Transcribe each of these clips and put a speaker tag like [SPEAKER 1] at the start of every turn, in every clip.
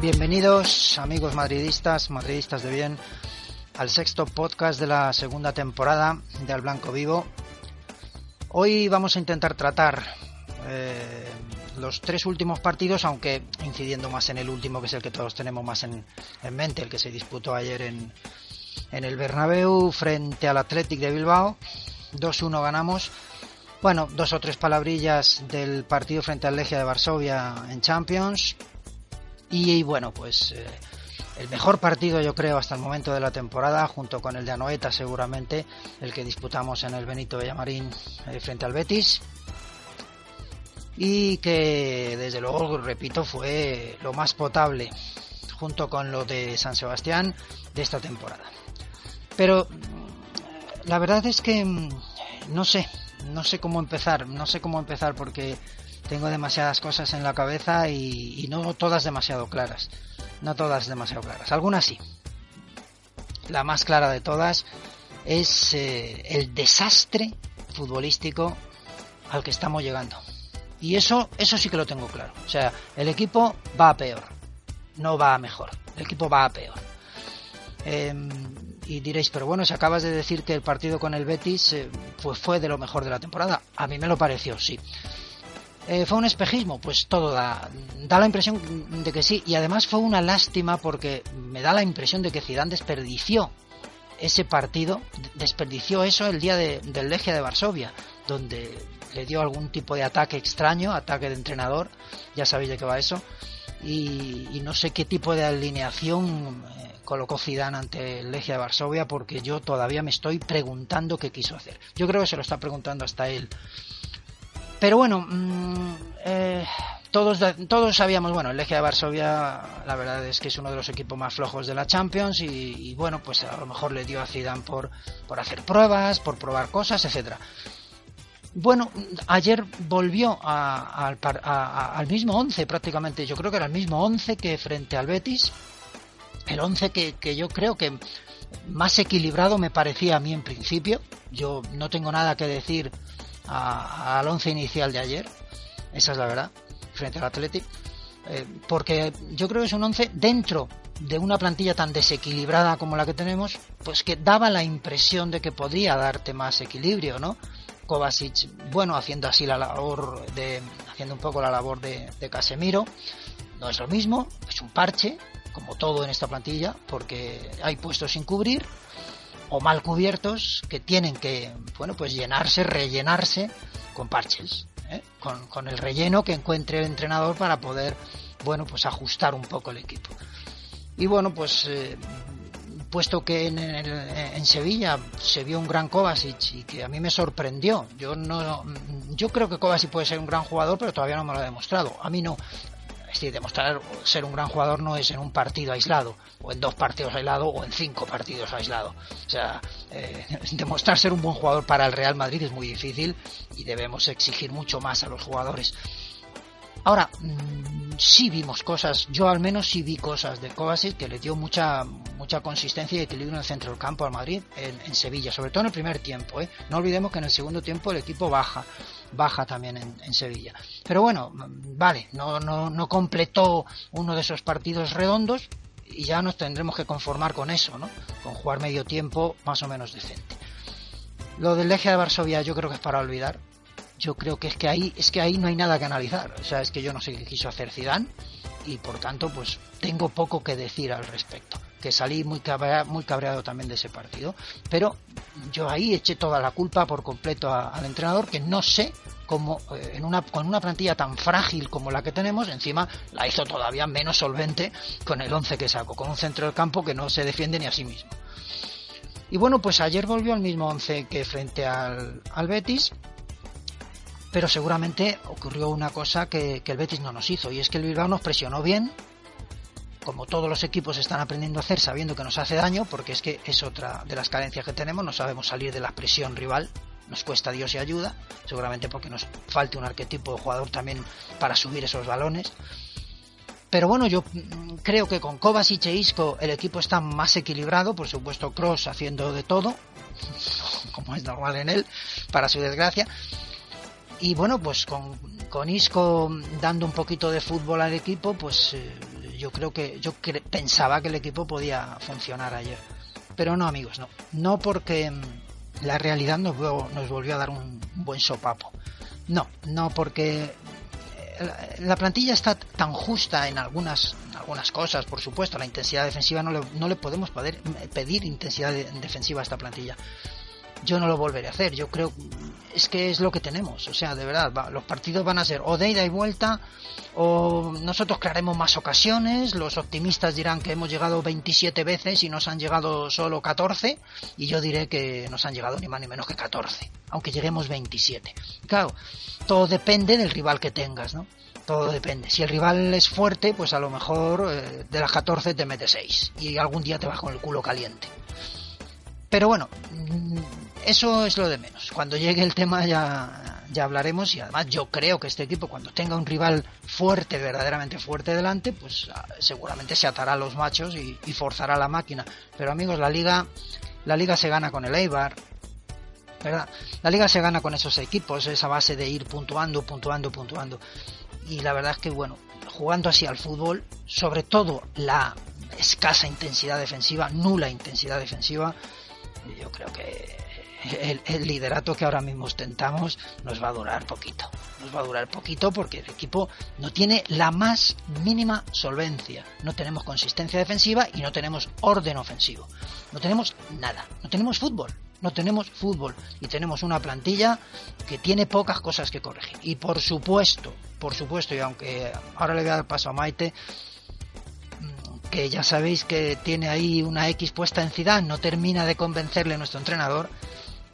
[SPEAKER 1] Bienvenidos, amigos madridistas, madridistas de bien, al sexto podcast de la segunda temporada de Al Blanco Vivo. Hoy vamos a intentar tratar eh, los tres últimos partidos, aunque incidiendo más en el último, que es el que todos tenemos más en, en mente, el que se disputó ayer en, en el Bernabéu frente al Athletic de Bilbao. 2-1 ganamos. Bueno, dos o tres palabrillas del partido frente al Legia de Varsovia en Champions. Y, y, bueno, pues eh, el mejor partido yo creo hasta el momento de la temporada, junto con el de Anoeta seguramente, el que disputamos en el Benito Villamarín eh, frente al Betis. Y que desde luego, repito, fue lo más potable, junto con lo de San Sebastián, de esta temporada. Pero mm, la verdad es que mm, no sé, no sé cómo empezar, no sé cómo empezar porque tengo demasiadas cosas en la cabeza y, y, no todas demasiado claras. No todas demasiado claras. Algunas sí. La más clara de todas es eh, el desastre futbolístico al que estamos llegando. Y eso, eso sí que lo tengo claro. O sea, el equipo va a peor. No va a mejor. El equipo va a peor. Eh, y diréis, pero bueno, si acabas de decir que el partido con el Betis eh, pues fue de lo mejor de la temporada. A mí me lo pareció, sí. Eh, fue un espejismo, pues todo da, da la impresión de que sí, y además fue una lástima porque me da la impresión de que Zidane desperdició ese partido, desperdició eso el día de, del Legia de Varsovia, donde le dio algún tipo de ataque extraño, ataque de entrenador, ya sabéis de qué va eso, y, y no sé qué tipo de alineación eh, colocó Zidane ante el Legia de Varsovia porque yo todavía me estoy preguntando qué quiso hacer. Yo creo que se lo está preguntando hasta él. Pero bueno, mmm, eh, todos, todos sabíamos, bueno, el Legia de Varsovia la verdad es que es uno de los equipos más flojos de la Champions y, y bueno, pues a lo mejor le dio a Zidane por, por hacer pruebas, por probar cosas, etcétera. Bueno, ayer volvió a, a, a, al mismo 11 prácticamente, yo creo que era el mismo 11 que frente al Betis, el 11 que, que yo creo que más equilibrado me parecía a mí en principio, yo no tengo nada que decir al once inicial de ayer, esa es la verdad, frente al Athletic, eh, porque yo creo que es un once dentro de una plantilla tan desequilibrada como la que tenemos, pues que daba la impresión de que podría darte más equilibrio, ¿no? Kovacic, bueno, haciendo así la labor de, haciendo un poco la labor de, de Casemiro, no es lo mismo, es un parche, como todo en esta plantilla, porque hay puestos sin cubrir, o mal cubiertos que tienen que bueno pues llenarse rellenarse con parches ¿eh? con, con, el relleno que encuentre el entrenador para poder bueno pues ajustar un poco el equipo y bueno pues eh, puesto que en, en, en, Sevilla se vio un gran Kovacic y que a mí me sorprendió yo no yo creo que Kovacic puede ser un gran jugador pero todavía no me lo ha demostrado a mí no es decir, demostrar ser un gran jugador no es en un partido aislado, o en dos partidos aislados, o en cinco partidos aislados. O sea, eh, demostrar ser un buen jugador para el Real Madrid es muy difícil y debemos exigir mucho más a los jugadores. Ahora, mmm, sí vimos cosas, yo al menos sí vi cosas de Kovacic que le dio mucha, mucha consistencia y equilibrio en el centro del campo al Madrid, en, en Sevilla, sobre todo en el primer tiempo. ¿eh? No olvidemos que en el segundo tiempo el equipo baja baja también en, en, Sevilla. Pero bueno, vale, no, no, no completó uno de esos partidos redondos, y ya nos tendremos que conformar con eso, ¿no? Con jugar medio tiempo más o menos decente. Lo del eje de Varsovia yo creo que es para olvidar. Yo creo que es que ahí es que ahí no hay nada que analizar. O sea, es que yo no sé qué quiso hacer Zidane y por tanto pues tengo poco que decir al respecto. Que salí muy cabreado, muy cabreado también de ese partido, pero yo ahí eché toda la culpa por completo a, al entrenador que no sé como en una, con una plantilla tan frágil como la que tenemos, encima la hizo todavía menos solvente con el 11 que sacó, con un centro del campo que no se defiende ni a sí mismo. Y bueno, pues ayer volvió al mismo 11 que frente al, al, Betis, pero seguramente ocurrió una cosa que, que el Betis no nos hizo, y es que el Bilbao nos presionó bien, como todos los equipos están aprendiendo a hacer sabiendo que nos hace daño, porque es que es otra de las carencias que tenemos, no sabemos salir de la presión rival, nos cuesta Dios y ayuda, seguramente porque nos falte un arquetipo de jugador también para subir esos balones. Pero bueno, yo creo que con Kovacic e Isco el equipo está más equilibrado, por supuesto Cross haciendo de todo, como es normal en él, para su desgracia. Y bueno, pues con, con Isco dando un poquito de fútbol al equipo, pues eh, yo creo que yo cre pensaba que el equipo podía funcionar ayer. Pero no, amigos, no. No porque mm, la realidad nos, volvió a dar un buen sopapo. No, no, porque eh, la plantilla está tan justa en algunas, en algunas cosas, por supuesto. La intensidad defensiva no le, no le podemos poder mm, pedir intensidad defensiva a esta plantilla. Yo no lo volveré a hacer. Yo creo es que es lo que tenemos. O sea, de verdad, va, los partidos van a ser o de ida y vuelta, o nosotros crearemos más ocasiones, los optimistas dirán que hemos llegado 27 veces y nos han llegado solo 14, y yo diré que nos han llegado ni más ni menos que 14, aunque lleguemos 27. Claro, todo depende del rival que tengas, ¿no? Todo depende. Si el rival es fuerte, pues a lo mejor eh, de las 14 te mete 6 y algún día te vas con el culo caliente. Pero bueno, eso es lo de menos. Cuando llegue el tema ya, ya hablaremos y además yo creo que este equipo cuando tenga un rival fuerte, verdaderamente fuerte delante, pues seguramente se atará a los machos y, y forzará la máquina. Pero amigos, la liga, la liga se gana con el Eibar. ¿verdad? La liga se gana con esos equipos, esa base de ir puntuando, puntuando, puntuando. Y la verdad es que, bueno, jugando así al fútbol, sobre todo la escasa intensidad defensiva, nula intensidad defensiva, yo creo que el, el, liderato que ahora mismo ostentamos nos va a durar poquito. Nos va a durar poquito porque el equipo no tiene la más mínima solvencia. No tenemos consistencia defensiva y no tenemos orden ofensivo. No tenemos nada. No tenemos fútbol. No tenemos fútbol. Y tenemos una plantilla que tiene pocas cosas que corregir. Y por supuesto, por supuesto, y aunque ahora le voy a dar paso a Maite, que ya sabéis que tiene ahí una X puesta en Zidane, no termina de convencerle nuestro entrenador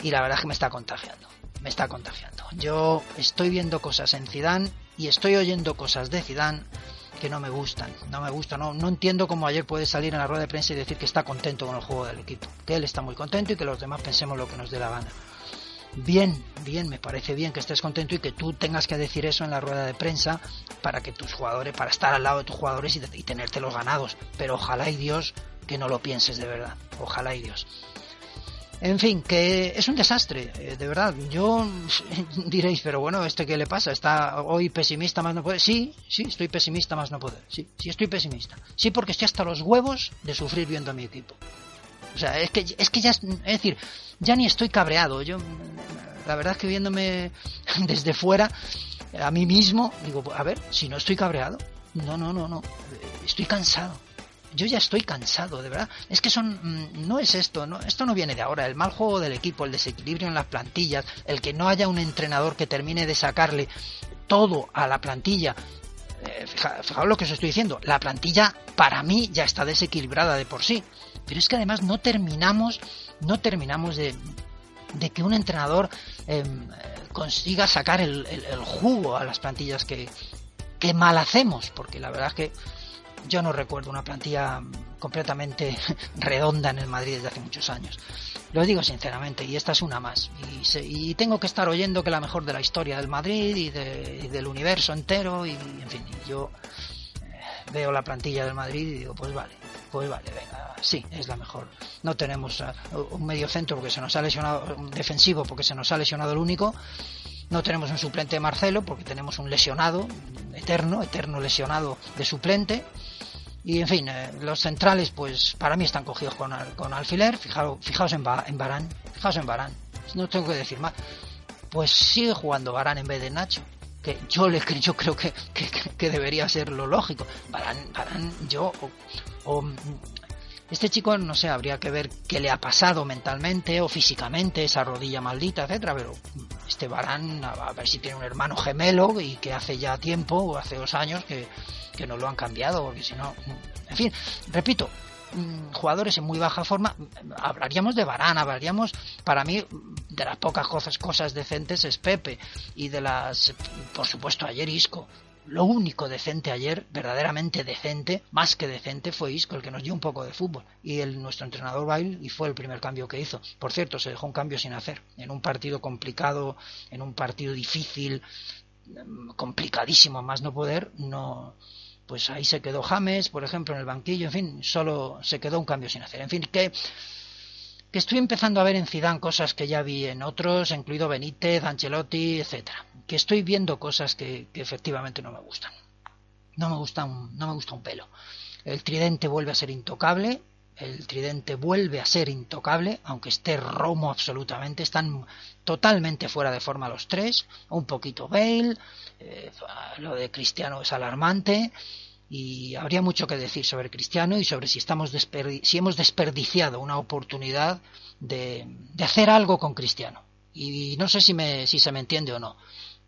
[SPEAKER 1] y la verdad es que me está contagiando, me está contagiando. Yo estoy viendo cosas en Zidane y estoy oyendo cosas de Zidane que no me gustan, no me gustan, no, no entiendo cómo ayer puede salir en la rueda de prensa y decir que está contento con el juego del equipo, que él está muy contento y que los demás pensemos lo que nos dé la gana. Bien, bien, me parece bien que estés contento y que tú tengas que decir eso en la rueda de prensa para que tus jugadores, para estar al lado de tus jugadores y, y tenerte los ganados. Pero ojalá y Dios que no lo pienses de verdad. Ojalá y Dios. En fin, que es un desastre, eh, de verdad. Yo diréis, pero bueno, ¿este qué le pasa? ¿Está hoy pesimista más no poder? Sí, sí, estoy pesimista más no poder. Sí, sí, estoy pesimista. Sí, porque estoy hasta los huevos de sufrir viendo a mi equipo. O sea, es que, es que ya, es decir, ya ni estoy cabreado. Yo, la verdad es que viéndome desde fuera, a mí mismo, digo, a ver, si no estoy cabreado, no, no, no, no, estoy cansado. Yo ya estoy cansado, de verdad. Es que son, mm, no es esto, no, esto no viene de ahora. El mal juego del equipo, el desequilibrio en las plantillas, el que no haya un entrenador que termine de sacarle todo a la plantilla eh, fija, fijaos lo que os estoy diciendo, la plantilla para mí ya está desequilibrada de por sí, pero es que además no terminamos, no terminamos de, de que un entrenador eh, consiga sacar el, el, el, jugo a las plantillas que, que mal hacemos, porque la verdad es que yo no recuerdo una plantilla completamente redonda en el Madrid desde hace muchos años. Lo digo sinceramente, y esta es una más. Y, se, y tengo que estar oyendo que la mejor de la historia del Madrid y, de, y del universo entero, y en fin, yo eh, veo la plantilla del Madrid y digo, pues vale, pues vale, venga, sí, es la mejor. No tenemos un medio centro porque se nos ha lesionado, un defensivo porque se nos ha lesionado el único. No tenemos un suplente de Marcelo porque tenemos un lesionado, eterno, eterno lesionado de suplente. Y en fin, eh, los centrales, pues para mí están cogidos con, al- con alfiler. Fijaos, fijaos en, Ba- en Barán. Fijaos en Barán. No tengo que decir más. Pues sigue jugando Barán en vez de Nacho. Que yo, le, cre- yo creo que, que, que debería ser lo lógico. Barán, Barán yo. o- o, mm, este chico, no sé, habría que ver qué le ha pasado mentalmente o físicamente, esa rodilla maldita, etcétera, pero mm, este Barán, a a ver si tiene un hermano gemelo y que hace ya tiempo, o hace dos años, que, que no lo han cambiado, porque si no. mm, En fin, repito, mm, jugadores en muy baja forma, mm, hablaríamos de Barán, hablaríamos, para mí, mm, de las pocas cosas, cosas decentes es Pepe, y de las, por supuesto, ayer Isco, lo único decente ayer, verdaderamente decente, más que decente, fue Isco, el que nos dio un poco de fútbol. Y el, nuestro entrenador Bail, y fue el primer cambio que hizo. Por cierto, se dejó un cambio sin hacer. En un partido complicado, en un partido difícil, mm, complicadísimo a más no poder, no. Pues ahí se quedó James, por ejemplo, en el banquillo, en fin, solo se quedó un cambio sin hacer. En fin, que que estoy empezando a ver en Zidane cosas que ya vi en otros, incluido Benítez, Ancelotti, etcétera, que estoy viendo cosas que, que efectivamente no me gustan. No me gusta un, no me gusta un pelo. El tridente vuelve a ser intocable, el tridente vuelve a ser intocable, aunque esté romo absolutamente, están totalmente fuera de forma los tres, un poquito Bale, eh, lo de Cristiano es alarmante, y habría mucho que decir sobre Cristiano y sobre si, estamos desperdi- si hemos desperdiciado una oportunidad de, de hacer algo con Cristiano. Y no sé si, me, si se me entiende o no,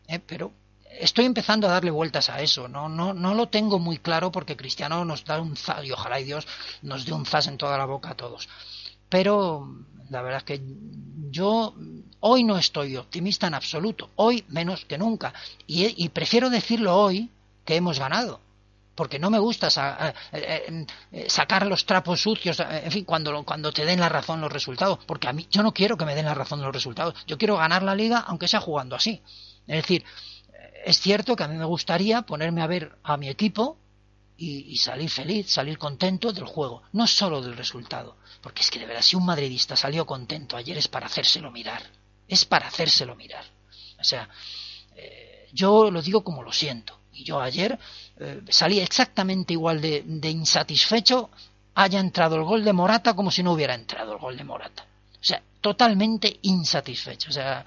[SPEAKER 1] ¿eh? pero estoy empezando a darle vueltas a eso. No, no, no lo tengo muy claro porque Cristiano nos da un zas, y ojalá y Dios nos dé un zas en toda la boca a todos. Pero la verdad es que yo hoy no estoy optimista en absoluto, hoy menos que nunca. Y- y prefiero decirlo hoy que hemos ganado porque no me gusta sa- eh, eh, eh, sacar los trapos sucios, eh, en fin, cuando, lo- cuando te den la razón los resultados, porque a mí yo no quiero que me den la razón los resultados, yo quiero ganar la liga aunque sea jugando así. Es decir, eh, es cierto que a mí me gustaría ponerme a ver a mi equipo y, y salir feliz, salir contento del juego, no solo del resultado, porque es que de verdad si un madridista salió contento ayer es para hacérselo mirar, es para hacérselo mirar. O sea, Eh, yo lo digo como lo siento. Y yo ayer eh, salí exactamente igual de, de insatisfecho, haya entrado el gol de Morata como si no hubiera entrado el gol de Morata. O sea, totalmente insatisfecho. O sea,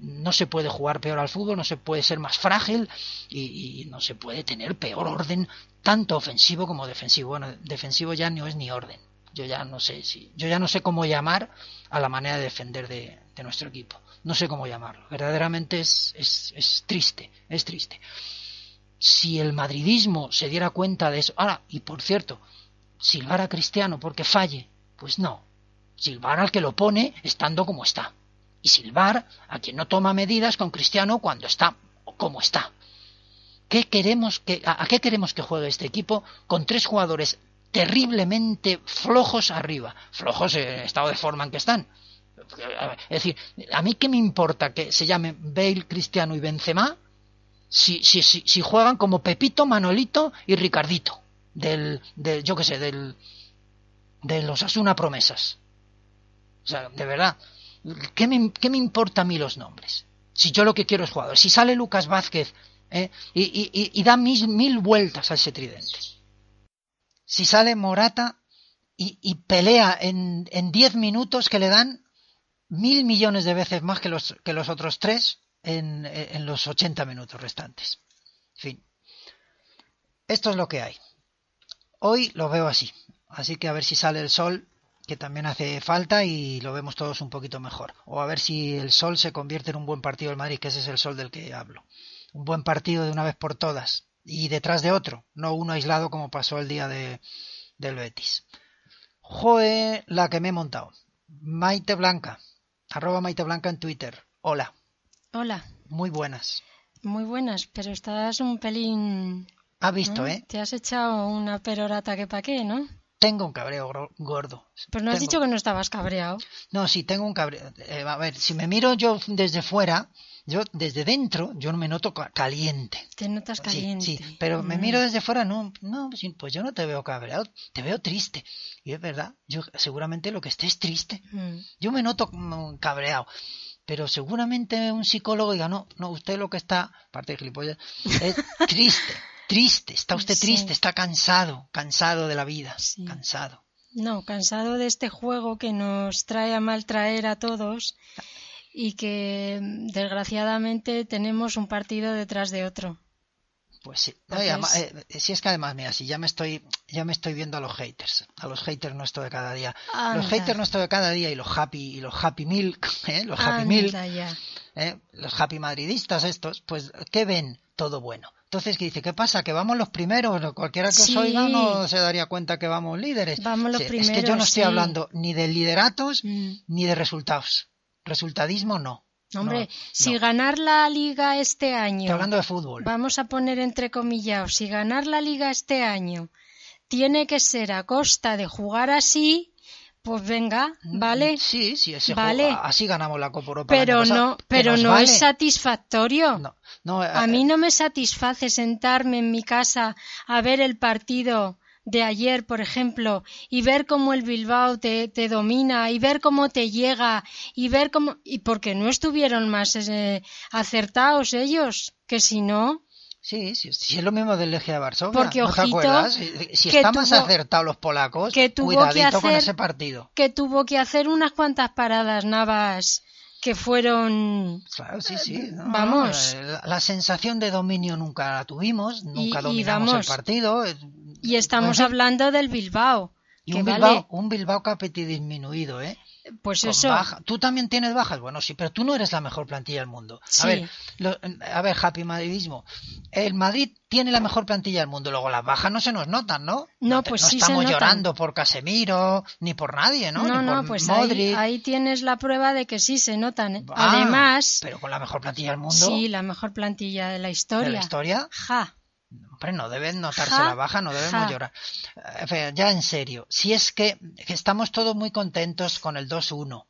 [SPEAKER 1] no se puede jugar peor al fútbol, no se puede ser más frágil y, y no se puede tener peor orden, tanto ofensivo como defensivo. Bueno, defensivo ya no es ni orden. Yo ya no sé si, yo ya no sé cómo llamar a la manera de defender de, de nuestro equipo. No sé cómo llamarlo. Verdaderamente es, es, es triste, es triste. Si el madridismo se diera cuenta de eso. Ahora, y por cierto, silbar a Cristiano porque falle, pues no. Silbar al que lo pone estando como está. Y silbar a quien no toma medidas con Cristiano cuando está como está. ¿Qué queremos que, a, a qué queremos que juegue este equipo con tres jugadores terriblemente flojos arriba? Flojos en el estado de forma en que están. Es decir, ¿a mí qué me importa que se llamen Bale, Cristiano y Benzema si, si, si, si juegan como Pepito, Manolito y Ricardito? Del, del yo qué sé, del, de los Asuna Promesas. O sea, de verdad, ¿qué me, qué me importa a mí los nombres? Si yo lo que quiero es jugador. Si sale Lucas Vázquez ¿eh? y, y- y- y da mil, mil vueltas a ese tridente. Si sale Morata y, y pelea en en 10 minutos que le dan mil millones de veces más que los, que los otros tres en, en los 80 minutos restantes. En fin. Esto es lo que hay. Hoy lo veo así. Así que a ver si sale el sol, que también hace falta y lo vemos todos un poquito mejor. O a ver si el sol se convierte en un buen partido del Madrid, que ese es el sol del que hablo. Un buen partido de una vez por todas y detrás de otro, no uno aislado como pasó el día de, del Betis. Joe, la que me he montado. Maite Blanca, arroba Maite Blanca en Twitter. Hola,
[SPEAKER 2] Hola,
[SPEAKER 1] muy buenas.
[SPEAKER 2] muy buenas, pero estás un pelín.
[SPEAKER 1] Has
[SPEAKER 2] ¿no?
[SPEAKER 1] visto, ¿eh?
[SPEAKER 2] Te has echado una perorata que pa' qué, ¿no?
[SPEAKER 1] Tengo un cabreo gro- gordo.
[SPEAKER 2] Pero no has
[SPEAKER 1] Tengo-
[SPEAKER 2] dicho que no estabas cabreado.
[SPEAKER 1] No, sí, tengo un cabreo. Eh, a ver, si me miro yo desde fuera, yo desde dentro, yo me noto ca- caliente.
[SPEAKER 2] Te notas
[SPEAKER 1] Sí,
[SPEAKER 2] caliente.
[SPEAKER 1] Sí, pero me
[SPEAKER 2] Mm.
[SPEAKER 1] miro desde fuera, no, no, pues sí, pues yo no te veo cabreado, te veo triste. Y es verdad, yo seguramente lo que esté es triste.
[SPEAKER 2] Mm.
[SPEAKER 1] Yo me noto como cabreado. Pero seguramente un psicólogo diga, no, no, usted lo que está, parte de gilipollas, es triste. Triste, está usted
[SPEAKER 2] Sí.
[SPEAKER 1] triste, está cansado, cansado de la vida,
[SPEAKER 2] Sí.
[SPEAKER 1] cansado.
[SPEAKER 2] No, cansado de este juego que nos trae a mal traer a todos y que mm, desgraciadamente tenemos un partido detrás de otro.
[SPEAKER 1] Pues sí. No,
[SPEAKER 2] Entonces-
[SPEAKER 1] y además, eh, si es que además, mira, si ya me estoy, ya me estoy viendo a los haters, a los haters nuestro de cada día. los
[SPEAKER 2] Anda.
[SPEAKER 1] haters nuestro de cada día y los happy, y los happy milk, ¿eh? los happy milk,
[SPEAKER 2] Anda Ah, ya.
[SPEAKER 1] ¿eh? los happy madridistas estos, pues, ¿qué ven? Todo bueno. Entonces, ¿qué dice? ¿Qué pasa? ¿Que vamos los primeros? ¿No? Cualquiera que
[SPEAKER 2] Sí.
[SPEAKER 1] os oiga no se daría cuenta que vamos líderes.
[SPEAKER 2] Vamos los
[SPEAKER 1] Sí, Es que yo
[SPEAKER 2] primeros,
[SPEAKER 1] no estoy
[SPEAKER 2] sí.
[SPEAKER 1] hablando ni de lideratos
[SPEAKER 2] Mm.
[SPEAKER 1] ni de resultados. Resultadismo no.
[SPEAKER 2] Hombre,
[SPEAKER 1] No,
[SPEAKER 2] si
[SPEAKER 1] no.
[SPEAKER 2] ganar la liga este
[SPEAKER 1] Estoy
[SPEAKER 2] año,
[SPEAKER 1] hablando de fútbol.
[SPEAKER 2] vamos a poner entre comillas, si ganar la liga este año tiene que ser a costa de jugar así, pues venga, ¿vale?
[SPEAKER 1] Mm. Sí, sí, ese
[SPEAKER 2] Vale.
[SPEAKER 1] juego- así ganamos la Copa Europa. el año
[SPEAKER 2] Pero
[SPEAKER 1] pasado,
[SPEAKER 2] no,
[SPEAKER 1] que
[SPEAKER 2] pero
[SPEAKER 1] nos
[SPEAKER 2] no
[SPEAKER 1] vale.
[SPEAKER 2] es satisfactorio.
[SPEAKER 1] No, no, eh,
[SPEAKER 2] A mí no me satisface sentarme en mi casa a ver el partido de ayer, por ejemplo, y ver cómo el Bilbao te, te domina, y ver cómo te llega, y ver cómo... Y porque no estuvieron más eh, acertados ellos, que si no...
[SPEAKER 1] Sí, sí, sí, es lo mismo del Legia de Varsovia.
[SPEAKER 2] Porque,
[SPEAKER 1] ¿no te
[SPEAKER 2] ojito,
[SPEAKER 1] acuerdas? Si, si
[SPEAKER 2] que
[SPEAKER 1] están más
[SPEAKER 2] tuvo-
[SPEAKER 1] acertados los polacos,
[SPEAKER 2] que tuvo que
[SPEAKER 1] cuidadito con
[SPEAKER 2] hacer-
[SPEAKER 1] ese partido.
[SPEAKER 2] que tuvo que hacer unas cuantas paradas navas que fueron
[SPEAKER 1] Claro, sí, sí. no,
[SPEAKER 2] vamos.
[SPEAKER 1] no, eh, La, la sensación de dominio nunca la tuvimos, nunca
[SPEAKER 2] y
[SPEAKER 1] dominamos
[SPEAKER 2] vamos.
[SPEAKER 1] el partido. eh,
[SPEAKER 2] y estamos
[SPEAKER 1] Ujú.
[SPEAKER 2] hablando del Bilbao
[SPEAKER 1] Y
[SPEAKER 2] que
[SPEAKER 1] un
[SPEAKER 2] vale
[SPEAKER 1] Bilbao, un Bilbao Capiti disminuido, ¿eh?
[SPEAKER 2] pues
[SPEAKER 1] con
[SPEAKER 2] eso
[SPEAKER 1] baja- Tú también tienes bajas, bueno, sí, pero tú no eres la mejor plantilla del mundo.
[SPEAKER 2] Sí.
[SPEAKER 1] A ver, lo- a ver, happy madridismo. El Madrid tiene la mejor plantilla del mundo, luego las bajas no se nos notan, ¿no?
[SPEAKER 2] No,
[SPEAKER 1] te-
[SPEAKER 2] pues
[SPEAKER 1] no
[SPEAKER 2] sí se
[SPEAKER 1] estamos
[SPEAKER 2] notan.
[SPEAKER 1] llorando por Casemiro, ni por nadie, ¿no?
[SPEAKER 2] no
[SPEAKER 1] Ni
[SPEAKER 2] no
[SPEAKER 1] por
[SPEAKER 2] pues ahí,
[SPEAKER 1] Modric.
[SPEAKER 2] ahí tienes la prueba de que sí se notan ¿eh?
[SPEAKER 1] Ah,
[SPEAKER 2] además
[SPEAKER 1] pero con la mejor plantilla del mundo
[SPEAKER 2] sí la mejor plantilla de la
[SPEAKER 1] de
[SPEAKER 2] historia
[SPEAKER 1] la historia,
[SPEAKER 2] ja
[SPEAKER 1] hombre, no deben notarse
[SPEAKER 2] Ja,
[SPEAKER 1] la baja, no debemos
[SPEAKER 2] ja.
[SPEAKER 1] llorar. Eh, fe- ya en serio, si es que, que estamos todos muy contentos con el 2-1.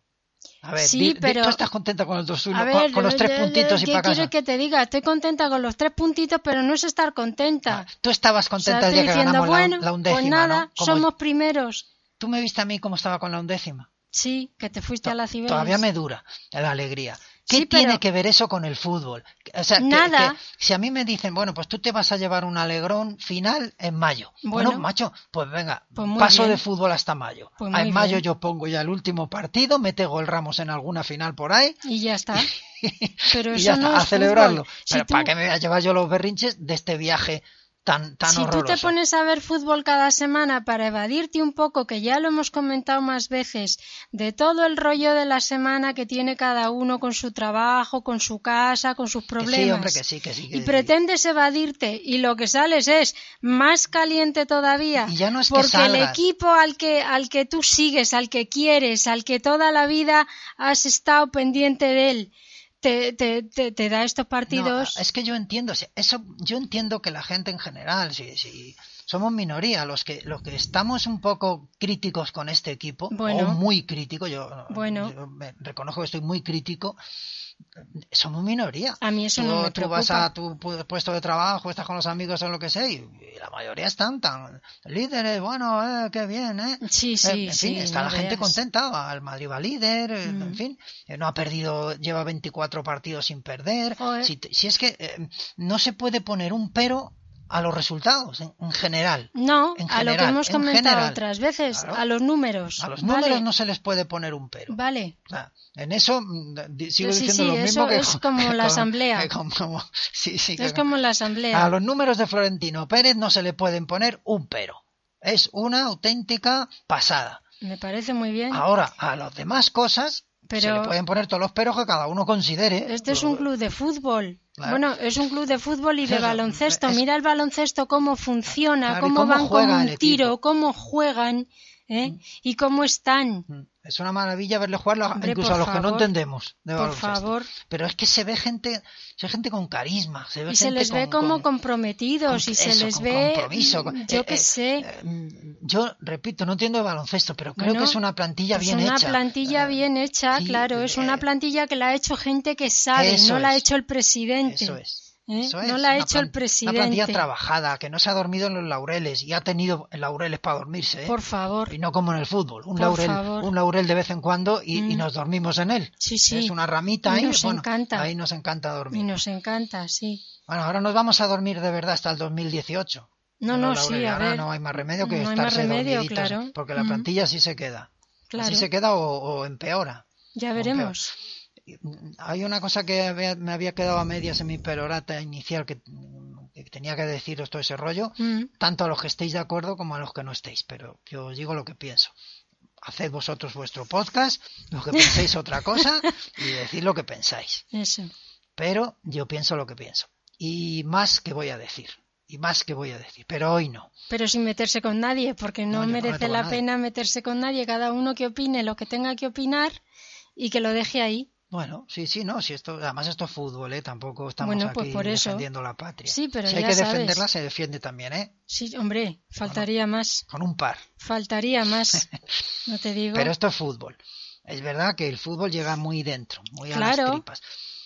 [SPEAKER 1] A ver,
[SPEAKER 2] Sí,
[SPEAKER 1] di- di-
[SPEAKER 2] pero-
[SPEAKER 1] tú estás contento con el 2-1,
[SPEAKER 2] a
[SPEAKER 1] con-
[SPEAKER 2] ver
[SPEAKER 1] con los tres
[SPEAKER 2] yo- yo-
[SPEAKER 1] puntitos y
[SPEAKER 2] ¿qué
[SPEAKER 1] para casa.
[SPEAKER 2] quieres que te diga estoy contenta con los tres puntitos pero no es estar contenta
[SPEAKER 1] Ah, Tú estabas
[SPEAKER 2] o sea,
[SPEAKER 1] contenta
[SPEAKER 2] estoy
[SPEAKER 1] el día que
[SPEAKER 2] diciendo
[SPEAKER 1] ganamos la-
[SPEAKER 2] bueno
[SPEAKER 1] la, undécima,
[SPEAKER 2] pues nada
[SPEAKER 1] ¿no? Como-
[SPEAKER 2] somos primeros
[SPEAKER 1] Tú me viste a mí cómo estaba con la undécima.
[SPEAKER 2] sí que te fuiste a la Cibeles
[SPEAKER 1] Todavía me dura la alegría. ¿Qué
[SPEAKER 2] Sí, pero-
[SPEAKER 1] tiene que ver eso con el fútbol? O sea, que-
[SPEAKER 2] Nada.
[SPEAKER 1] que si a mí me dicen, bueno, pues tú te vas a llevar un alegrón final en mayo.
[SPEAKER 2] Bueno.
[SPEAKER 1] Bueno, macho, pues venga,
[SPEAKER 2] Pues muy
[SPEAKER 1] paso
[SPEAKER 2] bien.
[SPEAKER 1] de fútbol hasta mayo.
[SPEAKER 2] Pues
[SPEAKER 1] Ah,
[SPEAKER 2] muy
[SPEAKER 1] en mayo
[SPEAKER 2] bien.
[SPEAKER 1] yo pongo ya el último partido, mete gol Ramos en alguna final por ahí.
[SPEAKER 2] Y ya está. Pero
[SPEAKER 1] y
[SPEAKER 2] eso
[SPEAKER 1] ya está,
[SPEAKER 2] no
[SPEAKER 1] a
[SPEAKER 2] es
[SPEAKER 1] celebrarlo.
[SPEAKER 2] fútbol. Si
[SPEAKER 1] Pero
[SPEAKER 2] tú-
[SPEAKER 1] ¿para qué me voy a llevar yo los berrinches de este viaje tan, tan
[SPEAKER 2] si
[SPEAKER 1] horroroso?
[SPEAKER 2] tú te pones a ver fútbol cada semana para evadirte un poco, que ya lo hemos comentado más veces, de todo el rollo de la semana que tiene cada uno con su trabajo, con su casa, con sus
[SPEAKER 1] Que
[SPEAKER 2] problemas.
[SPEAKER 1] Sí, hombre, que sí, que sí. que
[SPEAKER 2] Y
[SPEAKER 1] sí.
[SPEAKER 2] pretendes evadirte y lo que sales es más caliente todavía.
[SPEAKER 1] Y ya no es que
[SPEAKER 2] porque el
[SPEAKER 1] salgas.
[SPEAKER 2] equipo al que, al que tú sigues, al que quieres, al que toda la vida has estado pendiente de él, te, te, te, te da estos
[SPEAKER 1] No, eh,
[SPEAKER 2] partidos.
[SPEAKER 1] es que yo entiendo, o sea, eso, yo entiendo que la gente en general, si, si somos minoría, los que, los que estamos un poco críticos con este equipo,
[SPEAKER 2] Bueno.
[SPEAKER 1] o muy crítico, yo,
[SPEAKER 2] Bueno.
[SPEAKER 1] yo me reconozco que estoy muy crítico, somos minoría.
[SPEAKER 2] A mí eso
[SPEAKER 1] tú,
[SPEAKER 2] no me
[SPEAKER 1] tú vas
[SPEAKER 2] preocupa.
[SPEAKER 1] a tu pu- puesto de trabajo, estás con los amigos o lo que sea, y, y la mayoría están tan líderes, bueno, eh, qué bien, ¿eh?
[SPEAKER 2] Sí,
[SPEAKER 1] Eh,
[SPEAKER 2] sí,
[SPEAKER 1] en
[SPEAKER 2] sí.
[SPEAKER 1] fin, está
[SPEAKER 2] no
[SPEAKER 1] la gente
[SPEAKER 2] veas.
[SPEAKER 1] contenta, el Madrid va líder, eh,
[SPEAKER 2] Mm.
[SPEAKER 1] en fin, eh, no ha perdido, lleva 24 partidos sin perder.
[SPEAKER 2] Joder.
[SPEAKER 1] Si, te- si es que eh, no se puede poner un pero a los resultados en, en general.
[SPEAKER 2] No,
[SPEAKER 1] en
[SPEAKER 2] a lo que
[SPEAKER 1] general,
[SPEAKER 2] hemos
[SPEAKER 1] en
[SPEAKER 2] comentado
[SPEAKER 1] general.
[SPEAKER 2] otras veces,
[SPEAKER 1] Claro.
[SPEAKER 2] a los números.
[SPEAKER 1] A los
[SPEAKER 2] Vale,
[SPEAKER 1] números no se les puede poner un pero.
[SPEAKER 2] Vale.
[SPEAKER 1] Ah, En eso mm, di- sigo
[SPEAKER 2] Sí, sí,
[SPEAKER 1] diciendo
[SPEAKER 2] sí,
[SPEAKER 1] lo
[SPEAKER 2] eso
[SPEAKER 1] mismo que
[SPEAKER 2] es
[SPEAKER 1] con-
[SPEAKER 2] como la
[SPEAKER 1] con-
[SPEAKER 2] asamblea.
[SPEAKER 1] que con- como- sí, sí, que
[SPEAKER 2] Es
[SPEAKER 1] con-
[SPEAKER 2] como la
[SPEAKER 1] A
[SPEAKER 2] asamblea.
[SPEAKER 1] los números de Florentino Pérez no se le pueden poner un pero. Es una auténtica pasada.
[SPEAKER 2] Me parece muy bien.
[SPEAKER 1] Ahora, a las demás cosas se
[SPEAKER 2] Pero-
[SPEAKER 1] le pueden poner todos los peros que cada uno considere. ¿eh?
[SPEAKER 2] Este es un club de fútbol.
[SPEAKER 1] Claro.
[SPEAKER 2] Bueno, es un club de fútbol y de
[SPEAKER 1] Eso,
[SPEAKER 2] baloncesto.
[SPEAKER 1] es-
[SPEAKER 2] Mira el baloncesto, cómo funciona,
[SPEAKER 1] Claro, y
[SPEAKER 2] cómo,
[SPEAKER 1] cómo
[SPEAKER 2] van
[SPEAKER 1] juega
[SPEAKER 2] como
[SPEAKER 1] el
[SPEAKER 2] un tiro,
[SPEAKER 1] equipo.
[SPEAKER 2] cómo juegan ¿eh? y cómo están.
[SPEAKER 1] Mm, Es una maravilla verle jugar lo-
[SPEAKER 2] Hombre,
[SPEAKER 1] incluso
[SPEAKER 2] por
[SPEAKER 1] a los que no
[SPEAKER 2] favor.
[SPEAKER 1] entendemos. de
[SPEAKER 2] Por
[SPEAKER 1] baloncesto.
[SPEAKER 2] favor.
[SPEAKER 1] Pero es que se ve gente, se ve gente con carisma, se ve
[SPEAKER 2] Y se
[SPEAKER 1] gente
[SPEAKER 2] les ve
[SPEAKER 1] con-
[SPEAKER 2] como
[SPEAKER 1] con-
[SPEAKER 2] comprometidos
[SPEAKER 1] con
[SPEAKER 2] y se
[SPEAKER 1] eso,
[SPEAKER 2] les
[SPEAKER 1] con
[SPEAKER 2] ve, mm,
[SPEAKER 1] compromiso, con-
[SPEAKER 2] yo
[SPEAKER 1] eh,
[SPEAKER 2] qué
[SPEAKER 1] eh,
[SPEAKER 2] sé,
[SPEAKER 1] eh, mm, yo repito, no entiendo de baloncesto, pero creo
[SPEAKER 2] Bueno,
[SPEAKER 1] que es una plantilla
[SPEAKER 2] pues
[SPEAKER 1] bien
[SPEAKER 2] una
[SPEAKER 1] hecha.
[SPEAKER 2] plantilla
[SPEAKER 1] Eh,
[SPEAKER 2] bien hecha,
[SPEAKER 1] sí,
[SPEAKER 2] claro, es una
[SPEAKER 1] eh,
[SPEAKER 2] plantilla que la ha hecho gente que sabe,
[SPEAKER 1] eso
[SPEAKER 2] no la ha
[SPEAKER 1] es,
[SPEAKER 2] hecho el presidente.
[SPEAKER 1] Eso es.
[SPEAKER 2] ¿eh?
[SPEAKER 1] Eso
[SPEAKER 2] No
[SPEAKER 1] es,
[SPEAKER 2] la ha
[SPEAKER 1] una
[SPEAKER 2] hecho el
[SPEAKER 1] plan- Una plantilla
[SPEAKER 2] presidente.
[SPEAKER 1] trabajada, que no se ha dormido en los laureles y ha tenido laureles para dormirse. ¿eh?
[SPEAKER 2] Por favor.
[SPEAKER 1] Y no como en el fútbol, un
[SPEAKER 2] Por
[SPEAKER 1] laurel,
[SPEAKER 2] favor.
[SPEAKER 1] un laurel de vez en cuando y, y
[SPEAKER 2] Mm.
[SPEAKER 1] nos dormimos en él.
[SPEAKER 2] Sí, sí.
[SPEAKER 1] Es una ramita
[SPEAKER 2] Y
[SPEAKER 1] ahí,
[SPEAKER 2] nos
[SPEAKER 1] bueno,
[SPEAKER 2] encanta.
[SPEAKER 1] ahí nos encanta
[SPEAKER 2] Y
[SPEAKER 1] dormir.
[SPEAKER 2] nos encanta, sí.
[SPEAKER 1] Bueno, ahora nos vamos a dormir de verdad hasta el 2018.
[SPEAKER 2] No, no,
[SPEAKER 1] Laura,
[SPEAKER 2] sí,
[SPEAKER 1] y
[SPEAKER 2] a
[SPEAKER 1] ahora
[SPEAKER 2] ver.
[SPEAKER 1] no hay más remedio que
[SPEAKER 2] no hay más
[SPEAKER 1] estarse
[SPEAKER 2] remedio,
[SPEAKER 1] dormiditos,
[SPEAKER 2] claro.
[SPEAKER 1] porque la
[SPEAKER 2] Ujú.
[SPEAKER 1] plantilla sí se queda.
[SPEAKER 2] Claro,
[SPEAKER 1] Así se queda o, o empeora.
[SPEAKER 2] ya
[SPEAKER 1] o
[SPEAKER 2] veremos.
[SPEAKER 1] Y, mm, Hay una cosa que había- me había quedado a medias en mi perorata inicial que, mm, que tenía que deciros todo ese rollo,
[SPEAKER 2] Mm,
[SPEAKER 1] tanto a los que estéis de acuerdo como a los que no estéis, pero yo os digo lo que pienso. Haced vosotros vuestro podcast, los que penséis otra cosa y decid lo que pensáis.
[SPEAKER 2] Eso.
[SPEAKER 1] Pero yo pienso lo que pienso. Y más que voy a decir. Y más que voy a decir. Pero hoy no.
[SPEAKER 2] Pero sin meterse con nadie, porque
[SPEAKER 1] No,
[SPEAKER 2] no,
[SPEAKER 1] yo no me meto
[SPEAKER 2] merece
[SPEAKER 1] con
[SPEAKER 2] la
[SPEAKER 1] nadie.
[SPEAKER 2] pena meterse con nadie. Cada uno que opine lo que tenga que opinar y que lo deje ahí.
[SPEAKER 1] Bueno, sí, sí, no, si esto, además esto es fútbol, ¿eh? tampoco estamos
[SPEAKER 2] Bueno, pues
[SPEAKER 1] aquí
[SPEAKER 2] por eso.
[SPEAKER 1] defendiendo la patria.
[SPEAKER 2] Sí, pero
[SPEAKER 1] si hay
[SPEAKER 2] ya
[SPEAKER 1] que
[SPEAKER 2] sabes.
[SPEAKER 1] defenderla, se defiende también, ¿eh?
[SPEAKER 2] Sí, hombre, faltaría más.
[SPEAKER 1] Con un par.
[SPEAKER 2] Faltaría más. No te digo.
[SPEAKER 1] Pero esto es fútbol. Es verdad que el fútbol llega muy dentro, muy a las
[SPEAKER 2] Claro.
[SPEAKER 1] tripas.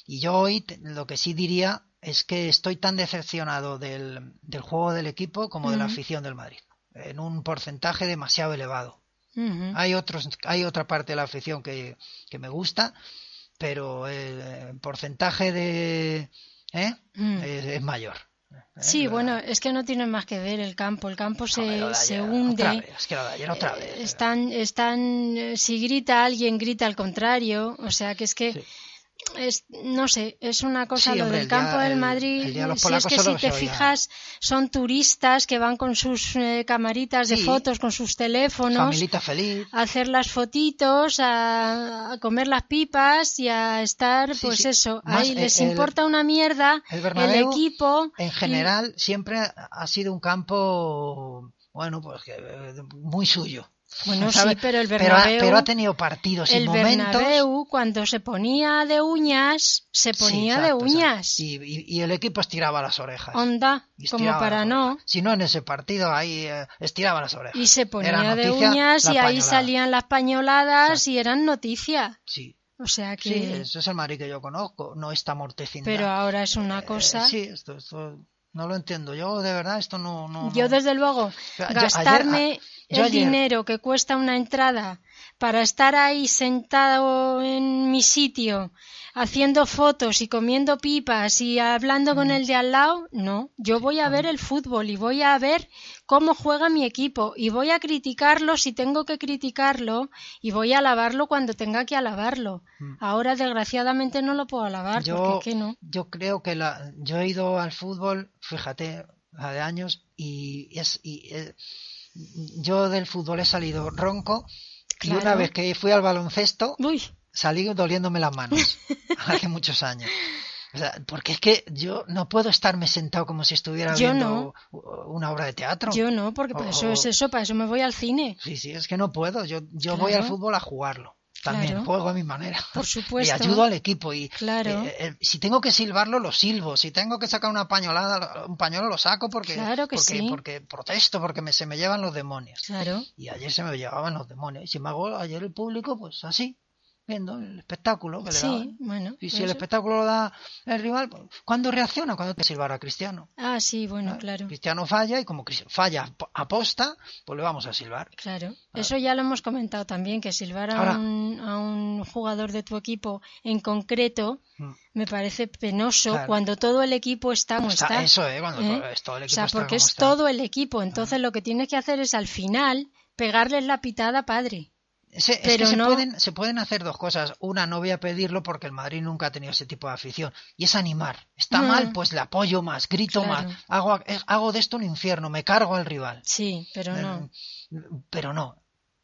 [SPEAKER 1] Y yo hoy te- lo que sí diría es que estoy tan decepcionado del, del juego del equipo como de la
[SPEAKER 2] Ujú.
[SPEAKER 1] afición del Madrid, en un porcentaje demasiado elevado.
[SPEAKER 2] Ujú.
[SPEAKER 1] Hay otros, hay otra parte de la afición que, que me gusta, pero el eh, porcentaje de ¿eh?
[SPEAKER 2] Mm.
[SPEAKER 1] es, es mayor. ¿eh?
[SPEAKER 2] Sí,
[SPEAKER 1] Lo-
[SPEAKER 2] bueno, es que no tiene más que ver el campo. El campo
[SPEAKER 1] joder, lo de
[SPEAKER 2] se,
[SPEAKER 1] ayer,
[SPEAKER 2] se
[SPEAKER 1] otra
[SPEAKER 2] hunde.
[SPEAKER 1] vez, es que lo de ayer otra
[SPEAKER 2] Eh,
[SPEAKER 1] vez.
[SPEAKER 2] Están, están, eh, si grita alguien, grita al contrario. O sea que es que,
[SPEAKER 1] Sí.
[SPEAKER 2] es, no sé, es una cosa
[SPEAKER 1] Sí,
[SPEAKER 2] lo
[SPEAKER 1] hombre,
[SPEAKER 2] del
[SPEAKER 1] el día-
[SPEAKER 2] campo del
[SPEAKER 1] el-
[SPEAKER 2] Madrid.
[SPEAKER 1] el día de los
[SPEAKER 2] si es
[SPEAKER 1] polacos
[SPEAKER 2] que
[SPEAKER 1] solo
[SPEAKER 2] si
[SPEAKER 1] se
[SPEAKER 2] te
[SPEAKER 1] oía.
[SPEAKER 2] fijas, son turistas que van con sus eh, camaritas de
[SPEAKER 1] Sí.
[SPEAKER 2] fotos, con sus teléfonos,
[SPEAKER 1] Familita feliz.
[SPEAKER 2] a hacer las fotitos, a, a comer las pipas y a estar,
[SPEAKER 1] Sí,
[SPEAKER 2] pues
[SPEAKER 1] sí.
[SPEAKER 2] eso,
[SPEAKER 1] Más
[SPEAKER 2] ahí
[SPEAKER 1] el-
[SPEAKER 2] les
[SPEAKER 1] el-
[SPEAKER 2] importa una mierda
[SPEAKER 1] el
[SPEAKER 2] el,
[SPEAKER 1] Bernabéu,
[SPEAKER 2] equipo. y-
[SPEAKER 1] En general, siempre ha sido un campo, bueno, pues que, eh, muy suyo.
[SPEAKER 2] bueno, sí,
[SPEAKER 1] ¿sabes?
[SPEAKER 2] pero el
[SPEAKER 1] ha,
[SPEAKER 2] Bernabéu...
[SPEAKER 1] pero ha tenido partidos y
[SPEAKER 2] el
[SPEAKER 1] momentos.
[SPEAKER 2] Bernabéu cuando se ponía de uñas se
[SPEAKER 1] Sí,
[SPEAKER 2] ponía de
[SPEAKER 1] exacto, exacto.
[SPEAKER 2] uñas
[SPEAKER 1] Y, y- y el equipo estiraba las orejas.
[SPEAKER 2] onda
[SPEAKER 1] Y
[SPEAKER 2] como
[SPEAKER 1] estiraba
[SPEAKER 2] para
[SPEAKER 1] las
[SPEAKER 2] no
[SPEAKER 1] orejas. Si no en ese partido, ahí eh, estiraba las orejas.
[SPEAKER 2] y se
[SPEAKER 1] Era
[SPEAKER 2] ponía de
[SPEAKER 1] noticia
[SPEAKER 2] uñas
[SPEAKER 1] la
[SPEAKER 2] y ahí
[SPEAKER 1] pañolada.
[SPEAKER 2] salían las pañoladas
[SPEAKER 1] Exacto.
[SPEAKER 2] y eran noticia
[SPEAKER 1] Sí,
[SPEAKER 2] o sea que
[SPEAKER 1] sí, eso es el Madrid que yo conozco, no esta mortecina.
[SPEAKER 2] pero ahora es una cosa
[SPEAKER 1] Eh, sí, esto, esto no lo entiendo. Yo, de verdad, esto no. no
[SPEAKER 2] yo
[SPEAKER 1] no.
[SPEAKER 2] desde luego
[SPEAKER 1] Yo ayer-
[SPEAKER 2] gastarme
[SPEAKER 1] a- yo
[SPEAKER 2] el
[SPEAKER 1] ayer-
[SPEAKER 2] dinero que cuesta una entrada para estar ahí sentado en mi sitio haciendo fotos y comiendo pipas y hablando
[SPEAKER 1] Mm.
[SPEAKER 2] con el de al lado, no, yo voy a ver el fútbol y voy a ver cómo juega mi equipo y voy a criticarlo si tengo que criticarlo y voy a alabarlo cuando tenga que alabarlo.
[SPEAKER 1] Mm.
[SPEAKER 2] Ahora desgraciadamente no lo puedo alabar porque
[SPEAKER 1] Yo,
[SPEAKER 2] es que no.
[SPEAKER 1] yo creo que la, yo he ido al fútbol, fíjate, hace años, y es y eh, yo del fútbol he salido ronco. Y una
[SPEAKER 2] Claro.
[SPEAKER 1] vez que fui al baloncesto,
[SPEAKER 2] Uy,
[SPEAKER 1] salí doliéndome las manos hace muchos años. O sea, porque es que yo no puedo estarme sentado como si estuviera
[SPEAKER 2] Yo
[SPEAKER 1] viendo u- una obra de teatro.
[SPEAKER 2] yo no, porque para eso
[SPEAKER 1] O-
[SPEAKER 2] es eso, para eso me voy al cine.
[SPEAKER 1] Sí, sí, es que no puedo. Yo, yo voy al
[SPEAKER 2] Claro.
[SPEAKER 1] fútbol a jugarlo. También
[SPEAKER 2] Claro.
[SPEAKER 1] juego a mi manera.
[SPEAKER 2] Por
[SPEAKER 1] Y
[SPEAKER 2] supuesto.
[SPEAKER 1] Eh, ayudo al equipo. Y
[SPEAKER 2] Claro.
[SPEAKER 1] eh, eh, si tengo que silbarlo, lo silbo. Si tengo que sacar una pañolada, un pañuelo lo saco porque,
[SPEAKER 2] Claro que
[SPEAKER 1] porque,
[SPEAKER 2] sí.
[SPEAKER 1] porque protesto, porque me, se me llevan los demonios.
[SPEAKER 2] Claro.
[SPEAKER 1] Y ayer se me llevaban los demonios. Y si me hago ayer el público, pues así, viendo el espectáculo que le
[SPEAKER 2] Sí,
[SPEAKER 1] daban.
[SPEAKER 2] bueno.
[SPEAKER 1] Y si
[SPEAKER 2] pues-
[SPEAKER 1] el espectáculo lo da el rival, pues, ¿cuándo reacciona? Cuando te silbará Cristiano.
[SPEAKER 2] Ah, sí, bueno,
[SPEAKER 1] ¿no?
[SPEAKER 2] claro.
[SPEAKER 1] Cristiano falla y como Cris- falla aposta, pues le vamos a silbar.
[SPEAKER 2] Claro, eso ya lo hemos comentado también, que silbar a
[SPEAKER 1] Ahora-
[SPEAKER 2] un, a un jugador de tu equipo en concreto
[SPEAKER 1] Mm.
[SPEAKER 2] me parece penoso
[SPEAKER 1] Claro.
[SPEAKER 2] cuando todo el equipo está como
[SPEAKER 1] O sea,
[SPEAKER 2] está.
[SPEAKER 1] Eso, ¿eh? Cuando
[SPEAKER 2] ¿eh?
[SPEAKER 1] es todo el
[SPEAKER 2] O
[SPEAKER 1] equipo
[SPEAKER 2] sea,
[SPEAKER 1] está como
[SPEAKER 2] porque es
[SPEAKER 1] está. Ah.
[SPEAKER 2] todo el equipo, entonces lo que tienes que hacer es al final pegarles la pitada padre.
[SPEAKER 1] Ese- es
[SPEAKER 2] pero
[SPEAKER 1] que se,
[SPEAKER 2] no-
[SPEAKER 1] pueden, se pueden hacer dos cosas. Una, no voy a pedirlo porque el Madrid nunca ha tenido ese tipo de afición. Y es animar. Está
[SPEAKER 2] Mm.
[SPEAKER 1] mal, pues le apoyo más, grito
[SPEAKER 2] Claro.
[SPEAKER 1] más. Hago, eh, hago de esto un infierno, me cargo al rival.
[SPEAKER 2] Sí, pero no.
[SPEAKER 1] Eh, Pero no.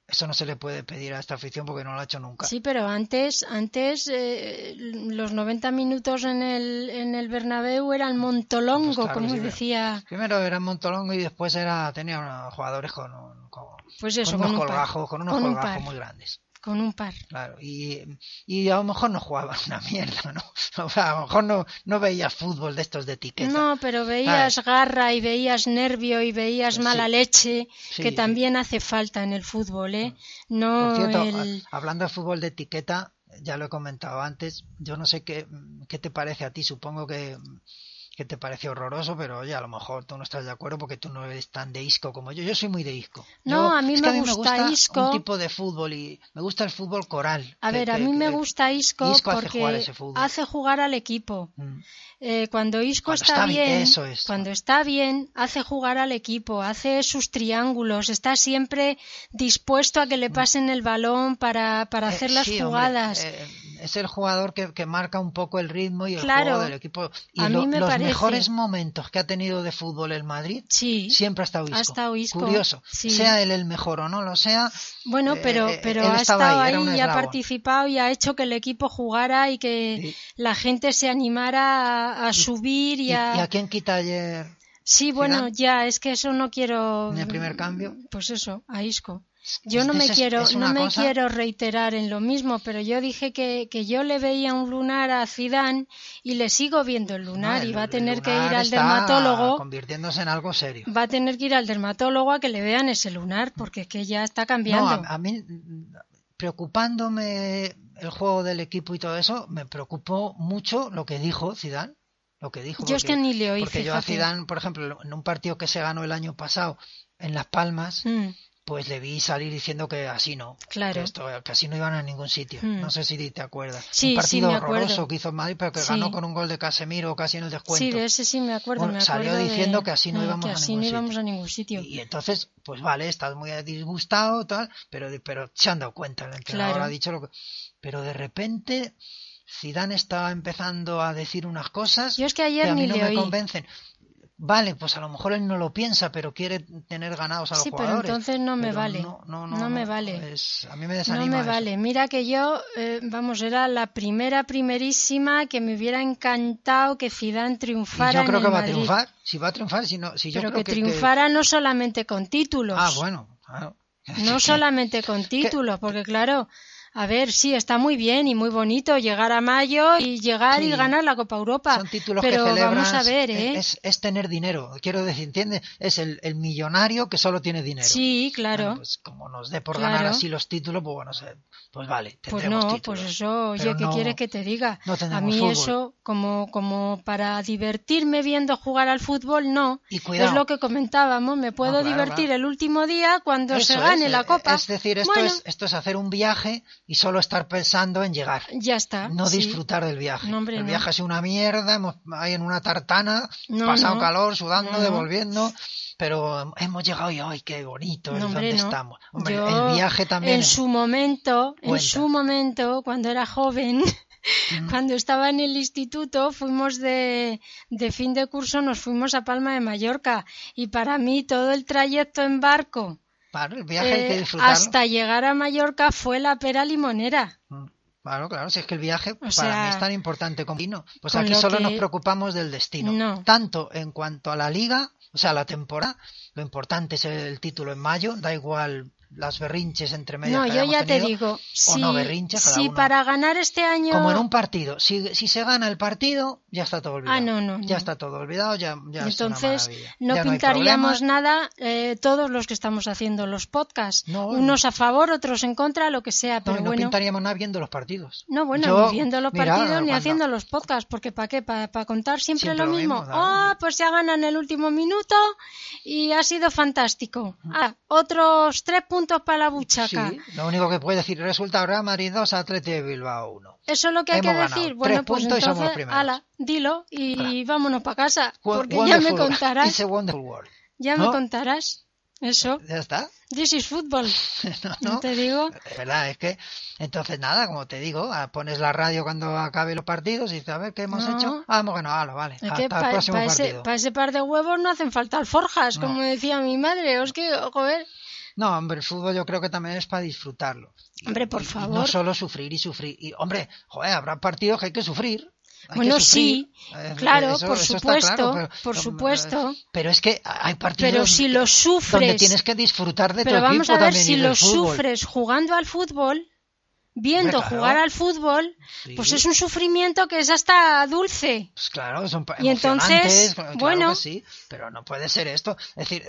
[SPEAKER 1] Eso no se le puede pedir a esta afición porque no lo ha hecho nunca.
[SPEAKER 2] Sí, pero antes, antes eh, los 90 minutos en el, en el Bernabéu eran montolongo,
[SPEAKER 1] Pues claro,
[SPEAKER 2] como
[SPEAKER 1] sí, pero-
[SPEAKER 2] decía,
[SPEAKER 1] Primero era Montolongo y después era tenía unos jugadores con, un- con-
[SPEAKER 2] pues eso,
[SPEAKER 1] con unos
[SPEAKER 2] con un par,
[SPEAKER 1] colgajos, con unos
[SPEAKER 2] con un
[SPEAKER 1] colgajos
[SPEAKER 2] par.
[SPEAKER 1] muy grandes.
[SPEAKER 2] con un par.
[SPEAKER 1] Claro, y, y a lo mejor no jugaban una mierda, ¿no? O sea, a lo mejor no, no veía fútbol de estos de etiqueta.
[SPEAKER 2] No, pero veías
[SPEAKER 1] ¿Sabes?
[SPEAKER 2] garra y veías nervio y
[SPEAKER 1] Pues
[SPEAKER 2] veías
[SPEAKER 1] Sí.
[SPEAKER 2] mala leche,
[SPEAKER 1] Sí,
[SPEAKER 2] que
[SPEAKER 1] sí.
[SPEAKER 2] también hace falta en el fútbol, ¿eh?
[SPEAKER 1] Por
[SPEAKER 2] No
[SPEAKER 1] cierto, ah,
[SPEAKER 2] el...
[SPEAKER 1] a- hablando de fútbol de etiqueta, ya lo he comentado antes, yo no sé qué, qué te parece a ti, supongo que, que te parece horroroso, pero oye, a lo mejor tú no estás de acuerdo porque tú no eres tan de isco como yo. Yo soy muy de isco.
[SPEAKER 2] No,
[SPEAKER 1] Yo-
[SPEAKER 2] a mí
[SPEAKER 1] es que
[SPEAKER 2] me
[SPEAKER 1] a mí
[SPEAKER 2] gusta
[SPEAKER 1] me gusta
[SPEAKER 2] isco.
[SPEAKER 1] un tipo de fútbol y me gusta el fútbol coral.
[SPEAKER 2] A
[SPEAKER 1] que-
[SPEAKER 2] ver, a
[SPEAKER 1] que-
[SPEAKER 2] mí
[SPEAKER 1] que-
[SPEAKER 2] me gusta Isco,
[SPEAKER 1] eh, Isco hace
[SPEAKER 2] porque
[SPEAKER 1] jugar ese fútbol.
[SPEAKER 2] hace jugar al equipo.
[SPEAKER 1] Mm.
[SPEAKER 2] Eh, cuando Isco
[SPEAKER 1] Cuando
[SPEAKER 2] está,
[SPEAKER 1] está bien,
[SPEAKER 2] bien,
[SPEAKER 1] eso es.
[SPEAKER 2] cuando está bien, hace jugar al equipo, hace sus triángulos, está siempre dispuesto a que le pasen el balón para, para
[SPEAKER 1] Mm. Eh,
[SPEAKER 2] hacer las
[SPEAKER 1] sí, hombre,
[SPEAKER 2] jugadas.
[SPEAKER 1] eh, es el jugador que, que marca un poco el ritmo y el
[SPEAKER 2] Claro.
[SPEAKER 1] juego del equipo. Y
[SPEAKER 2] A
[SPEAKER 1] lo-
[SPEAKER 2] mí me
[SPEAKER 1] los
[SPEAKER 2] parece.
[SPEAKER 1] mejores momentos que ha tenido de fútbol el Madrid
[SPEAKER 2] sí.
[SPEAKER 1] siempre ha estado Isco.
[SPEAKER 2] Ha estado Isco,
[SPEAKER 1] Curioso.
[SPEAKER 2] sí.
[SPEAKER 1] Sea él el mejor o no lo sea.
[SPEAKER 2] Bueno,
[SPEAKER 1] eh,
[SPEAKER 2] pero,
[SPEAKER 1] eh,
[SPEAKER 2] pero
[SPEAKER 1] él
[SPEAKER 2] ha
[SPEAKER 1] estaba
[SPEAKER 2] estado
[SPEAKER 1] ahí,
[SPEAKER 2] ahí,
[SPEAKER 1] era un
[SPEAKER 2] y ha
[SPEAKER 1] eslabón.
[SPEAKER 2] participado y ha hecho que el equipo jugara y que
[SPEAKER 1] Sí.
[SPEAKER 2] la gente se animara a, a subir y,
[SPEAKER 1] ¿Y,
[SPEAKER 2] a...
[SPEAKER 1] y a quién quita ayer
[SPEAKER 2] Sí, bueno,
[SPEAKER 1] Zidane?
[SPEAKER 2] ya, es que eso no quiero...
[SPEAKER 1] en el primer cambio?
[SPEAKER 2] Pues eso, a Isco.
[SPEAKER 1] Es
[SPEAKER 2] Yo no
[SPEAKER 1] que
[SPEAKER 2] me
[SPEAKER 1] esa es-
[SPEAKER 2] quiero,
[SPEAKER 1] es
[SPEAKER 2] no
[SPEAKER 1] una
[SPEAKER 2] me
[SPEAKER 1] cosa-
[SPEAKER 2] quiero reiterar en lo mismo, pero yo dije que, que yo le veía un lunar a Zidane y le sigo viendo el
[SPEAKER 1] no,
[SPEAKER 2] lunar y
[SPEAKER 1] el-
[SPEAKER 2] va a
[SPEAKER 1] el
[SPEAKER 2] tener que
[SPEAKER 1] lunar
[SPEAKER 2] ir al
[SPEAKER 1] está
[SPEAKER 2] dermatólogo,
[SPEAKER 1] Convirtiéndose en algo serio.
[SPEAKER 2] va a tener que ir al dermatólogo a que le vean ese lunar porque es que ya está cambiando.
[SPEAKER 1] No, a, a mí, mm, preocupándome el juego del equipo y todo eso, me preocupó mucho lo que dijo Zidane. Lo que dijo.
[SPEAKER 2] Yo es
[SPEAKER 1] porque-
[SPEAKER 2] que ni le oí,
[SPEAKER 1] Porque yo a
[SPEAKER 2] fíjate.
[SPEAKER 1] Zidane, por ejemplo, en un partido que se ganó el año pasado en Las Palmas,
[SPEAKER 2] Mm,
[SPEAKER 1] pues le vi salir diciendo que así no.
[SPEAKER 2] Claro.
[SPEAKER 1] Que, esto, que así no iban a ningún sitio.
[SPEAKER 2] Mm.
[SPEAKER 1] No sé si te acuerdas.
[SPEAKER 2] Sí, sí,
[SPEAKER 1] un partido
[SPEAKER 2] me acuerdo.
[SPEAKER 1] horroroso que hizo el Madrid, pero que
[SPEAKER 2] Sí.
[SPEAKER 1] ganó con un gol de Casemiro casi en el descuento.
[SPEAKER 2] Sí, de ese sí me acuerdo.
[SPEAKER 1] Bueno,
[SPEAKER 2] me
[SPEAKER 1] salió
[SPEAKER 2] acuerdo de-
[SPEAKER 1] diciendo que así no
[SPEAKER 2] mm,
[SPEAKER 1] íbamos
[SPEAKER 2] que
[SPEAKER 1] a
[SPEAKER 2] así
[SPEAKER 1] ningún
[SPEAKER 2] no íbamos
[SPEAKER 1] sitio.
[SPEAKER 2] a ningún sitio.
[SPEAKER 1] Y entonces, pues vale, estás muy disgustado, tal, pero, pero se han dado cuenta, el entrenador
[SPEAKER 2] Claro.
[SPEAKER 1] ha dicho lo que... Pero de repente Zidane está empezando a decir unas cosas
[SPEAKER 2] Yo es que
[SPEAKER 1] que
[SPEAKER 2] ayer
[SPEAKER 1] a mí
[SPEAKER 2] ni
[SPEAKER 1] no
[SPEAKER 2] le
[SPEAKER 1] me
[SPEAKER 2] oí.
[SPEAKER 1] convencen. Vale, pues a lo mejor él no lo piensa, pero quiere tener ganados a los
[SPEAKER 2] Sí, pero
[SPEAKER 1] jugadores.
[SPEAKER 2] entonces no me
[SPEAKER 1] Pero
[SPEAKER 2] vale.
[SPEAKER 1] No, no, no,
[SPEAKER 2] No me
[SPEAKER 1] no, eh,
[SPEAKER 2] vale.
[SPEAKER 1] es- a mí me
[SPEAKER 2] No
[SPEAKER 1] desanima.
[SPEAKER 2] me
[SPEAKER 1] eso.
[SPEAKER 2] vale. Mira que yo, eh, vamos, era la primera, primerísima que me hubiera encantado que Zidane
[SPEAKER 1] Y
[SPEAKER 2] triunfara
[SPEAKER 1] yo creo
[SPEAKER 2] en
[SPEAKER 1] que
[SPEAKER 2] el
[SPEAKER 1] va a
[SPEAKER 2] Madrid.
[SPEAKER 1] triunfar. Si va a triunfar, si no, si yo
[SPEAKER 2] pero
[SPEAKER 1] creo
[SPEAKER 2] que,
[SPEAKER 1] que, que-
[SPEAKER 2] triunfara no solamente con títulos.
[SPEAKER 1] Ah, bueno. claro.
[SPEAKER 2] No solamente con títulos, porque claro, a ver, sí, está muy bien y muy bonito llegar a mayo y llegar y
[SPEAKER 1] Sí.
[SPEAKER 2] ganar la Copa Europa.
[SPEAKER 1] Son títulos
[SPEAKER 2] pero
[SPEAKER 1] que celebras. e-
[SPEAKER 2] vamos a ver, ¿eh?
[SPEAKER 1] Es, es tener dinero. Quiero decir, ¿entiendes? Es el, el millonario que solo tiene dinero.
[SPEAKER 2] Sí, claro.
[SPEAKER 1] Bueno, pues como nos dé por
[SPEAKER 2] Claro.
[SPEAKER 1] ganar así los títulos, pues bueno, se- pues vale,
[SPEAKER 2] Pues
[SPEAKER 1] tendremos
[SPEAKER 2] no,
[SPEAKER 1] títulos.
[SPEAKER 2] pues eso, oye,
[SPEAKER 1] Pero
[SPEAKER 2] ¿qué
[SPEAKER 1] no-
[SPEAKER 2] quieres que te diga?
[SPEAKER 1] no
[SPEAKER 2] a
[SPEAKER 1] tendremos
[SPEAKER 2] mí
[SPEAKER 1] fútbol.
[SPEAKER 2] eso, como, como para divertirme viendo jugar al fútbol, no.
[SPEAKER 1] Y cuidado.
[SPEAKER 2] Es lo que comentábamos, me puedo
[SPEAKER 1] No, claro,
[SPEAKER 2] divertir
[SPEAKER 1] claro.
[SPEAKER 2] el último día cuando
[SPEAKER 1] Eso
[SPEAKER 2] se gane
[SPEAKER 1] es,
[SPEAKER 2] la
[SPEAKER 1] eh,
[SPEAKER 2] copa.
[SPEAKER 1] Es decir, esto,
[SPEAKER 2] Bueno,
[SPEAKER 1] es, esto es hacer un viaje y solo estar pensando en llegar.
[SPEAKER 2] ya está.
[SPEAKER 1] No
[SPEAKER 2] sí.
[SPEAKER 1] disfrutar del viaje.
[SPEAKER 2] No, hombre,
[SPEAKER 1] el
[SPEAKER 2] no.
[SPEAKER 1] viaje ha sido una mierda, hemos ahí en una tartana,
[SPEAKER 2] No,
[SPEAKER 1] pasado
[SPEAKER 2] no.
[SPEAKER 1] calor, sudando,
[SPEAKER 2] No, no.
[SPEAKER 1] devolviendo, pero hemos llegado y ¡ay, qué bonito! es
[SPEAKER 2] No, hombre,
[SPEAKER 1] donde
[SPEAKER 2] no.
[SPEAKER 1] estamos. Hombre,
[SPEAKER 2] Yo,
[SPEAKER 1] el viaje también
[SPEAKER 2] En
[SPEAKER 1] es-
[SPEAKER 2] su momento, en
[SPEAKER 1] Cuenta. Mm.
[SPEAKER 2] su momento, cuando era joven, cuando estaba en el instituto, fuimos de, de fin de curso, nos fuimos a Palma de Mallorca. Y para mí todo el trayecto en barco.
[SPEAKER 1] Claro, el viaje hay que
[SPEAKER 2] Eh,
[SPEAKER 1] disfrutarlo.
[SPEAKER 2] hasta llegar a Mallorca fue la pera limonera.
[SPEAKER 1] Mm, Claro, claro, si es que el viaje para
[SPEAKER 2] sea,
[SPEAKER 1] mí es tan importante como el destino. Pues
[SPEAKER 2] con
[SPEAKER 1] aquí
[SPEAKER 2] lo
[SPEAKER 1] solo
[SPEAKER 2] que-
[SPEAKER 1] nos preocupamos del destino.
[SPEAKER 2] No.
[SPEAKER 1] Tanto en cuanto a la liga, o sea, la temporada, lo importante es el título en mayo, da igual las berrinches entre medias.
[SPEAKER 2] No,
[SPEAKER 1] que
[SPEAKER 2] yo
[SPEAKER 1] hayamos
[SPEAKER 2] ya te
[SPEAKER 1] tenido,
[SPEAKER 2] digo,
[SPEAKER 1] o
[SPEAKER 2] si,
[SPEAKER 1] no berrinches, cada
[SPEAKER 2] si
[SPEAKER 1] uno.
[SPEAKER 2] para ganar este año...
[SPEAKER 1] Como en un partido, si, si se gana el partido, ya está todo olvidado.
[SPEAKER 2] Ah, no, no,
[SPEAKER 1] Ya
[SPEAKER 2] no.
[SPEAKER 1] está todo olvidado, ya, ya es una
[SPEAKER 2] Entonces,
[SPEAKER 1] maravilla.
[SPEAKER 2] no
[SPEAKER 1] Ya hay
[SPEAKER 2] pintaríamos
[SPEAKER 1] problemas.
[SPEAKER 2] nada eh, todos los que estamos haciendo los podcasts.
[SPEAKER 1] No,
[SPEAKER 2] Unos a favor, otros en contra, lo que sea,
[SPEAKER 1] No,
[SPEAKER 2] pero
[SPEAKER 1] no
[SPEAKER 2] bueno.
[SPEAKER 1] pintaríamos nada viendo los partidos.
[SPEAKER 2] No, bueno,
[SPEAKER 1] Yo,
[SPEAKER 2] ni viendo los
[SPEAKER 1] mira,
[SPEAKER 2] partidos ni
[SPEAKER 1] cuando-
[SPEAKER 2] haciendo los podcasts, porque ¿para qué? ¿Para contar siempre,
[SPEAKER 1] Siempre
[SPEAKER 2] lo
[SPEAKER 1] lo
[SPEAKER 2] mismo?
[SPEAKER 1] mismo,
[SPEAKER 2] Ah,
[SPEAKER 1] claro.
[SPEAKER 2] pues ya ganan el último minuto y ha sido fantástico. Ah, otros tres puntos para la buchaca.
[SPEAKER 1] Mm. Sí, lo único que puede decir resulta ahora Madrid 2, Atleti de Bilbao 1.
[SPEAKER 2] Eso es lo que hay
[SPEAKER 1] Hemos
[SPEAKER 2] que
[SPEAKER 1] ganado.
[SPEAKER 2] decir.
[SPEAKER 1] Tres
[SPEAKER 2] Bueno, pues
[SPEAKER 1] puntos y somos
[SPEAKER 2] entonces,
[SPEAKER 1] primeros.
[SPEAKER 2] ala, dilo y vámonos para casa,
[SPEAKER 1] Wo-
[SPEAKER 2] porque ya me
[SPEAKER 1] wonderful-
[SPEAKER 2] contarás,
[SPEAKER 1] It's a wonderful world.
[SPEAKER 2] ya me
[SPEAKER 1] ¿no?
[SPEAKER 2] contarás. Eso,
[SPEAKER 1] Ya está.
[SPEAKER 2] this is football,
[SPEAKER 1] No,
[SPEAKER 2] ¿no
[SPEAKER 1] no.
[SPEAKER 2] te digo?
[SPEAKER 1] Es verdad, es que entonces nada, como te digo, ah, pones la radio cuando acabe los partidos y dices, a ver qué hemos
[SPEAKER 2] No.
[SPEAKER 1] hecho. Ah, hemos ganado, ala, vale.
[SPEAKER 2] Es que
[SPEAKER 1] Hasta el
[SPEAKER 2] para
[SPEAKER 1] próximo
[SPEAKER 2] ese,
[SPEAKER 1] partido.
[SPEAKER 2] pa' ese par de huevos no hacen falta alforjas,
[SPEAKER 1] No.
[SPEAKER 2] como decía mi madre, es que, joder,
[SPEAKER 1] No, hombre, el fútbol yo creo que también es para disfrutarlo.
[SPEAKER 2] hombre, por
[SPEAKER 1] Y- y
[SPEAKER 2] favor.
[SPEAKER 1] no solo sufrir y sufrir. Y, hombre, joder, habrá partidos que hay que sufrir. Hay que
[SPEAKER 2] Bueno,
[SPEAKER 1] sufrir.
[SPEAKER 2] sí,
[SPEAKER 1] Eh,
[SPEAKER 2] claro,
[SPEAKER 1] eso-
[SPEAKER 2] por
[SPEAKER 1] eso está
[SPEAKER 2] supuesto,
[SPEAKER 1] claro, pero- eh,
[SPEAKER 2] por supuesto.
[SPEAKER 1] Pero es que hay partidos
[SPEAKER 2] Pero si lo
[SPEAKER 1] donde
[SPEAKER 2] sufres,
[SPEAKER 1] tienes que disfrutar de
[SPEAKER 2] pero
[SPEAKER 1] tu
[SPEAKER 2] vamos
[SPEAKER 1] equipo
[SPEAKER 2] a ver
[SPEAKER 1] también
[SPEAKER 2] si
[SPEAKER 1] y del
[SPEAKER 2] lo
[SPEAKER 1] fútbol.
[SPEAKER 2] sufres jugando al fútbol, viendo
[SPEAKER 1] Hombre, claro.
[SPEAKER 2] jugar al fútbol, pues
[SPEAKER 1] Sí.
[SPEAKER 2] es un sufrimiento que es hasta dulce.
[SPEAKER 1] Pues claro, son pa-
[SPEAKER 2] Y entonces,
[SPEAKER 1] emocionantes, claro
[SPEAKER 2] bueno.
[SPEAKER 1] que sí, pero no puede ser esto. Es decir,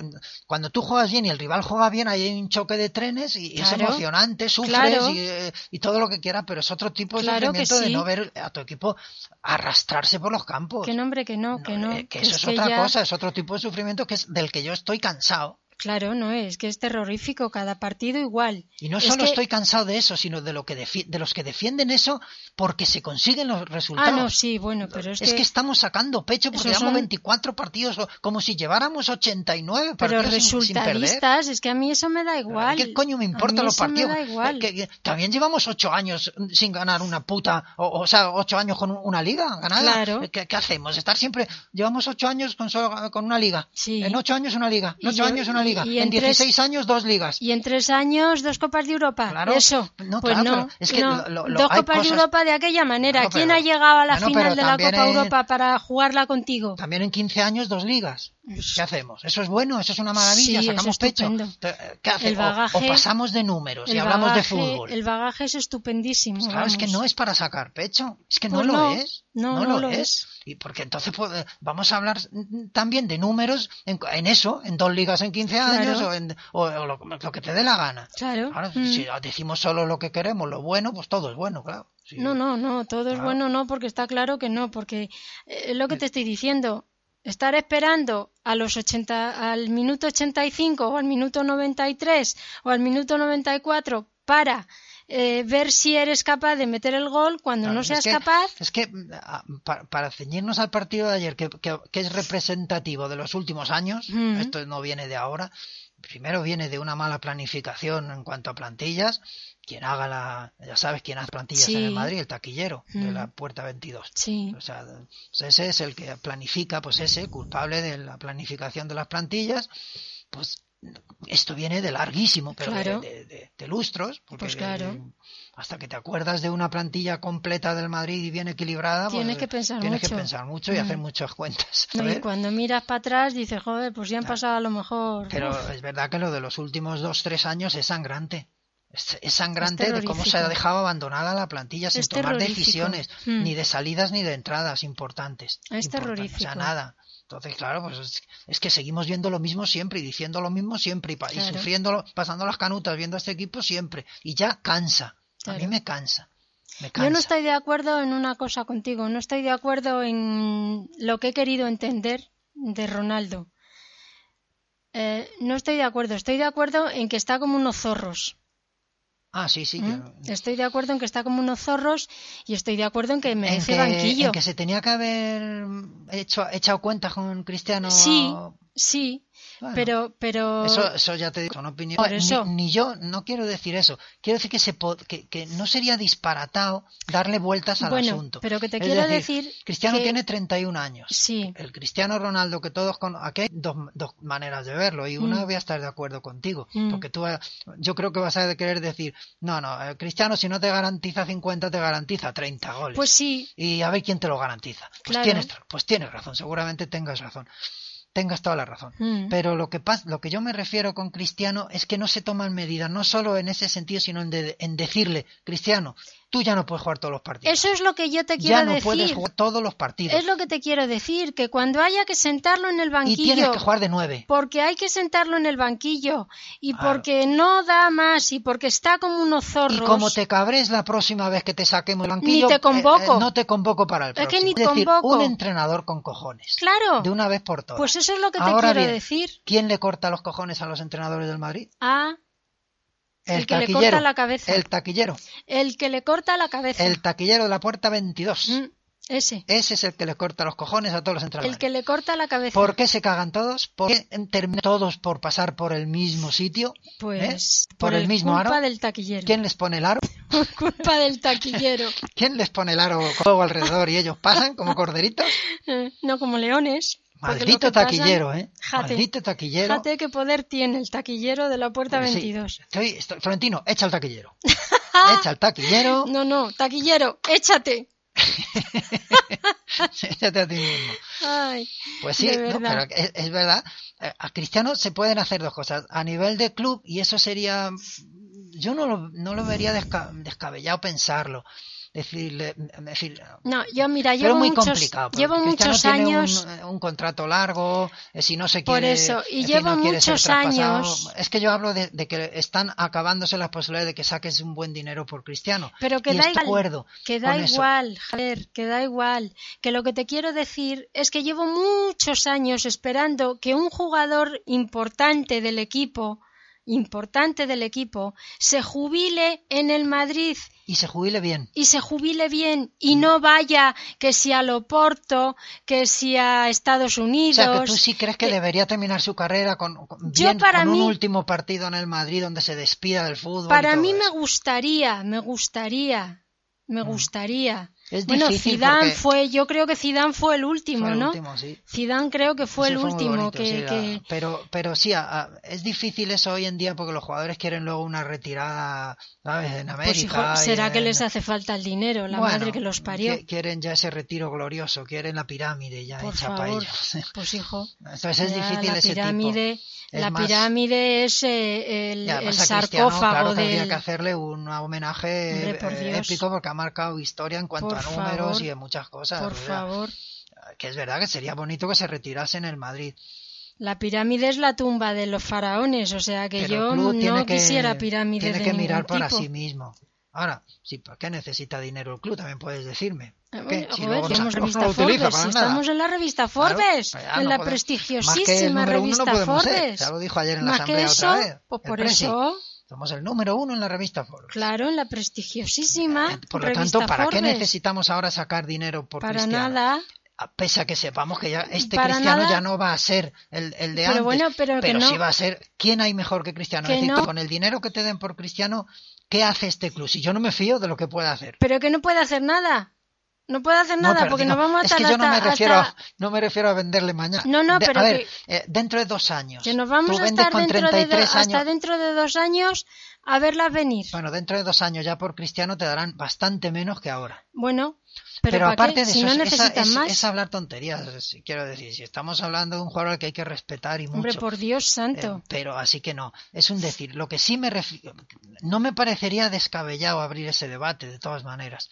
[SPEAKER 1] cuando tú juegas bien y el rival juega bien, ahí hay un choque de trenes y es
[SPEAKER 2] Claro,
[SPEAKER 1] emocionante, sufres
[SPEAKER 2] claro.
[SPEAKER 1] y, eh, y todo lo que quieras, pero es otro tipo de
[SPEAKER 2] Claro que
[SPEAKER 1] sufrimiento de
[SPEAKER 2] sí.
[SPEAKER 1] no ver a tu equipo arrastrarse por los campos.
[SPEAKER 2] Que no, hombre, que no,
[SPEAKER 1] Pues No,
[SPEAKER 2] que no.
[SPEAKER 1] eh, que eso
[SPEAKER 2] Es
[SPEAKER 1] es,
[SPEAKER 2] que
[SPEAKER 1] otra
[SPEAKER 2] ya-
[SPEAKER 1] cosa, es otro tipo de sufrimiento que es del que yo estoy cansado.
[SPEAKER 2] Claro, no es, que es terrorífico, cada partido igual.
[SPEAKER 1] Y no
[SPEAKER 2] Es
[SPEAKER 1] solo
[SPEAKER 2] que-
[SPEAKER 1] estoy cansado de eso, sino de, lo que defi- de los que defienden eso porque se consiguen los
[SPEAKER 2] Ah,
[SPEAKER 1] resultados.
[SPEAKER 2] no, sí, bueno, pero es,
[SPEAKER 1] Es que este estamos sacando pecho porque
[SPEAKER 2] Esos
[SPEAKER 1] llevamos
[SPEAKER 2] son-
[SPEAKER 1] 24 partidos, o- como si lleváramos 89
[SPEAKER 2] pero
[SPEAKER 1] partidos sin- sin perder.
[SPEAKER 2] resultadistas, es que a mí eso me da igual.
[SPEAKER 1] ¿Qué coño me
[SPEAKER 2] A
[SPEAKER 1] importan
[SPEAKER 2] mí
[SPEAKER 1] los
[SPEAKER 2] eso me
[SPEAKER 1] partidos? Eh,
[SPEAKER 2] da igual.
[SPEAKER 1] Que- que también llevamos ocho años mm, sin ganar una puta, o, o sea, ocho años con un- una liga ganada.
[SPEAKER 2] Claro.
[SPEAKER 1] ¿Qué, qué hacemos? Estar siempre, llevamos ocho años con solo- con una liga.
[SPEAKER 2] Sí.
[SPEAKER 1] En ocho años una liga, en
[SPEAKER 2] Y yo-
[SPEAKER 1] ocho años una liga,
[SPEAKER 2] y
[SPEAKER 1] en
[SPEAKER 2] en tres-
[SPEAKER 1] 16 años dos ligas.
[SPEAKER 2] Y en tres años, dos Copas de Europa.
[SPEAKER 1] Claro.
[SPEAKER 2] Eso.
[SPEAKER 1] No,
[SPEAKER 2] pues
[SPEAKER 1] claro,
[SPEAKER 2] no.
[SPEAKER 1] pero es que
[SPEAKER 2] no.
[SPEAKER 1] lo- lo-
[SPEAKER 2] dos
[SPEAKER 1] hay
[SPEAKER 2] Copas de
[SPEAKER 1] cosas-
[SPEAKER 2] Europa de aquella manera.
[SPEAKER 1] Bueno,
[SPEAKER 2] ¿Quién
[SPEAKER 1] pero-
[SPEAKER 2] ha llegado a la
[SPEAKER 1] bueno,
[SPEAKER 2] final
[SPEAKER 1] pero
[SPEAKER 2] de la
[SPEAKER 1] también
[SPEAKER 2] Copa
[SPEAKER 1] es-
[SPEAKER 2] Europa para jugarla contigo?
[SPEAKER 1] También en 15 años dos ligas. ¿Qué hacemos? Eso es bueno, eso es una maravilla,
[SPEAKER 2] Sí, es
[SPEAKER 1] sacamos pecho.
[SPEAKER 2] estupendo.
[SPEAKER 1] Te- ¿Qué hace?
[SPEAKER 2] El
[SPEAKER 1] O- o,
[SPEAKER 2] bagaje-
[SPEAKER 1] pasamos de números y
[SPEAKER 2] El
[SPEAKER 1] hablamos
[SPEAKER 2] bagaje-
[SPEAKER 1] de fútbol.
[SPEAKER 2] El bagaje es estupendísimo.
[SPEAKER 1] Pues claro, es que
[SPEAKER 2] vamos.
[SPEAKER 1] no es para sacar pecho, es que no
[SPEAKER 2] Pues
[SPEAKER 1] lo
[SPEAKER 2] no,
[SPEAKER 1] es.
[SPEAKER 2] no, no lo es.
[SPEAKER 1] Y porque entonces pues, eh, vamos a hablar mm, también de números en, en eso, en dos ligas en 15 años
[SPEAKER 2] Claro.
[SPEAKER 1] o, en- o- o lo, lo que te dé la gana.
[SPEAKER 2] Claro.
[SPEAKER 1] Ahora,
[SPEAKER 2] Mm.
[SPEAKER 1] si decimos solo lo que queremos, lo bueno, pues todo es bueno, claro. Sí.
[SPEAKER 2] No, no, no, todo es
[SPEAKER 1] Claro.
[SPEAKER 2] bueno, no, porque está claro que no, porque eh, lo que te estoy diciendo, estar esperando a los 80, al minuto 85 o al minuto 93 o al minuto 94 para eh, ver si eres capaz de meter el gol cuando
[SPEAKER 1] Claro,
[SPEAKER 2] no
[SPEAKER 1] es
[SPEAKER 2] seas
[SPEAKER 1] que-
[SPEAKER 2] capaz.
[SPEAKER 1] Es que mm, a- para, para ceñirnos al partido de ayer, que, que- que es representativo de los últimos años,
[SPEAKER 2] Ujú.
[SPEAKER 1] esto no viene de ahora, primero viene de una mala planificación en cuanto a plantillas. Quien haga la. Ya sabes quién hace plantillas en el
[SPEAKER 2] Sí.
[SPEAKER 1] Madrid, el taquillero de
[SPEAKER 2] Ujú.
[SPEAKER 1] la puerta 22.
[SPEAKER 2] Sí,
[SPEAKER 1] O sea, pues ese es el que planifica, pues ese, culpable de la planificación de las plantillas, pues esto viene de larguísimo, pero de-
[SPEAKER 2] Claro.
[SPEAKER 1] de, de- de lustros, porque
[SPEAKER 2] Pues claro.
[SPEAKER 1] eh, hasta que te acuerdas de una plantilla completa del Madrid y bien equilibrada, pues,
[SPEAKER 2] Tienes que pensar
[SPEAKER 1] tienes que
[SPEAKER 2] mucho.
[SPEAKER 1] pensar mucho y
[SPEAKER 2] Mm.
[SPEAKER 1] hacer muchas cuentas.
[SPEAKER 2] No, y
[SPEAKER 1] ¿sabes?
[SPEAKER 2] cuando miras para atrás dices, joder, pues ya han pasado a lo mejor.
[SPEAKER 1] Pero
[SPEAKER 2] uf,
[SPEAKER 1] es verdad que lo de los últimos dos, tres años es sangrante. Es, es sangrante de cómo se ha
[SPEAKER 2] terrorífico.
[SPEAKER 1] dejado abandonada la plantilla sin
[SPEAKER 2] Es
[SPEAKER 1] tomar
[SPEAKER 2] terrorífico.
[SPEAKER 1] decisiones,
[SPEAKER 2] Mm.
[SPEAKER 1] ni de salidas ni de entradas importantes.
[SPEAKER 2] Es
[SPEAKER 1] Importan- O sea,
[SPEAKER 2] terrorífico.
[SPEAKER 1] nada. Entonces, claro, pues es, es que seguimos viendo lo mismo siempre y diciendo lo mismo siempre y, pa- y
[SPEAKER 2] Claro.
[SPEAKER 1] sufriendo, pasando las canutas, viendo a este equipo siempre. Y ya cansa. A mí
[SPEAKER 2] Claro.
[SPEAKER 1] me cansa. Me cansa.
[SPEAKER 2] Yo no estoy de acuerdo en una cosa contigo, no estoy de acuerdo en lo que he querido entender de Ronaldo. Eh, no estoy de acuerdo, estoy de acuerdo en que está como unos zorros.
[SPEAKER 1] Ah, sí, sí.
[SPEAKER 2] ¿m?
[SPEAKER 1] que-
[SPEAKER 2] Estoy de acuerdo en que está como unos zorros y estoy de acuerdo en que
[SPEAKER 1] en
[SPEAKER 2] merece
[SPEAKER 1] que,
[SPEAKER 2] banquillo.
[SPEAKER 1] en que se tenía que haber hecho, echado cuentas con Cristiano.
[SPEAKER 2] Sí, sí,
[SPEAKER 1] Bueno.
[SPEAKER 2] pero, pero
[SPEAKER 1] Eso, eso ya te digo, son opiniones.
[SPEAKER 2] Por
[SPEAKER 1] Ni-
[SPEAKER 2] eso.
[SPEAKER 1] Ni, yo, no quiero decir eso. Quiero decir que, se po- que, que no sería disparatado darle vueltas al
[SPEAKER 2] Bueno,
[SPEAKER 1] asunto.
[SPEAKER 2] pero que te
[SPEAKER 1] Es
[SPEAKER 2] quiero decir
[SPEAKER 1] Cristiano
[SPEAKER 2] que-
[SPEAKER 1] tiene 31 años.
[SPEAKER 2] sí,
[SPEAKER 1] El Cristiano Ronaldo que todos con aquí hay dos, dos maneras de verlo y una
[SPEAKER 2] Mm.
[SPEAKER 1] voy a estar de acuerdo contigo
[SPEAKER 2] Mm.
[SPEAKER 1] porque tú vas- yo creo que vas a querer decir no no eh, Cristiano si no te garantiza 50 te garantiza 30 goles
[SPEAKER 2] pues sí,
[SPEAKER 1] y a ver quién te lo garantiza. Pues,
[SPEAKER 2] Claro.
[SPEAKER 1] tienes, pues tienes razón, seguramente tengas razón. Tengas toda la razón.
[SPEAKER 2] Mm.
[SPEAKER 1] Pero lo que, pas- lo que yo me refiero con Cristiano es que no se toman medidas, no solo en ese sentido, sino en, de- en decirle, Cristiano, tú ya no puedes jugar todos los partidos.
[SPEAKER 2] eso es lo que yo te quiero
[SPEAKER 1] ya no
[SPEAKER 2] decir.
[SPEAKER 1] puedes jugar todos los partidos.
[SPEAKER 2] Es lo que te quiero decir, que cuando haya que sentarlo en el
[SPEAKER 1] y
[SPEAKER 2] banquillo,
[SPEAKER 1] tienes que jugar de nueve.
[SPEAKER 2] porque hay que sentarlo en el banquillo y
[SPEAKER 1] Claro.
[SPEAKER 2] porque no da más y porque está como unos zorros.
[SPEAKER 1] Y como te cabres la próxima vez que te saquemos el banquillo,
[SPEAKER 2] Ni te
[SPEAKER 1] eh, eh,
[SPEAKER 2] convoco.
[SPEAKER 1] no te convoco para el
[SPEAKER 2] que
[SPEAKER 1] próximo.
[SPEAKER 2] ni
[SPEAKER 1] es decir,
[SPEAKER 2] convoco.
[SPEAKER 1] un entrenador con cojones.
[SPEAKER 2] Claro.
[SPEAKER 1] De una vez por todas.
[SPEAKER 2] Pues eso es lo que te
[SPEAKER 1] Ahora
[SPEAKER 2] quiero
[SPEAKER 1] bien,
[SPEAKER 2] decir.
[SPEAKER 1] ¿Quién le corta los cojones a los entrenadores del Madrid?
[SPEAKER 2] Ah,
[SPEAKER 1] El,
[SPEAKER 2] El que le
[SPEAKER 1] taquillero.
[SPEAKER 2] corta la cabeza.
[SPEAKER 1] El taquillero.
[SPEAKER 2] el que le corta la cabeza.
[SPEAKER 1] El taquillero de la puerta 22.
[SPEAKER 2] Mm, ese.
[SPEAKER 1] Ese es el que le corta los cojones a todos los entrenadores.
[SPEAKER 2] El que le corta la cabeza.
[SPEAKER 1] ¿Por ¿eh? qué se cagan todos? ¿Por qué terminan todos por pasar por el mismo sitio?
[SPEAKER 2] Pues
[SPEAKER 1] ¿Eh? ¿Por, el mismo
[SPEAKER 2] culpa
[SPEAKER 1] aro?
[SPEAKER 2] del taquillero.
[SPEAKER 1] ¿Quién les pone el aro?
[SPEAKER 2] Por culpa del taquillero.
[SPEAKER 1] ¿Quién les pone el aro con fuego alrededor y ellos pasan como corderitos?
[SPEAKER 2] Eh, no como leones. porque lo
[SPEAKER 1] Maldito
[SPEAKER 2] que pasan-
[SPEAKER 1] taquillero, ¿eh?
[SPEAKER 2] Jate.
[SPEAKER 1] Maldito taquillero.
[SPEAKER 2] Fíjate qué poder tiene el taquillero de la puerta
[SPEAKER 1] Eh, Sí.
[SPEAKER 2] 22.
[SPEAKER 1] Estoy- estoy- Florentino, echa al taquillero. echa al taquillero.
[SPEAKER 2] No, no, taquillero, échate.
[SPEAKER 1] Échate a ti mismo.
[SPEAKER 2] Ay,
[SPEAKER 1] Pues sí,
[SPEAKER 2] de
[SPEAKER 1] no,
[SPEAKER 2] verdad.
[SPEAKER 1] pero es, es verdad. Eh, A Cristiano se pueden hacer dos cosas. A nivel de club, y eso sería mm, yo no lo, no lo vería desca, descabellado pensarlo. Decirle, decir,
[SPEAKER 2] No, yo mira,
[SPEAKER 1] pero
[SPEAKER 2] llevo
[SPEAKER 1] muy
[SPEAKER 2] muchos,
[SPEAKER 1] complicado. porque
[SPEAKER 2] llevo
[SPEAKER 1] Cristiano
[SPEAKER 2] muchos
[SPEAKER 1] tiene un-
[SPEAKER 2] años.
[SPEAKER 1] Un, contrato largo, eh, si no se
[SPEAKER 2] Por
[SPEAKER 1] quiere.
[SPEAKER 2] eso, y
[SPEAKER 1] en fin,
[SPEAKER 2] llevo
[SPEAKER 1] no quiere ser
[SPEAKER 2] muchos
[SPEAKER 1] traspasado.
[SPEAKER 2] años-
[SPEAKER 1] Es que yo hablo de, de que están acabándose las posibilidades de que saques un buen dinero por Cristiano.
[SPEAKER 2] Pero que
[SPEAKER 1] y
[SPEAKER 2] da
[SPEAKER 1] estoy de
[SPEAKER 2] igual,
[SPEAKER 1] acuerdo
[SPEAKER 2] que da
[SPEAKER 1] con eso.
[SPEAKER 2] igual, joder, que da igual. Que lo que te quiero decir es que llevo muchos años esperando que un jugador importante del equipo, importante del equipo, se jubile en el Madrid
[SPEAKER 1] Y se jubile bien.
[SPEAKER 2] y se jubile bien y no vaya que si a Loporto, que si a Estados
[SPEAKER 1] O
[SPEAKER 2] Unidos.
[SPEAKER 1] sea, que tú sí crees que debería terminar su carrera con, con-
[SPEAKER 2] Yo
[SPEAKER 1] bien,
[SPEAKER 2] para
[SPEAKER 1] con
[SPEAKER 2] mí-
[SPEAKER 1] un último partido en el Madrid donde se despida del fútbol. y
[SPEAKER 2] Para
[SPEAKER 1] todo eh.
[SPEAKER 2] mí me
[SPEAKER 1] eso.
[SPEAKER 2] gustaría, me gustaría, me gustaría.
[SPEAKER 1] Mm. Es
[SPEAKER 2] bueno,
[SPEAKER 1] difícil
[SPEAKER 2] Zidane
[SPEAKER 1] porque
[SPEAKER 2] fue, yo creo que Zidane fue el último,
[SPEAKER 1] fue el
[SPEAKER 2] ¿no?
[SPEAKER 1] último, sí.
[SPEAKER 2] Zidane creo que fue
[SPEAKER 1] Ese
[SPEAKER 2] el
[SPEAKER 1] muy
[SPEAKER 2] último
[SPEAKER 1] bonito,
[SPEAKER 2] que,
[SPEAKER 1] sí, ah. la-
[SPEAKER 2] que-
[SPEAKER 1] Pero, pero sí, a- a- es difícil eso hoy en día porque los jugadores quieren luego una retirada, ¿sabes? En América.
[SPEAKER 2] pues hijo,
[SPEAKER 1] y
[SPEAKER 2] será que
[SPEAKER 1] en-
[SPEAKER 2] les hace falta el dinero, la
[SPEAKER 1] Bueno,
[SPEAKER 2] madre que los parió.
[SPEAKER 1] qui- Quieren ya ese retiro glorioso, quieren la pirámide ya
[SPEAKER 2] Por
[SPEAKER 1] hecha para
[SPEAKER 2] favor.
[SPEAKER 1] ellos.
[SPEAKER 2] Pues hijo,
[SPEAKER 1] Entonces es
[SPEAKER 2] ya
[SPEAKER 1] difícil
[SPEAKER 2] la
[SPEAKER 1] ese tipo.
[SPEAKER 2] pirámide,
[SPEAKER 1] Es
[SPEAKER 2] la
[SPEAKER 1] más-
[SPEAKER 2] pirámide es eh, el,
[SPEAKER 1] Y
[SPEAKER 2] el
[SPEAKER 1] además a Cristiano,
[SPEAKER 2] sarcófago
[SPEAKER 1] claro, tendría
[SPEAKER 2] del
[SPEAKER 1] que hacerle un homenaje
[SPEAKER 2] Hombre, por
[SPEAKER 1] eh,
[SPEAKER 2] Dios.
[SPEAKER 1] épico porque ha marcado historia en cuanto
[SPEAKER 2] Por
[SPEAKER 1] a números
[SPEAKER 2] favor.
[SPEAKER 1] y en muchas cosas.
[SPEAKER 2] por
[SPEAKER 1] o sea,
[SPEAKER 2] favor.
[SPEAKER 1] Que es verdad que sería bonito que se retirase en el Madrid.
[SPEAKER 2] La pirámide es la tumba de los faraones, o sea que
[SPEAKER 1] Pero el
[SPEAKER 2] yo
[SPEAKER 1] club
[SPEAKER 2] no
[SPEAKER 1] tiene que-
[SPEAKER 2] quisiera pirámide
[SPEAKER 1] tiene
[SPEAKER 2] de
[SPEAKER 1] que
[SPEAKER 2] ningún
[SPEAKER 1] mirar para
[SPEAKER 2] tipo.
[SPEAKER 1] sí mismo. Ahora, si ¿por qué necesita dinero el club? También puedes decirme.
[SPEAKER 2] Eh,
[SPEAKER 1] ¿Qué?
[SPEAKER 2] bueno,
[SPEAKER 1] Si
[SPEAKER 2] joder,
[SPEAKER 1] luego no-
[SPEAKER 2] tenemos
[SPEAKER 1] no lo
[SPEAKER 2] revista
[SPEAKER 1] utiliza
[SPEAKER 2] Forbes,
[SPEAKER 1] para
[SPEAKER 2] si
[SPEAKER 1] nada.
[SPEAKER 2] estamos en la revista
[SPEAKER 1] Claro, pues
[SPEAKER 2] Forbes,
[SPEAKER 1] ya
[SPEAKER 2] en
[SPEAKER 1] no
[SPEAKER 2] la
[SPEAKER 1] podemos- Más que el
[SPEAKER 2] prestigiosísima
[SPEAKER 1] número uno
[SPEAKER 2] revista
[SPEAKER 1] no podemos ser,
[SPEAKER 2] Forbes.
[SPEAKER 1] ya lo dijo ayer en la
[SPEAKER 2] Más que
[SPEAKER 1] asamblea
[SPEAKER 2] eso,
[SPEAKER 1] otra vez.
[SPEAKER 2] pues
[SPEAKER 1] el
[SPEAKER 2] por
[SPEAKER 1] presi.
[SPEAKER 2] eso,
[SPEAKER 1] Somos el número uno en la revista Forbes.
[SPEAKER 2] claro, en la prestigiosísima
[SPEAKER 1] Eh, Por lo
[SPEAKER 2] revista
[SPEAKER 1] tanto, ¿para
[SPEAKER 2] Forbes.
[SPEAKER 1] qué necesitamos ahora sacar dinero por
[SPEAKER 2] Para
[SPEAKER 1] Cristiano?
[SPEAKER 2] nada.
[SPEAKER 1] A- Pese a que sepamos que ya este
[SPEAKER 2] Para
[SPEAKER 1] Cristiano
[SPEAKER 2] nada.
[SPEAKER 1] ya no va a ser el, el de
[SPEAKER 2] Pero
[SPEAKER 1] antes.
[SPEAKER 2] bueno, pero que no-
[SPEAKER 1] sí va a ser. ¿Quién hay mejor que Cristiano?
[SPEAKER 2] Que
[SPEAKER 1] es decir,
[SPEAKER 2] no.
[SPEAKER 1] con el dinero que te den por Cristiano, ¿qué hace este club? Si yo no me fío de lo que pueda hacer.
[SPEAKER 2] Pero que no puede hacer nada. No puede hacer
[SPEAKER 1] No,
[SPEAKER 2] nada
[SPEAKER 1] pero
[SPEAKER 2] porque
[SPEAKER 1] digo,
[SPEAKER 2] nos vamos a
[SPEAKER 1] es que yo no me
[SPEAKER 2] hasta-
[SPEAKER 1] refiero
[SPEAKER 2] hasta-
[SPEAKER 1] a, no me refiero a venderle mañana
[SPEAKER 2] No, no,
[SPEAKER 1] De-
[SPEAKER 2] pero
[SPEAKER 1] a ver,
[SPEAKER 2] que-
[SPEAKER 1] eh, dentro de dos años
[SPEAKER 2] que nos vamos
[SPEAKER 1] tú
[SPEAKER 2] a
[SPEAKER 1] vendes
[SPEAKER 2] estar
[SPEAKER 1] con
[SPEAKER 2] dentro de do-
[SPEAKER 1] 33 años
[SPEAKER 2] hasta dentro de dos años a verlas venir.
[SPEAKER 1] bueno dentro de dos años ya por Cristiano te darán bastante menos que ahora
[SPEAKER 2] Bueno, pero, ¿para
[SPEAKER 1] aparte
[SPEAKER 2] qué?
[SPEAKER 1] de
[SPEAKER 2] si
[SPEAKER 1] eso
[SPEAKER 2] no
[SPEAKER 1] es- esa-
[SPEAKER 2] necesitan
[SPEAKER 1] es,
[SPEAKER 2] más.
[SPEAKER 1] es hablar tonterías si- quiero decir si estamos hablando de un jugador al que hay que respetar y mucho
[SPEAKER 2] Hombre, por Dios santo.
[SPEAKER 1] eh, pero así que no, es un decir. Lo que sí me refi- no me parecería descabellado abrir ese debate de todas maneras.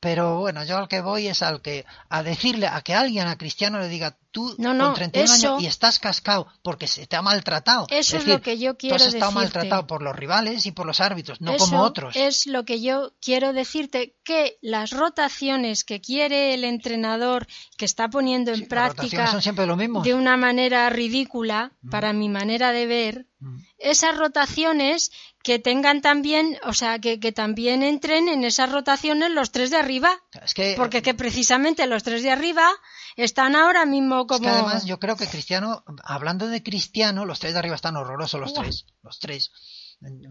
[SPEAKER 1] Pero bueno, yo al que voy es al que a decirle a que alguien a Cristiano le diga tú
[SPEAKER 2] No, no,
[SPEAKER 1] con 31
[SPEAKER 2] eso-
[SPEAKER 1] años y estás cascado porque se te ha maltratado.
[SPEAKER 2] Eso es
[SPEAKER 1] decir,
[SPEAKER 2] lo que yo quiero
[SPEAKER 1] Tú has estado
[SPEAKER 2] decirte.
[SPEAKER 1] maltratado por los rivales y por los árbitros, no
[SPEAKER 2] Eso
[SPEAKER 1] como otros.
[SPEAKER 2] Es lo que yo quiero decirte, que las rotaciones que quiere el entrenador, que está poniendo en
[SPEAKER 1] Sí, las
[SPEAKER 2] práctica
[SPEAKER 1] rotaciones son Mm. siempre lo mismo.
[SPEAKER 2] de una manera ridícula, para mi manera de ver,
[SPEAKER 1] Mm.
[SPEAKER 2] esas rotaciones que tengan también, o sea, que, que también entren en esas rotaciones los tres de arriba,
[SPEAKER 1] Es que
[SPEAKER 2] porque es que precisamente los tres de arriba están ahora mismo
[SPEAKER 1] Es
[SPEAKER 2] como...
[SPEAKER 1] que además yo creo que Cristiano, hablando de Cristiano, los tres de arriba están horrorosos, los
[SPEAKER 2] Buah.
[SPEAKER 1] tres, los tres.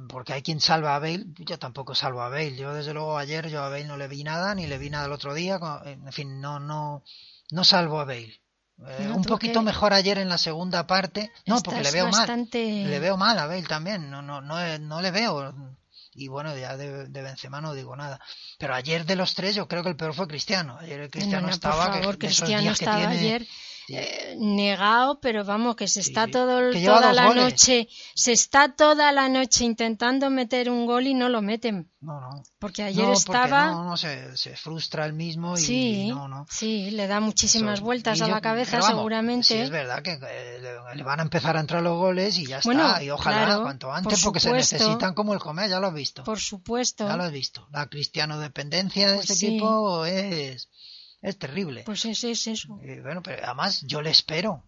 [SPEAKER 1] Porque hay quien salva a Bale, yo tampoco salvo a Bale. Yo desde luego ayer yo a Bale no le vi nada, ni le vi nada el otro día. con- En fin, no, no, no salvo a Bale. Eh,
[SPEAKER 2] No,
[SPEAKER 1] un
[SPEAKER 2] tú
[SPEAKER 1] poquito
[SPEAKER 2] que-
[SPEAKER 1] mejor ayer en la segunda parte. No, porque le
[SPEAKER 2] Estás
[SPEAKER 1] veo
[SPEAKER 2] bastante-
[SPEAKER 1] mal. Le veo mal a Bale también. No, no, no, eh, no le veo. Y bueno, ya de, de Benzema no digo nada. Pero ayer de los tres yo creo que el peor fue Cristiano. Ayer el Cristiano
[SPEAKER 2] Bueno,
[SPEAKER 1] estaba...
[SPEAKER 2] por
[SPEAKER 1] que-
[SPEAKER 2] favor,
[SPEAKER 1] de esos
[SPEAKER 2] Cristiano
[SPEAKER 1] días que
[SPEAKER 2] estaba
[SPEAKER 1] tiene-
[SPEAKER 2] ayer
[SPEAKER 1] Sí.
[SPEAKER 2] eh, negado, pero vamos, que se
[SPEAKER 1] Sí,
[SPEAKER 2] está
[SPEAKER 1] sí.
[SPEAKER 2] todo, el-
[SPEAKER 1] Que lleva
[SPEAKER 2] toda
[SPEAKER 1] dos
[SPEAKER 2] la
[SPEAKER 1] goles.
[SPEAKER 2] noche, se está toda la noche intentando meter un gol y no lo meten,
[SPEAKER 1] No, no.
[SPEAKER 2] porque ayer
[SPEAKER 1] No, porque
[SPEAKER 2] estaba,
[SPEAKER 1] no, no, se, se frustra el mismo y
[SPEAKER 2] sí,
[SPEAKER 1] no, no.
[SPEAKER 2] sí, le da muchísimas
[SPEAKER 1] Eso-
[SPEAKER 2] vueltas
[SPEAKER 1] y
[SPEAKER 2] a
[SPEAKER 1] yo-
[SPEAKER 2] la cabeza
[SPEAKER 1] pero vamos,
[SPEAKER 2] seguramente.
[SPEAKER 1] Sí, es verdad que eh, le, le van a empezar a entrar los goles y ya está.
[SPEAKER 2] Bueno,
[SPEAKER 1] y ojalá
[SPEAKER 2] claro,
[SPEAKER 1] cuanto
[SPEAKER 2] por
[SPEAKER 1] antes, porque se
[SPEAKER 2] supuesto.
[SPEAKER 1] necesitan como el comer, ya lo has visto.
[SPEAKER 2] Por supuesto.
[SPEAKER 1] Ya lo has visto. La cristiano dependencia de
[SPEAKER 2] Pues
[SPEAKER 1] este
[SPEAKER 2] sí.
[SPEAKER 1] equipo es, es terrible.
[SPEAKER 2] Pues ese es eso.
[SPEAKER 1] Y bueno, pero además yo le espero.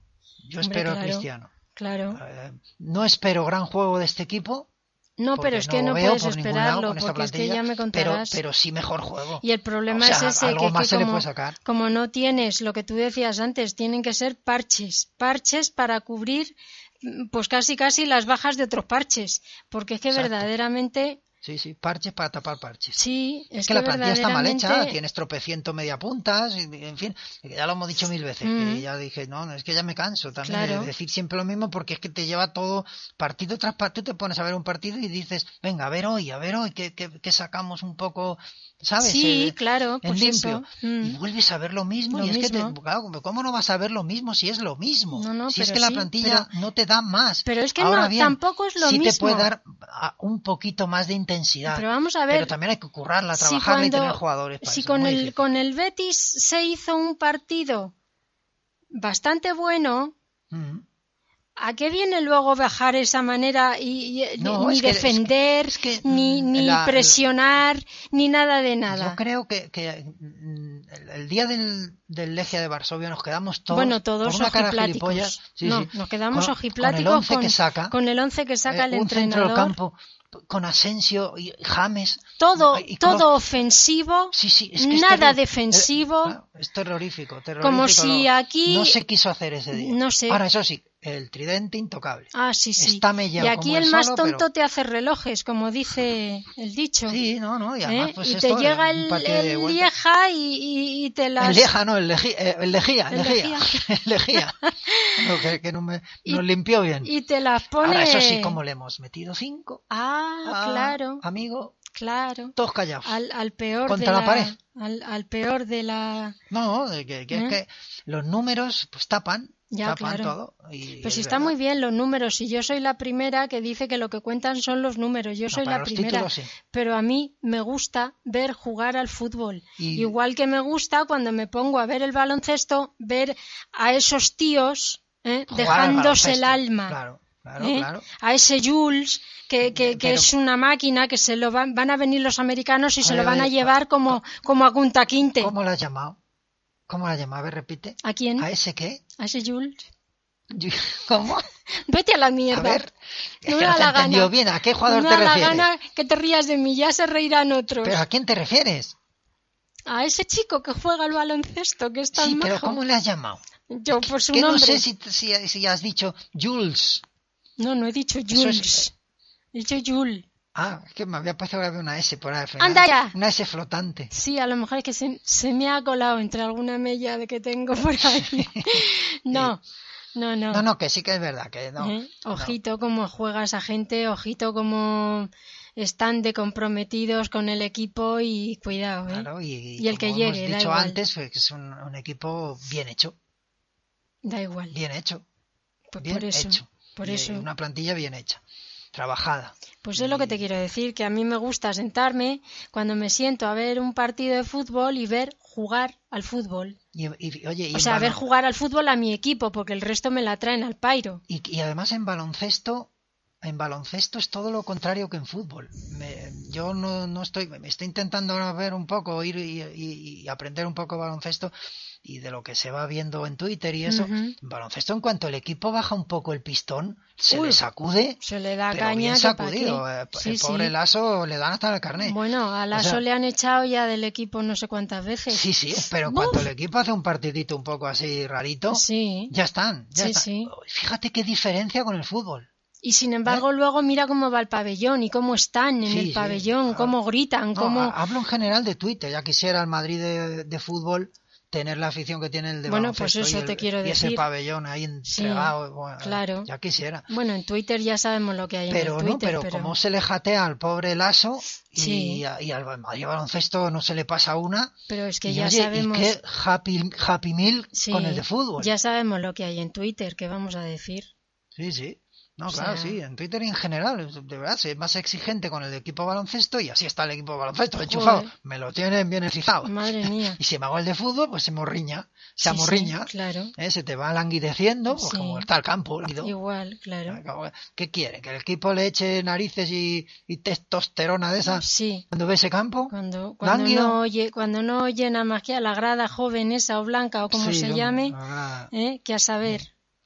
[SPEAKER 1] Yo
[SPEAKER 2] Hombre,
[SPEAKER 1] espero
[SPEAKER 2] claro.
[SPEAKER 1] a Cristiano.
[SPEAKER 2] Claro.
[SPEAKER 1] Eh, no espero gran juego de este equipo.
[SPEAKER 2] No,
[SPEAKER 1] porque
[SPEAKER 2] pero es que
[SPEAKER 1] lo
[SPEAKER 2] no
[SPEAKER 1] veo
[SPEAKER 2] puedes
[SPEAKER 1] por ningún lado
[SPEAKER 2] esperarlo,
[SPEAKER 1] con esta
[SPEAKER 2] porque es que
[SPEAKER 1] plantilla,
[SPEAKER 2] ya me contarás.
[SPEAKER 1] Pero, pero sí mejor juego.
[SPEAKER 2] Y el problema
[SPEAKER 1] O sea,
[SPEAKER 2] es ese
[SPEAKER 1] algo
[SPEAKER 2] que,
[SPEAKER 1] más
[SPEAKER 2] que
[SPEAKER 1] se le
[SPEAKER 2] como,
[SPEAKER 1] puede sacar.
[SPEAKER 2] como no tienes lo que tú decías antes, tienen que ser parches, parches para cubrir mm, pues casi casi las bajas de otros parches, porque es que
[SPEAKER 1] Exacto.
[SPEAKER 2] verdaderamente
[SPEAKER 1] Sí, sí, parches para tapar parches.
[SPEAKER 2] sí, es
[SPEAKER 1] es que, la plantilla está mal hecha,
[SPEAKER 2] verdaderamente-
[SPEAKER 1] tienes tropeciento media puntas, y, en fin, ya lo hemos dicho mil veces,
[SPEAKER 2] Mm.
[SPEAKER 1] que ya dije, no, no, es que ya me canso también de-
[SPEAKER 2] Claro.
[SPEAKER 1] de decir siempre lo mismo porque es que te lleva todo partido tras partido, tú te pones a ver un partido y dices, venga, a ver hoy, a ver hoy, que, que- que sacamos un poco, ¿sabes?
[SPEAKER 2] Sí,
[SPEAKER 1] Eh,
[SPEAKER 2] claro,
[SPEAKER 1] en
[SPEAKER 2] pues
[SPEAKER 1] limpio.
[SPEAKER 2] eso. Mm.
[SPEAKER 1] Y vuelves a ver lo mismo
[SPEAKER 2] Lo
[SPEAKER 1] y es que,
[SPEAKER 2] mismo.
[SPEAKER 1] te, claro, ¿cómo no vas a ver lo mismo si es lo mismo?
[SPEAKER 2] No, no,
[SPEAKER 1] si es
[SPEAKER 2] pero
[SPEAKER 1] que la
[SPEAKER 2] sí,
[SPEAKER 1] plantilla no te da más.
[SPEAKER 2] pero es que
[SPEAKER 1] Ahora
[SPEAKER 2] no,
[SPEAKER 1] bien,
[SPEAKER 2] tampoco es lo
[SPEAKER 1] sí te
[SPEAKER 2] mismo.
[SPEAKER 1] puede dar, a un poquito más de intensidad.
[SPEAKER 2] Pero vamos a ver.
[SPEAKER 1] Pero también hay que currarla, trabajarla
[SPEAKER 2] cuando-
[SPEAKER 1] y tener jugadores. Para
[SPEAKER 2] si
[SPEAKER 1] eso,
[SPEAKER 2] con
[SPEAKER 1] muy
[SPEAKER 2] el,
[SPEAKER 1] difícil.
[SPEAKER 2] con el Betis se hizo un partido bastante bueno,
[SPEAKER 1] Mm.
[SPEAKER 2] ¿a qué viene luego bajar esa manera y, y-
[SPEAKER 1] No,
[SPEAKER 2] ni
[SPEAKER 1] es que- es que-
[SPEAKER 2] defender,
[SPEAKER 1] es que,
[SPEAKER 2] ni,
[SPEAKER 1] mm,
[SPEAKER 2] ni
[SPEAKER 1] la-
[SPEAKER 2] presionar, ni nada de nada?
[SPEAKER 1] Yo creo que, que, mm, el, el día del, del Legia de Varsovia nos quedamos todos.
[SPEAKER 2] bueno, todos
[SPEAKER 1] con una cara
[SPEAKER 2] ojipláticos.
[SPEAKER 1] gilipollas. Sí,
[SPEAKER 2] no,
[SPEAKER 1] sí.
[SPEAKER 2] nos quedamos
[SPEAKER 1] Con-
[SPEAKER 2] ojipláticos
[SPEAKER 1] Con el once que saca.
[SPEAKER 2] con el, once que saca
[SPEAKER 1] eh,
[SPEAKER 2] el
[SPEAKER 1] un centro
[SPEAKER 2] entrenador.
[SPEAKER 1] del campo con Asensio y James.
[SPEAKER 2] Todo,
[SPEAKER 1] y Kroos.
[SPEAKER 2] todo ofensivo.
[SPEAKER 1] Sí, sí, es que es
[SPEAKER 2] nada
[SPEAKER 1] terri-
[SPEAKER 2] defensivo.
[SPEAKER 1] Eh, ah, Es terrorífico, terrorífico.
[SPEAKER 2] Como si
[SPEAKER 1] lo-
[SPEAKER 2] aquí-
[SPEAKER 1] No se quiso hacer ese día.
[SPEAKER 2] No sé.
[SPEAKER 1] Ahora, eso sí, el tridente intocable.
[SPEAKER 2] Ah, sí, sí.
[SPEAKER 1] Está
[SPEAKER 2] y
[SPEAKER 1] mellado
[SPEAKER 2] aquí
[SPEAKER 1] como
[SPEAKER 2] el
[SPEAKER 1] el
[SPEAKER 2] más
[SPEAKER 1] solo,
[SPEAKER 2] tonto
[SPEAKER 1] pero-
[SPEAKER 2] te hace relojes, como dice el dicho.
[SPEAKER 1] Sí, no, no, y además,
[SPEAKER 2] ¿eh?
[SPEAKER 1] pues
[SPEAKER 2] y
[SPEAKER 1] esto,
[SPEAKER 2] te llega
[SPEAKER 1] un
[SPEAKER 2] el,
[SPEAKER 1] partido de
[SPEAKER 2] el
[SPEAKER 1] vuelta.
[SPEAKER 2] Lieja y, y- y te las...
[SPEAKER 1] El Lieja, no, el Legi- eh, el Lejía, el
[SPEAKER 2] El
[SPEAKER 1] Lejía. El Lejía. No, que, que no me,
[SPEAKER 2] Y-
[SPEAKER 1] nos limpió bien.
[SPEAKER 2] Y te las pone...
[SPEAKER 1] Ahora, eso sí, como le hemos metido cinco.
[SPEAKER 2] Ah,
[SPEAKER 1] ah,
[SPEAKER 2] claro,
[SPEAKER 1] Amigo,
[SPEAKER 2] claro.
[SPEAKER 1] todos callados.
[SPEAKER 2] Al, al peor
[SPEAKER 1] Contra
[SPEAKER 2] de
[SPEAKER 1] la
[SPEAKER 2] la...
[SPEAKER 1] pared.
[SPEAKER 2] Al, al peor de la...
[SPEAKER 1] No, de que, que,
[SPEAKER 2] ¿Eh?
[SPEAKER 1] que los números pues tapan,
[SPEAKER 2] Ya,
[SPEAKER 1] tapan
[SPEAKER 2] claro.
[SPEAKER 1] todo. Y es
[SPEAKER 2] Pues si está
[SPEAKER 1] verdad.
[SPEAKER 2] muy bien los números. Y yo soy la primera que dice que lo que cuentan son los números. Yo
[SPEAKER 1] No,
[SPEAKER 2] soy
[SPEAKER 1] para
[SPEAKER 2] la
[SPEAKER 1] los
[SPEAKER 2] primera.
[SPEAKER 1] títulos, sí.
[SPEAKER 2] Pero a mí me gusta ver jugar al fútbol.
[SPEAKER 1] Y-
[SPEAKER 2] Igual que me gusta cuando me pongo a ver el baloncesto, ver a esos tíos ¿eh?
[SPEAKER 1] Jugar al
[SPEAKER 2] dejándose el
[SPEAKER 1] baloncesto,
[SPEAKER 2] alma.
[SPEAKER 1] Claro, claro,
[SPEAKER 2] ¿eh?
[SPEAKER 1] claro.
[SPEAKER 2] A ese Jules, que, que- que
[SPEAKER 1] Pero-
[SPEAKER 2] es una máquina, que se lo van, van a venir los americanos y se
[SPEAKER 1] Ahí
[SPEAKER 2] lo
[SPEAKER 1] va,
[SPEAKER 2] van a
[SPEAKER 1] ahí va.
[SPEAKER 2] llevar como, como a Kunta Quinte.
[SPEAKER 1] ¿Cómo la has llamado? ¿Cómo la has llamado? A ver, repite.
[SPEAKER 2] ¿A quién?
[SPEAKER 1] ¿A ese qué?
[SPEAKER 2] ¿A ese Jules?
[SPEAKER 1] Yo- ¿Cómo?
[SPEAKER 2] Vete a la
[SPEAKER 1] A
[SPEAKER 2] mierda.
[SPEAKER 1] ver. Es
[SPEAKER 2] No me
[SPEAKER 1] que
[SPEAKER 2] da
[SPEAKER 1] no te he
[SPEAKER 2] la
[SPEAKER 1] entendido
[SPEAKER 2] gana.
[SPEAKER 1] bien. ¿A qué
[SPEAKER 2] No
[SPEAKER 1] jugador
[SPEAKER 2] me
[SPEAKER 1] te
[SPEAKER 2] da la
[SPEAKER 1] refieres?
[SPEAKER 2] gana que te rías de mí, ya se reirán otros.
[SPEAKER 1] ¿Pero a quién te refieres?
[SPEAKER 2] A ese chico que juega al baloncesto, que es tan
[SPEAKER 1] Sí, pero
[SPEAKER 2] majo.
[SPEAKER 1] ¿cómo le has llamado?
[SPEAKER 2] Yo pues, por su
[SPEAKER 1] que
[SPEAKER 2] nombre.
[SPEAKER 1] no sé si, si, si has dicho Jules.
[SPEAKER 2] No, no he dicho
[SPEAKER 1] Eso
[SPEAKER 2] Jules.
[SPEAKER 1] es-
[SPEAKER 2] He dicho Jul.
[SPEAKER 1] Ah, es que me había parecido que había una S por ahí. al final.
[SPEAKER 2] Anda ya.
[SPEAKER 1] Una S flotante.
[SPEAKER 2] Sí, a lo mejor es que se, se me ha colado entre alguna mella de que tengo por ahí. No, no, no.
[SPEAKER 1] No, no, que sí que es verdad, que no.
[SPEAKER 2] ¿Eh?
[SPEAKER 1] no.
[SPEAKER 2] Ojito cómo juega esa gente, ojito cómo están de comprometidos con el equipo y cuidado, ¿eh?
[SPEAKER 1] Claro, y,
[SPEAKER 2] Y el que
[SPEAKER 1] como
[SPEAKER 2] llegue, da
[SPEAKER 1] Hemos dicho
[SPEAKER 2] igual.
[SPEAKER 1] antes pues, que es un, un equipo bien hecho,
[SPEAKER 2] Da igual.
[SPEAKER 1] bien hecho,
[SPEAKER 2] Pues
[SPEAKER 1] bien
[SPEAKER 2] por eso.
[SPEAKER 1] hecho.
[SPEAKER 2] Por
[SPEAKER 1] Y, eh,
[SPEAKER 2] eso.
[SPEAKER 1] Una plantilla bien hecha, trabajada.
[SPEAKER 2] Pues es lo que te quiero decir, que a mí me gusta sentarme cuando me siento a ver un partido de fútbol y ver jugar al fútbol.
[SPEAKER 1] Y, y- oye, y
[SPEAKER 2] O
[SPEAKER 1] en
[SPEAKER 2] sea, ver
[SPEAKER 1] balon-
[SPEAKER 2] jugar al fútbol a mi equipo, porque el resto me la traen al pairo.
[SPEAKER 1] Y, y además en baloncesto, en baloncesto es todo lo contrario que en fútbol. Me- yo no, no estoy, me estoy intentando ahora ver un poco, ir y, y- y aprender un poco baloncesto y de lo que se va viendo en Twitter y eso.
[SPEAKER 2] Ujú.
[SPEAKER 1] En baloncesto, en cuanto el equipo baja un poco el pistón, se
[SPEAKER 2] Uy.
[SPEAKER 1] le sacude.
[SPEAKER 2] Se le da
[SPEAKER 1] pero
[SPEAKER 2] caña.
[SPEAKER 1] bien
[SPEAKER 2] que pa' qué.
[SPEAKER 1] sacudido. eh,
[SPEAKER 2] Sí,
[SPEAKER 1] el pobre
[SPEAKER 2] sí.
[SPEAKER 1] Lazo le dan hasta la carne.
[SPEAKER 2] Bueno, a Lasso
[SPEAKER 1] sea-
[SPEAKER 2] le han echado ya del equipo no sé cuántas veces.
[SPEAKER 1] Sí, sí, pero en cuanto el equipo hace un partidito un poco así rarito,
[SPEAKER 2] Sí.
[SPEAKER 1] ya están. ya
[SPEAKER 2] Sí,
[SPEAKER 1] están.
[SPEAKER 2] sí.
[SPEAKER 1] Fíjate qué diferencia con el fútbol.
[SPEAKER 2] Y sin embargo, luego mira cómo va el pabellón y cómo están en
[SPEAKER 1] ¿Eh? Sí,
[SPEAKER 2] el
[SPEAKER 1] sí,
[SPEAKER 2] pabellón,
[SPEAKER 1] claro.
[SPEAKER 2] cómo gritan,
[SPEAKER 1] No,
[SPEAKER 2] cómo.
[SPEAKER 1] ha- hablo en general de Twitter, ya quisiera el Madrid de, de fútbol tener la afición que tiene el de
[SPEAKER 2] Bueno,
[SPEAKER 1] baloncesto
[SPEAKER 2] pues eso
[SPEAKER 1] y el-
[SPEAKER 2] te quiero
[SPEAKER 1] y ese
[SPEAKER 2] decir.
[SPEAKER 1] pabellón ahí entregado, bueno,
[SPEAKER 2] claro.
[SPEAKER 1] ya quisiera.
[SPEAKER 2] Bueno, en Twitter ya sabemos lo que hay
[SPEAKER 1] Pero
[SPEAKER 2] en el
[SPEAKER 1] no,
[SPEAKER 2] Twitter.
[SPEAKER 1] pero, como se le jatea al pobre Lazo y,
[SPEAKER 2] Sí.
[SPEAKER 1] a- y al Madrid baloncesto no se le pasa una,
[SPEAKER 2] pero es que
[SPEAKER 1] y
[SPEAKER 2] ya
[SPEAKER 1] oye,
[SPEAKER 2] sabemos.
[SPEAKER 1] y qué happy, happy meal
[SPEAKER 2] Sí,
[SPEAKER 1] con el de fútbol.
[SPEAKER 2] Ya sabemos lo que hay en Twitter, ¿qué vamos a decir?
[SPEAKER 1] Sí, sí. No,
[SPEAKER 2] O
[SPEAKER 1] claro,
[SPEAKER 2] sea-
[SPEAKER 1] sí. En Twitter y en general, es- de verdad, se es más exigente con el equipo baloncesto y así está el equipo baloncesto enchufado. Me lo tienen bien encifado.
[SPEAKER 2] Madre mía.
[SPEAKER 1] Y si me hago el de fútbol, pues se morriña. Se
[SPEAKER 2] Sí, sí,
[SPEAKER 1] amorriña.
[SPEAKER 2] claro,
[SPEAKER 1] ¿eh? Se te va languideciendo, pues
[SPEAKER 2] Sí. Ah,
[SPEAKER 1] como está el campo. lánguido.
[SPEAKER 2] igual, claro.
[SPEAKER 1] ¿Qué quiere? ¿Que el equipo le eche narices y, y testosterona de esas
[SPEAKER 2] Sí,
[SPEAKER 1] cuando ve ese campo?
[SPEAKER 2] cuando, cuando
[SPEAKER 1] Lánguido.
[SPEAKER 2] no oye, cuando no oye nada más que a la grada joven esa o blanca o como
[SPEAKER 1] Sí, Ah.
[SPEAKER 2] se
[SPEAKER 1] hombre,
[SPEAKER 2] llame,
[SPEAKER 1] la grada-
[SPEAKER 2] ¿eh? que a saber,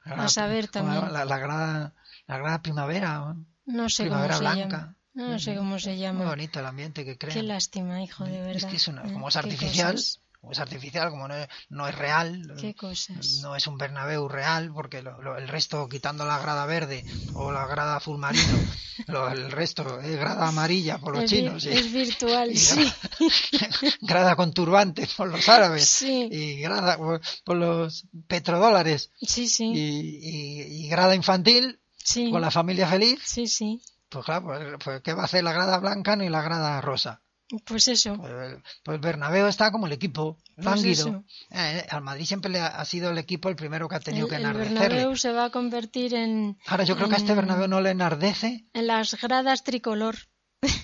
[SPEAKER 1] la
[SPEAKER 2] a
[SPEAKER 1] grada-
[SPEAKER 2] saber
[SPEAKER 1] ¿cómo la-
[SPEAKER 2] también.
[SPEAKER 1] La, la grada, la grada primavera. ¿no?
[SPEAKER 2] no sé cómo
[SPEAKER 1] primavera
[SPEAKER 2] se llama.
[SPEAKER 1] blanca.
[SPEAKER 2] No sé cómo se
[SPEAKER 1] Muy
[SPEAKER 2] llama.
[SPEAKER 1] bonito el ambiente que crean.
[SPEAKER 2] Qué lástima, hijo, de verdad.
[SPEAKER 1] Es que es una-
[SPEAKER 2] ¿eh?
[SPEAKER 1] como es
[SPEAKER 2] Qué
[SPEAKER 1] artificial,
[SPEAKER 2] cosas,
[SPEAKER 1] como es artificial, como no es, no es real,
[SPEAKER 2] Qué cosas.
[SPEAKER 1] no es un Bernabéu real, porque lo- lo- el resto, quitando la grada verde o la grada azul marino, lo- el resto es grada amarilla por los
[SPEAKER 2] es, vi-
[SPEAKER 1] chinos, y-
[SPEAKER 2] es virtual,
[SPEAKER 1] y
[SPEAKER 2] sí.
[SPEAKER 1] grada, grada con turbantes por los árabes,
[SPEAKER 2] Sí.
[SPEAKER 1] y grada por, por los petrodólares,
[SPEAKER 2] Sí,
[SPEAKER 1] y,
[SPEAKER 2] sí.
[SPEAKER 1] y- y grada infantil
[SPEAKER 2] Sí,
[SPEAKER 1] con la familia feliz,
[SPEAKER 2] sí, sí.
[SPEAKER 1] pues claro, pues, pues, ¿qué va a hacer la grada blanca ni la grada rosa?
[SPEAKER 2] Pues eso.
[SPEAKER 1] Pues, pues Bernabéu está como el equipo
[SPEAKER 2] Pues
[SPEAKER 1] lánguido. Eh, al Madrid siempre le ha, ha sido el equipo el primero que ha tenido
[SPEAKER 2] el,
[SPEAKER 1] que
[SPEAKER 2] el
[SPEAKER 1] enardecerle.
[SPEAKER 2] Bernabéu se va a convertir en,
[SPEAKER 1] Ahora yo creo que a este
[SPEAKER 2] en-
[SPEAKER 1] Bernabéu no le enardece.
[SPEAKER 2] en las gradas tricolor.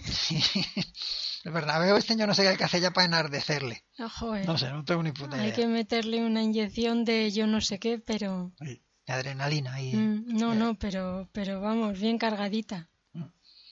[SPEAKER 1] Sí. El Bernabéu este yo no sé qué hace ya para enardecerle.
[SPEAKER 2] Ah, joder.
[SPEAKER 1] No sé, no tengo ni puta
[SPEAKER 2] Hay
[SPEAKER 1] idea.
[SPEAKER 2] que meterle una inyección de yo no sé qué, pero
[SPEAKER 1] Sí, de adrenalina y
[SPEAKER 2] mm, no,
[SPEAKER 1] eh.
[SPEAKER 2] no, pero pero vamos, bien cargadita.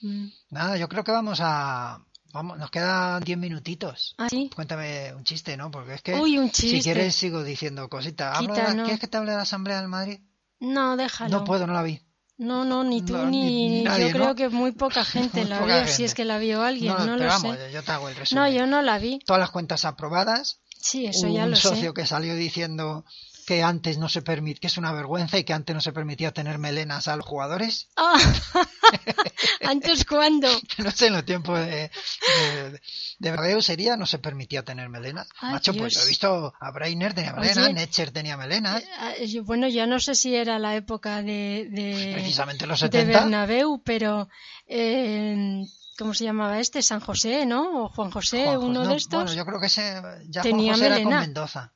[SPEAKER 2] Mm.
[SPEAKER 1] nada, yo creo que vamos a vamos, nos quedan 10 minutitos.
[SPEAKER 2] ¿Ah, sí?
[SPEAKER 1] Cuéntame un chiste, ¿no? Porque es que
[SPEAKER 2] Uy, un chiste.
[SPEAKER 1] si quieres sigo diciendo cositas. Hablo de la-
[SPEAKER 2] Quita, no.
[SPEAKER 1] ¿Quieres que te hable de la Asamblea del Madrid?
[SPEAKER 2] No, déjalo.
[SPEAKER 1] No puedo, no la vi.
[SPEAKER 2] No, no, ni tú
[SPEAKER 1] No, ni-
[SPEAKER 2] ni,
[SPEAKER 1] ni
[SPEAKER 2] yo
[SPEAKER 1] nadie,
[SPEAKER 2] creo
[SPEAKER 1] ¿no?
[SPEAKER 2] que muy poca gente
[SPEAKER 1] Muy
[SPEAKER 2] la
[SPEAKER 1] poca
[SPEAKER 2] vio,
[SPEAKER 1] gente.
[SPEAKER 2] si es que la vio alguien,
[SPEAKER 1] no,
[SPEAKER 2] no,
[SPEAKER 1] pero
[SPEAKER 2] lo
[SPEAKER 1] vamos,
[SPEAKER 2] sé.
[SPEAKER 1] yo te hago el resumen.
[SPEAKER 2] No, yo no la vi.
[SPEAKER 1] Todas las cuentas aprobadas,
[SPEAKER 2] Sí, eso
[SPEAKER 1] un
[SPEAKER 2] ya lo
[SPEAKER 1] socio
[SPEAKER 2] sé.
[SPEAKER 1] que salió diciendo que antes no se permite, que es una vergüenza y que antes no se permitía tener melenas a los jugadores.
[SPEAKER 2] Ah, Antes cuándo.
[SPEAKER 1] No sé, en los tiempos de, de, de Bernabéu sería, no se permitía tener melenas.
[SPEAKER 2] Ay,
[SPEAKER 1] Macho, pues yo
[SPEAKER 2] Dios.
[SPEAKER 1] he visto a Breiner tenía
[SPEAKER 2] Oye.
[SPEAKER 1] melenas, Netcher tenía melenas,
[SPEAKER 2] Ah, yo- Bueno, ya no sé si era la época de, de,
[SPEAKER 1] precisamente los
[SPEAKER 2] eh, de
[SPEAKER 1] 70.
[SPEAKER 2] Bernabéu, pero eh, ¿cómo se llamaba este? San José, ¿no? O Juan José,
[SPEAKER 1] Juan José-
[SPEAKER 2] uno
[SPEAKER 1] no,
[SPEAKER 2] de estos.
[SPEAKER 1] Bueno, yo creo que ese ya
[SPEAKER 2] tenía
[SPEAKER 1] Juan José era con
[SPEAKER 2] melena.
[SPEAKER 1] Mendoza.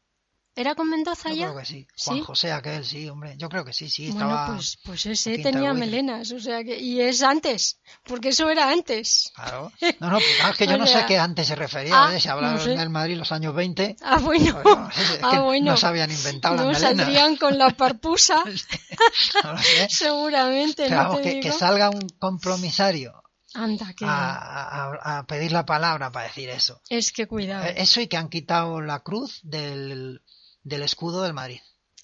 [SPEAKER 2] ¿Era con Mendoza
[SPEAKER 1] Yo
[SPEAKER 2] ya?
[SPEAKER 1] creo que sí. Juan
[SPEAKER 2] ¿Sí?
[SPEAKER 1] José aquel, sí, hombre. Yo creo que sí, sí.
[SPEAKER 2] Bueno,
[SPEAKER 1] Estaba...
[SPEAKER 2] pues, pues ese
[SPEAKER 1] Joaquín
[SPEAKER 2] tenía
[SPEAKER 1] Tahuitre.
[SPEAKER 2] melenas, o sea que, y es antes, porque eso era antes.
[SPEAKER 1] Claro. No, no, pues, claro, es que yo
[SPEAKER 2] O
[SPEAKER 1] no sé
[SPEAKER 2] sea,
[SPEAKER 1] qué antes se refería.
[SPEAKER 2] ah,
[SPEAKER 1] ¿eh? Si hablaron
[SPEAKER 2] no sé.
[SPEAKER 1] del Madrid los años 20,
[SPEAKER 2] Ah, bueno.
[SPEAKER 1] pues no, es que
[SPEAKER 2] ah, bueno.
[SPEAKER 1] no se habían inventado las
[SPEAKER 2] No
[SPEAKER 1] melenas.
[SPEAKER 2] saldrían con la parpusa,
[SPEAKER 1] no lo sé.
[SPEAKER 2] seguramente,
[SPEAKER 1] Pero
[SPEAKER 2] no
[SPEAKER 1] vamos,
[SPEAKER 2] te
[SPEAKER 1] que, que
[SPEAKER 2] digo.
[SPEAKER 1] salga un compromisario
[SPEAKER 2] Anda, que
[SPEAKER 1] a, a- a pedir la palabra para decir eso.
[SPEAKER 2] es que cuidado.
[SPEAKER 1] Eh, Eso y que han quitado la cruz del, del escudo del Madrid.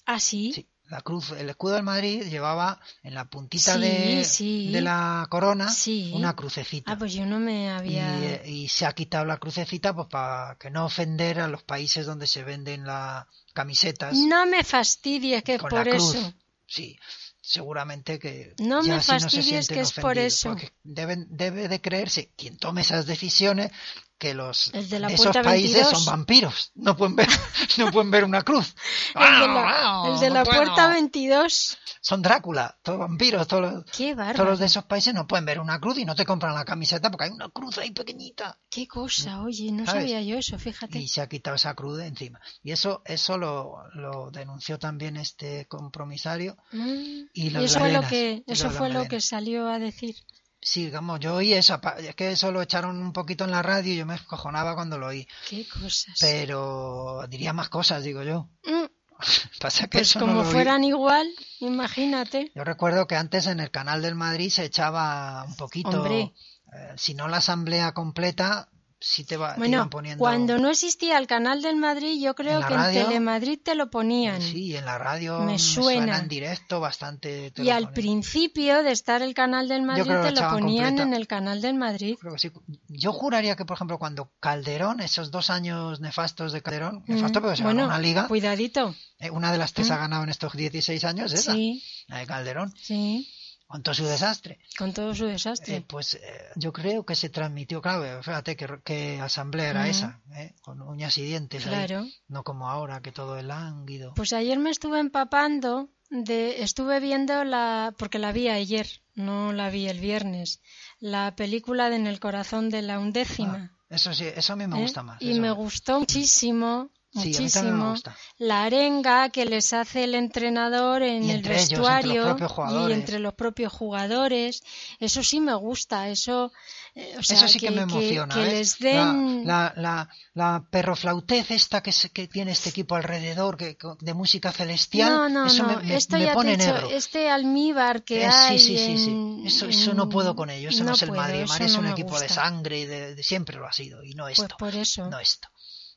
[SPEAKER 2] ¿Ah, sí?
[SPEAKER 1] Sí, la cruz, el escudo del Madrid llevaba en la puntita
[SPEAKER 2] Sí,
[SPEAKER 1] de,
[SPEAKER 2] sí.
[SPEAKER 1] de la corona
[SPEAKER 2] Sí.
[SPEAKER 1] una crucecita.
[SPEAKER 2] Ah, pues yo no me
[SPEAKER 1] Y,
[SPEAKER 2] había...
[SPEAKER 1] eh, y se ha quitado la crucecita pues para que no ofender a los países donde se venden las camisetas
[SPEAKER 2] No me fastidies que es
[SPEAKER 1] con
[SPEAKER 2] por
[SPEAKER 1] la cruz.
[SPEAKER 2] eso.
[SPEAKER 1] Sí, seguramente que
[SPEAKER 2] No
[SPEAKER 1] ya
[SPEAKER 2] me
[SPEAKER 1] así no se
[SPEAKER 2] fastidies
[SPEAKER 1] sienten
[SPEAKER 2] que es por
[SPEAKER 1] ofendidos,
[SPEAKER 2] eso.
[SPEAKER 1] porque deben, debe de creerse quien tome esas decisiones que los
[SPEAKER 2] El de la
[SPEAKER 1] esos
[SPEAKER 2] puerta
[SPEAKER 1] países
[SPEAKER 2] 22.
[SPEAKER 1] son vampiros, no pueden ver no pueden ver una cruz.
[SPEAKER 2] El de la,
[SPEAKER 1] ¡Au, au!
[SPEAKER 2] el de
[SPEAKER 1] Ah, No
[SPEAKER 2] la
[SPEAKER 1] puedo.
[SPEAKER 2] puerta 22.
[SPEAKER 1] son Drácula, todos vampiros, todos los,
[SPEAKER 2] Qué
[SPEAKER 1] todos
[SPEAKER 2] bárbaro.
[SPEAKER 1] los de esos países no pueden ver una cruz y no te compran la camiseta porque hay una cruz ahí pequeñita.
[SPEAKER 2] Qué cosa, oye, no
[SPEAKER 1] ¿Sabes?
[SPEAKER 2] sabía yo eso, fíjate.
[SPEAKER 1] y se ha quitado esa cruz de encima. Y eso, eso lo, lo denunció también este compromisario.
[SPEAKER 2] Mm.
[SPEAKER 1] Y lo de
[SPEAKER 2] eso
[SPEAKER 1] las
[SPEAKER 2] fue lo
[SPEAKER 1] melenas,
[SPEAKER 2] que,
[SPEAKER 1] y
[SPEAKER 2] eso
[SPEAKER 1] lo de las
[SPEAKER 2] fue lo
[SPEAKER 1] melenas.
[SPEAKER 2] que salió a decir.
[SPEAKER 1] Sí, digamos, yo oí eso, apa- es que eso lo echaron un poquito en la radio y yo me escojonaba cuando lo oí.
[SPEAKER 2] Qué cosas.
[SPEAKER 1] Pero diría más cosas, digo yo.
[SPEAKER 2] Mm,
[SPEAKER 1] Pasa que
[SPEAKER 2] Pues
[SPEAKER 1] eso no
[SPEAKER 2] como
[SPEAKER 1] lo oí.
[SPEAKER 2] fueran igual, imagínate.
[SPEAKER 1] Yo recuerdo que antes en el canal del Madrid se echaba un poquito.
[SPEAKER 2] Hombre.
[SPEAKER 1] eh, si no la asamblea completa, sí te, va, Ah, te
[SPEAKER 2] Bueno,
[SPEAKER 1] iban poniendo.
[SPEAKER 2] cuando no existía el canal del Madrid, yo creo
[SPEAKER 1] la
[SPEAKER 2] que
[SPEAKER 1] radio?
[SPEAKER 2] en Telemadrid te lo ponían.
[SPEAKER 1] Sí, en la radio
[SPEAKER 2] Me
[SPEAKER 1] me suena.
[SPEAKER 2] suena.
[SPEAKER 1] en directo bastante. te
[SPEAKER 2] y
[SPEAKER 1] lo
[SPEAKER 2] al
[SPEAKER 1] ponían.
[SPEAKER 2] principio de estar el canal del Madrid
[SPEAKER 1] creo que
[SPEAKER 2] te
[SPEAKER 1] lo
[SPEAKER 2] lo
[SPEAKER 1] echaban
[SPEAKER 2] ponían
[SPEAKER 1] completa.
[SPEAKER 2] en el canal del Madrid.
[SPEAKER 1] Creo que sí. Yo juraría que, por ejemplo, cuando Calderón, esos dos años nefastos de Calderón, nefasto
[SPEAKER 2] Mm,
[SPEAKER 1] porque se
[SPEAKER 2] bueno,
[SPEAKER 1] ganó una liga,
[SPEAKER 2] cuidadito.
[SPEAKER 1] eh, una de las tres ha ganado en estos 16 años, es esa,
[SPEAKER 2] Sí,
[SPEAKER 1] la de Calderón,
[SPEAKER 2] sí,
[SPEAKER 1] con todo su desastre.
[SPEAKER 2] con todo su desastre.
[SPEAKER 1] Eh, pues eh, yo creo que se transmitió, claro, eh, fíjate qué, qué asamblea era
[SPEAKER 2] Ujú.
[SPEAKER 1] esa, eh, con uñas y dientes, ahí.
[SPEAKER 2] claro.
[SPEAKER 1] no como ahora, que todo es lánguido.
[SPEAKER 2] Pues ayer me estuve empapando de estuve viendo la porque la vi ayer, no la vi el viernes, la película de En el corazón de la undécima.
[SPEAKER 1] Ah, eso sí, eso a mí me
[SPEAKER 2] ¿eh?
[SPEAKER 1] gusta más.
[SPEAKER 2] Y
[SPEAKER 1] eso.
[SPEAKER 2] me gustó muchísimo,
[SPEAKER 1] Sí, a mí también me
[SPEAKER 2] muchísimo
[SPEAKER 1] gusta.
[SPEAKER 2] la arenga que les hace el entrenador en
[SPEAKER 1] Y
[SPEAKER 2] el
[SPEAKER 1] entre ellos, entre los
[SPEAKER 2] vestuario
[SPEAKER 1] propios
[SPEAKER 2] y
[SPEAKER 1] jugadores.
[SPEAKER 2] entre los propios jugadores. Eso sí me gusta, eso eh, o sea,
[SPEAKER 1] Eso sí que, me emociona.
[SPEAKER 2] que
[SPEAKER 1] ¿ves?
[SPEAKER 2] les den
[SPEAKER 1] la, la, la, la perroflautez esta que, se- que tiene este equipo alrededor que, de música celestial,
[SPEAKER 2] No, no,
[SPEAKER 1] eso
[SPEAKER 2] no.
[SPEAKER 1] me, me-
[SPEAKER 2] Esto
[SPEAKER 1] me
[SPEAKER 2] ya te
[SPEAKER 1] pone
[SPEAKER 2] he dicho,
[SPEAKER 1] negro.
[SPEAKER 2] este almíbar que
[SPEAKER 1] Eh, sí,
[SPEAKER 2] hay.
[SPEAKER 1] sí, sí, sí.
[SPEAKER 2] en-
[SPEAKER 1] Eso, eso no
[SPEAKER 2] en-
[SPEAKER 1] puedo con ello. Eso no, es el
[SPEAKER 2] puedo,
[SPEAKER 1] Madrid. El
[SPEAKER 2] eso
[SPEAKER 1] Madrid es
[SPEAKER 2] no
[SPEAKER 1] un
[SPEAKER 2] me
[SPEAKER 1] equipo de
[SPEAKER 2] gusta.
[SPEAKER 1] sangre y de, de- siempre lo ha sido. Y no esto.
[SPEAKER 2] Pues por eso.
[SPEAKER 1] No esto.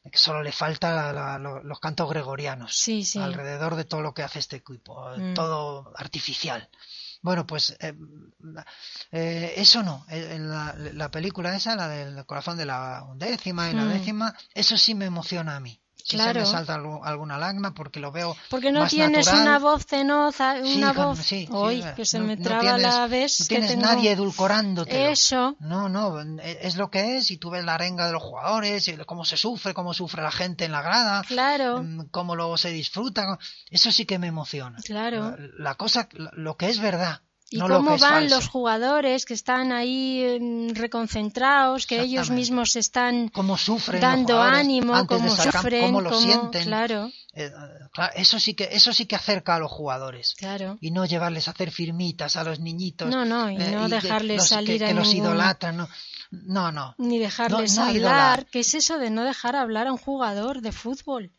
[SPEAKER 1] Es que Solo le falta la- la- lo- los cantos gregorianos
[SPEAKER 2] Sí, sí.
[SPEAKER 1] alrededor de todo lo que hace este equipo, eh,
[SPEAKER 2] Mm.
[SPEAKER 1] todo artificial. Bueno, pues eh, eh, eso no, Eh, en la, la película esa, la del corazón de la undécima y la
[SPEAKER 2] Mm.
[SPEAKER 1] décima, eso sí me emociona a mí. Si se me
[SPEAKER 2] Claro.
[SPEAKER 1] salta algu- alguna lágrima porque lo veo.
[SPEAKER 2] Porque no
[SPEAKER 1] más
[SPEAKER 2] tienes
[SPEAKER 1] natural.
[SPEAKER 2] una voz cenoza,
[SPEAKER 1] Sí,
[SPEAKER 2] una
[SPEAKER 1] con-
[SPEAKER 2] voz.
[SPEAKER 1] sí, sí,
[SPEAKER 2] Hoy,
[SPEAKER 1] eh,
[SPEAKER 2] que se
[SPEAKER 1] no-
[SPEAKER 2] me
[SPEAKER 1] no
[SPEAKER 2] traba la
[SPEAKER 1] tienes-
[SPEAKER 2] vez.
[SPEAKER 1] No
[SPEAKER 2] que
[SPEAKER 1] tienes
[SPEAKER 2] tengo...
[SPEAKER 1] nadie edulcorándote.
[SPEAKER 2] Eso.
[SPEAKER 1] No, no, e- es lo que es y tú ves la arenga de los jugadores, y el- cómo se sufre, cómo sufre la gente en la grada,
[SPEAKER 2] Claro.
[SPEAKER 1] mm, cómo luego se disfruta. Eso sí que me emociona. La,
[SPEAKER 2] Claro.
[SPEAKER 1] la cosa, lo que es verdad.
[SPEAKER 2] ¿Y
[SPEAKER 1] No lo
[SPEAKER 2] cómo
[SPEAKER 1] ves
[SPEAKER 2] van
[SPEAKER 1] falso.
[SPEAKER 2] los jugadores que están ahí eh, reconcentrados, que ellos
[SPEAKER 1] Exactamente.
[SPEAKER 2] mismos se están
[SPEAKER 1] Cómo sufren los
[SPEAKER 2] dando
[SPEAKER 1] jugadores
[SPEAKER 2] ánimo,
[SPEAKER 1] antes de
[SPEAKER 2] cómo
[SPEAKER 1] sacar-
[SPEAKER 2] sufren,
[SPEAKER 1] cómo lo
[SPEAKER 2] cómo-
[SPEAKER 1] sienten.
[SPEAKER 2] Claro,
[SPEAKER 1] Eh, claro, eso sí que eso sí que acerca a los jugadores.
[SPEAKER 2] claro.
[SPEAKER 1] y no llevarles a hacer firmitas a los niñitos.
[SPEAKER 2] No, no, y no
[SPEAKER 1] que
[SPEAKER 2] dejarles
[SPEAKER 1] Eh, los- que-
[SPEAKER 2] salir
[SPEAKER 1] que,
[SPEAKER 2] a
[SPEAKER 1] los
[SPEAKER 2] ningún-
[SPEAKER 1] idolatran. No, no. no.
[SPEAKER 2] Ni dejarles
[SPEAKER 1] no
[SPEAKER 2] hablar.
[SPEAKER 1] idolar.
[SPEAKER 2] ¿Qué es eso de no dejar hablar a un jugador de fútbol?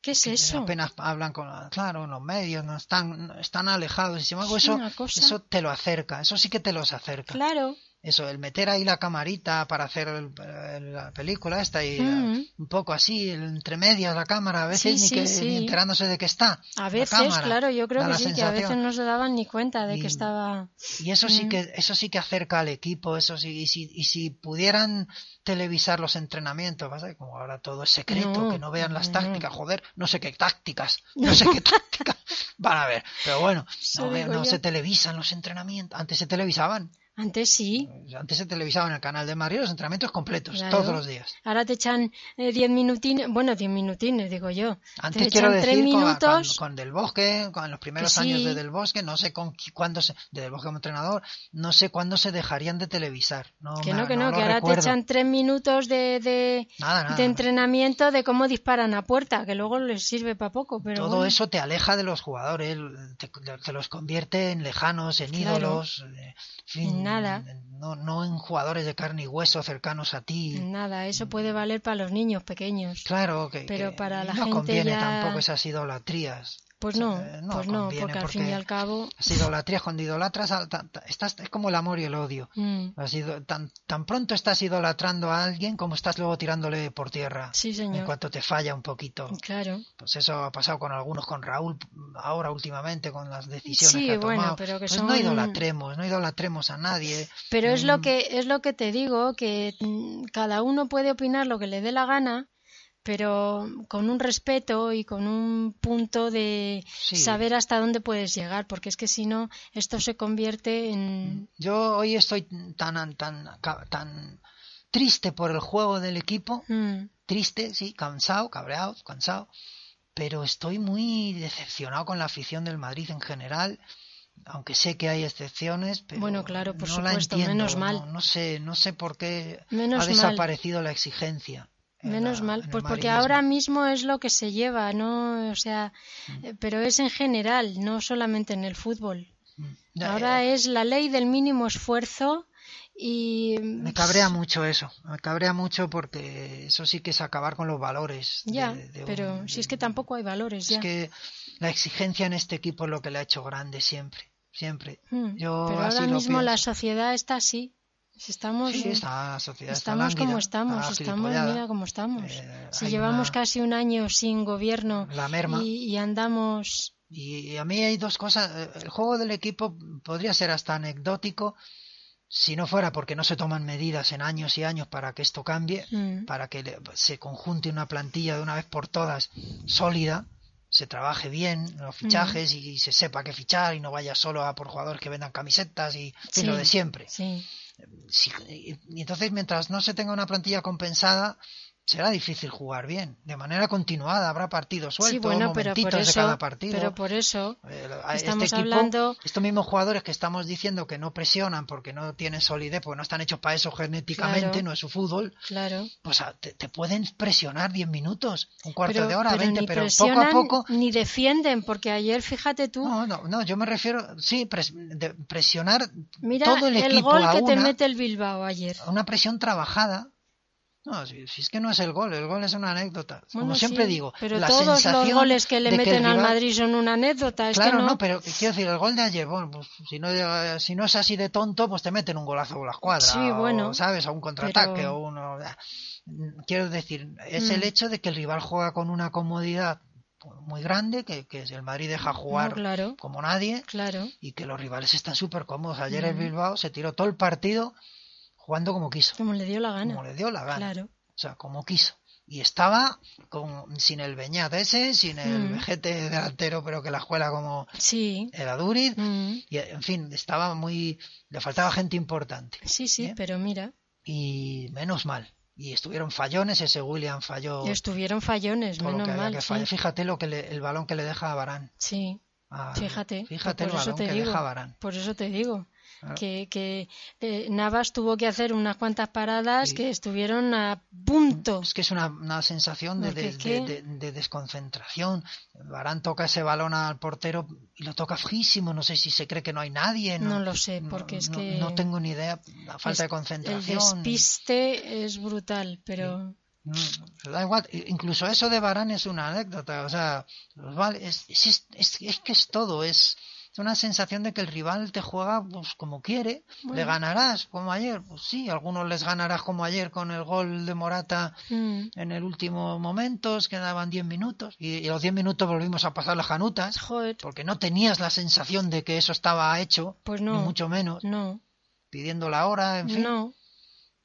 [SPEAKER 2] ¿Qué es eso?
[SPEAKER 1] Apenas hablan con. Claro, los medios no están, no están alejados. Y sin embargo, eso,
[SPEAKER 2] una cosa.
[SPEAKER 1] eso te lo acerca. Eso sí que te los acerca.
[SPEAKER 2] Claro,
[SPEAKER 1] Eso, el meter ahí la camarita para hacer el- el- la película esta y
[SPEAKER 2] Mm.
[SPEAKER 1] eh, un poco así, el- entre medias la cámara, a veces
[SPEAKER 2] Sí,
[SPEAKER 1] ni,
[SPEAKER 2] sí,
[SPEAKER 1] que-
[SPEAKER 2] sí.
[SPEAKER 1] ni enterándose de que está.
[SPEAKER 2] a
[SPEAKER 1] la
[SPEAKER 2] veces,
[SPEAKER 1] cámara.
[SPEAKER 2] claro, yo creo
[SPEAKER 1] Da
[SPEAKER 2] que
[SPEAKER 1] la
[SPEAKER 2] sí, que a veces
[SPEAKER 1] sensación.
[SPEAKER 2] no se daban ni cuenta de que
[SPEAKER 1] Y-
[SPEAKER 2] estaba.
[SPEAKER 1] Y eso sí
[SPEAKER 2] Mm.
[SPEAKER 1] que eso sí que acerca al equipo, eso sí y si, y si pudieran televisar los entrenamientos, pasa que como ahora todo es secreto,
[SPEAKER 2] No,
[SPEAKER 1] que no vean las
[SPEAKER 2] no,
[SPEAKER 1] tácticas, joder, no sé qué tácticas, no sé qué tácticas van a ver, pero bueno,
[SPEAKER 2] Eso
[SPEAKER 1] no, ve-
[SPEAKER 2] digo
[SPEAKER 1] no
[SPEAKER 2] yo.
[SPEAKER 1] se televisan los entrenamientos, antes se televisaban,
[SPEAKER 2] Antes sí,
[SPEAKER 1] antes se televisaban en el canal de Mario los entrenamientos completos
[SPEAKER 2] Claro.
[SPEAKER 1] todos los días.
[SPEAKER 2] Ahora te echan eh, diez minutines, bueno, diez minutines, digo yo.
[SPEAKER 1] Antes
[SPEAKER 2] te
[SPEAKER 1] quiero
[SPEAKER 2] echan
[SPEAKER 1] decir
[SPEAKER 2] tres
[SPEAKER 1] con-
[SPEAKER 2] minutos.
[SPEAKER 1] Con, con Del Bosque, con los primeros
[SPEAKER 2] sí.
[SPEAKER 1] años de Del Bosque, no sé con qui- cuándo se, de Del Bosque como entrenador, no sé cuándo se dejarían de televisar. No,
[SPEAKER 2] que
[SPEAKER 1] me-
[SPEAKER 2] no, que
[SPEAKER 1] no
[SPEAKER 2] no,
[SPEAKER 1] lo
[SPEAKER 2] que ahora
[SPEAKER 1] recuerdo.
[SPEAKER 2] te echan tres minutos de, de,
[SPEAKER 1] Nada, nada,
[SPEAKER 2] de
[SPEAKER 1] nada.
[SPEAKER 2] entrenamiento de cómo disparan a puerta, que luego les sirve para poco, pero
[SPEAKER 1] Todo
[SPEAKER 2] bueno.
[SPEAKER 1] eso te aleja de los jugadores, te, te los convierte en lejanos, en
[SPEAKER 2] Claro.
[SPEAKER 1] ídolos, eh, en fin,
[SPEAKER 2] En nada.
[SPEAKER 1] No, no en jugadores de carne y hueso cercanos a ti.
[SPEAKER 2] Nada, eso puede valer para los niños pequeños.
[SPEAKER 1] Claro que,
[SPEAKER 2] Pero
[SPEAKER 1] que
[SPEAKER 2] para la
[SPEAKER 1] no
[SPEAKER 2] gente
[SPEAKER 1] conviene
[SPEAKER 2] ya-
[SPEAKER 1] tampoco esas idolatrías.
[SPEAKER 2] Pues
[SPEAKER 1] O sea,
[SPEAKER 2] no,
[SPEAKER 1] eh, no
[SPEAKER 2] pues no,
[SPEAKER 1] conviene,
[SPEAKER 2] porque al fin y
[SPEAKER 1] porque-
[SPEAKER 2] al cabo...
[SPEAKER 1] Las idolatrías, cuando idolatras, al- ta- ta- estás, es como el amor y el odio.
[SPEAKER 2] mm,
[SPEAKER 1] Has ido- tan, tan pronto estás idolatrando a alguien como estás luego tirándole por tierra.
[SPEAKER 2] sí,
[SPEAKER 1] En
[SPEAKER 2] señor. Mm.
[SPEAKER 1] cuanto te falla un poquito.
[SPEAKER 2] Claro.
[SPEAKER 1] Pues eso ha pasado con algunos, con Raúl ahora últimamente, con las decisiones
[SPEAKER 2] Sí,
[SPEAKER 1] que ha
[SPEAKER 2] bueno,
[SPEAKER 1] tomado.
[SPEAKER 2] pero que
[SPEAKER 1] Pues
[SPEAKER 2] son-
[SPEAKER 1] no idolatremos, no idolatremos a nadie.
[SPEAKER 2] Pero es lo
[SPEAKER 1] Mm.
[SPEAKER 2] que es lo que te digo, que mm, cada uno puede opinar lo que le dé la gana, pero con un respeto y con un punto de
[SPEAKER 1] Sí.
[SPEAKER 2] saber hasta dónde puedes llegar, porque es que si no esto se convierte en
[SPEAKER 1] Yo hoy estoy tan, tan, tan triste por el juego del equipo,
[SPEAKER 2] Mm,
[SPEAKER 1] triste, sí, cansado, cabreado, cansado, pero estoy muy decepcionado con la afición del Madrid en general, aunque sé que hay excepciones, pero
[SPEAKER 2] Bueno, claro, por
[SPEAKER 1] no la
[SPEAKER 2] supuesto,
[SPEAKER 1] entiendo,
[SPEAKER 2] menos mal.
[SPEAKER 1] No, no sé, no sé por qué
[SPEAKER 2] Menos
[SPEAKER 1] ha
[SPEAKER 2] mal.
[SPEAKER 1] desaparecido la exigencia. en la-
[SPEAKER 2] menos
[SPEAKER 1] en
[SPEAKER 2] mal,
[SPEAKER 1] el
[SPEAKER 2] pues porque
[SPEAKER 1] madridismo.
[SPEAKER 2] ahora mismo es lo que se lleva, no, o sea,
[SPEAKER 1] Mm.
[SPEAKER 2] eh, pero es en general, no solamente en el fútbol.
[SPEAKER 1] Ya,
[SPEAKER 2] Ahora
[SPEAKER 1] eh,
[SPEAKER 2] es la ley del mínimo esfuerzo y
[SPEAKER 1] me cabrea mucho eso, me cabrea mucho porque eso sí que es acabar con los valores. de-
[SPEAKER 2] ya,
[SPEAKER 1] de- de un-
[SPEAKER 2] pero si es que tampoco hay valores ya.
[SPEAKER 1] Es que la exigencia en este equipo es lo que le ha hecho grande siempre, siempre.
[SPEAKER 2] Mm,
[SPEAKER 1] Yo
[SPEAKER 2] Pero
[SPEAKER 1] así
[SPEAKER 2] ahora
[SPEAKER 1] lo
[SPEAKER 2] mismo la
[SPEAKER 1] pienso.
[SPEAKER 2] sociedad está así. Si Estamos,
[SPEAKER 1] Sí, está la sociedad está
[SPEAKER 2] estamos como
[SPEAKER 1] lánguida,
[SPEAKER 2] estamos,
[SPEAKER 1] está
[SPEAKER 2] estamos,
[SPEAKER 1] gilipollada.
[SPEAKER 2] mira como estamos.
[SPEAKER 1] Eh,
[SPEAKER 2] si
[SPEAKER 1] hay
[SPEAKER 2] llevamos
[SPEAKER 1] una-
[SPEAKER 2] casi un año sin gobierno
[SPEAKER 1] La merma.
[SPEAKER 2] y,
[SPEAKER 1] Y...
[SPEAKER 2] y andamos.
[SPEAKER 1] a mí hay dos cosas. eh, El juego del equipo podría ser hasta anecdótico si no fuera porque no se toman medidas en años y años para que esto cambie,
[SPEAKER 2] mm,
[SPEAKER 1] para que le- se conjunte una plantilla de una vez por todas sólida, se trabaje bien los fichajes y, se sepa qué fichar y no vaya solo a por jugadores que vendan camisetas y, en fin, lo
[SPEAKER 2] Sí.
[SPEAKER 1] de siempre.
[SPEAKER 2] sí.
[SPEAKER 1] Sí, y- y entonces mientras no se tenga una plantilla compensada será difícil jugar bien de manera continuada habrá partidos
[SPEAKER 2] Sí,
[SPEAKER 1] sueltos
[SPEAKER 2] bueno, pero
[SPEAKER 1] momentitos
[SPEAKER 2] por
[SPEAKER 1] de cada
[SPEAKER 2] eso,
[SPEAKER 1] partido
[SPEAKER 2] pero por eso,
[SPEAKER 1] Eh, a este
[SPEAKER 2] estamos
[SPEAKER 1] equipo,
[SPEAKER 2] hablando-
[SPEAKER 1] estos mismos jugadores que estamos diciendo que no presionan porque no tienen solidez porque no están hechos para eso genéticamente
[SPEAKER 2] Claro.
[SPEAKER 1] no es su fútbol
[SPEAKER 2] claro.
[SPEAKER 1] o sea te, te pueden presionar 10 minutos un cuarto
[SPEAKER 2] pero,
[SPEAKER 1] de hora
[SPEAKER 2] pero
[SPEAKER 1] 20
[SPEAKER 2] ni
[SPEAKER 1] pero poco a
[SPEAKER 2] presionan
[SPEAKER 1] poco
[SPEAKER 2] ni defienden, porque ayer, fíjate tú,
[SPEAKER 1] no, no, no, yo me refiero, sí, pres- de- presionar
[SPEAKER 2] mira
[SPEAKER 1] todo el
[SPEAKER 2] el,
[SPEAKER 1] equipo
[SPEAKER 2] gol
[SPEAKER 1] a
[SPEAKER 2] que te
[SPEAKER 1] una, Oh,
[SPEAKER 2] mete el Bilbao ayer.
[SPEAKER 1] a una presión trabajada. No, si, si es que no es el gol, el gol es una anécdota. Como
[SPEAKER 2] Bueno,
[SPEAKER 1] siempre
[SPEAKER 2] sí,
[SPEAKER 1] digo,
[SPEAKER 2] pero
[SPEAKER 1] la
[SPEAKER 2] todos los
[SPEAKER 1] sensación
[SPEAKER 2] goles que le
[SPEAKER 1] de
[SPEAKER 2] meten
[SPEAKER 1] el
[SPEAKER 2] al
[SPEAKER 1] rival-
[SPEAKER 2] Madrid son una anécdota. es que
[SPEAKER 1] Claro,
[SPEAKER 2] no,
[SPEAKER 1] no, pero quiero decir, el gol de ayer, bueno, pues, si, no, llega- si no es así de tonto, pues te meten un golazo con la escuadra.
[SPEAKER 2] Sí, bueno,
[SPEAKER 1] O, ¿Sabes? A un contraataque
[SPEAKER 2] pero-
[SPEAKER 1] o uno. Quiero decir, es
[SPEAKER 2] Mm.
[SPEAKER 1] el hecho de que el rival juega con una comodidad muy grande, que, que el Madrid deja
[SPEAKER 2] No,
[SPEAKER 1] jugar
[SPEAKER 2] claro,
[SPEAKER 1] como nadie
[SPEAKER 2] claro.
[SPEAKER 1] y que los rivales están súper cómodos. Ayer el
[SPEAKER 2] Mm.
[SPEAKER 1] Bilbao se tiró todo el partido jugando como quiso,
[SPEAKER 2] Como le dio la gana.
[SPEAKER 1] como le dio la gana.
[SPEAKER 2] Claro.
[SPEAKER 1] O sea, como quiso. Y estaba con, sin el Beñat ese, sin el
[SPEAKER 2] Mm.
[SPEAKER 1] vejete delantero, pero que la juega como
[SPEAKER 2] Sí.
[SPEAKER 1] era Duriz.
[SPEAKER 2] Mm.
[SPEAKER 1] Y, en fin, estaba muy. Le faltaba gente importante.
[SPEAKER 2] Sí, sí,
[SPEAKER 1] ¿Eh?
[SPEAKER 2] pero mira,
[SPEAKER 1] Y menos mal. Y estuvieron fallones, ese William falló.
[SPEAKER 2] estuvieron fallones,
[SPEAKER 1] todo lo
[SPEAKER 2] menos
[SPEAKER 1] que había
[SPEAKER 2] mal.
[SPEAKER 1] que
[SPEAKER 2] sí.
[SPEAKER 1] fallar. Fíjate lo que le- el balón que le deja a Barán.
[SPEAKER 2] Sí,
[SPEAKER 1] Ah,
[SPEAKER 2] Fíjate, pues
[SPEAKER 1] Fíjate el
[SPEAKER 2] por eso
[SPEAKER 1] balón
[SPEAKER 2] te
[SPEAKER 1] que
[SPEAKER 2] digo,
[SPEAKER 1] deja Varane.
[SPEAKER 2] por eso te digo
[SPEAKER 1] Claro.
[SPEAKER 2] que, que, eh, Navas tuvo que hacer unas cuantas paradas
[SPEAKER 1] Sí.
[SPEAKER 2] que estuvieron a punto.
[SPEAKER 1] Es que es una, una sensación de,
[SPEAKER 2] Porque
[SPEAKER 1] de-
[SPEAKER 2] es que-
[SPEAKER 1] de- de- de desconcentración. Barán toca ese balón al portero y lo toca fijísimo. No sé si se cree que no hay nadie.
[SPEAKER 2] No lo sé, porque es
[SPEAKER 1] no-
[SPEAKER 2] que-
[SPEAKER 1] No tengo ni idea. La falta de
[SPEAKER 2] Es-
[SPEAKER 1] concentración.
[SPEAKER 2] El despiste es brutal, pero
[SPEAKER 1] No, Mm, da igual. I- Incluso eso de Barán es una anécdota. O sea, los val- es, es- es- es que es todo. Es, es una sensación de que el rival te juega pues, como quiere. Le
[SPEAKER 2] Bueno.
[SPEAKER 1] ganarás como ayer. Pues sí, algunos les ganarás como ayer con el gol de Morata
[SPEAKER 2] mm,
[SPEAKER 1] en el último momento, os quedaban 10 minutos y, y a los 10 minutos volvimos a pasar las canutas
[SPEAKER 2] joder,
[SPEAKER 1] porque no tenías la sensación de que eso estaba hecho,
[SPEAKER 2] Pues
[SPEAKER 1] ni
[SPEAKER 2] no.
[SPEAKER 1] mucho menos,
[SPEAKER 2] no,
[SPEAKER 1] pidiendo la hora, en fin.
[SPEAKER 2] no,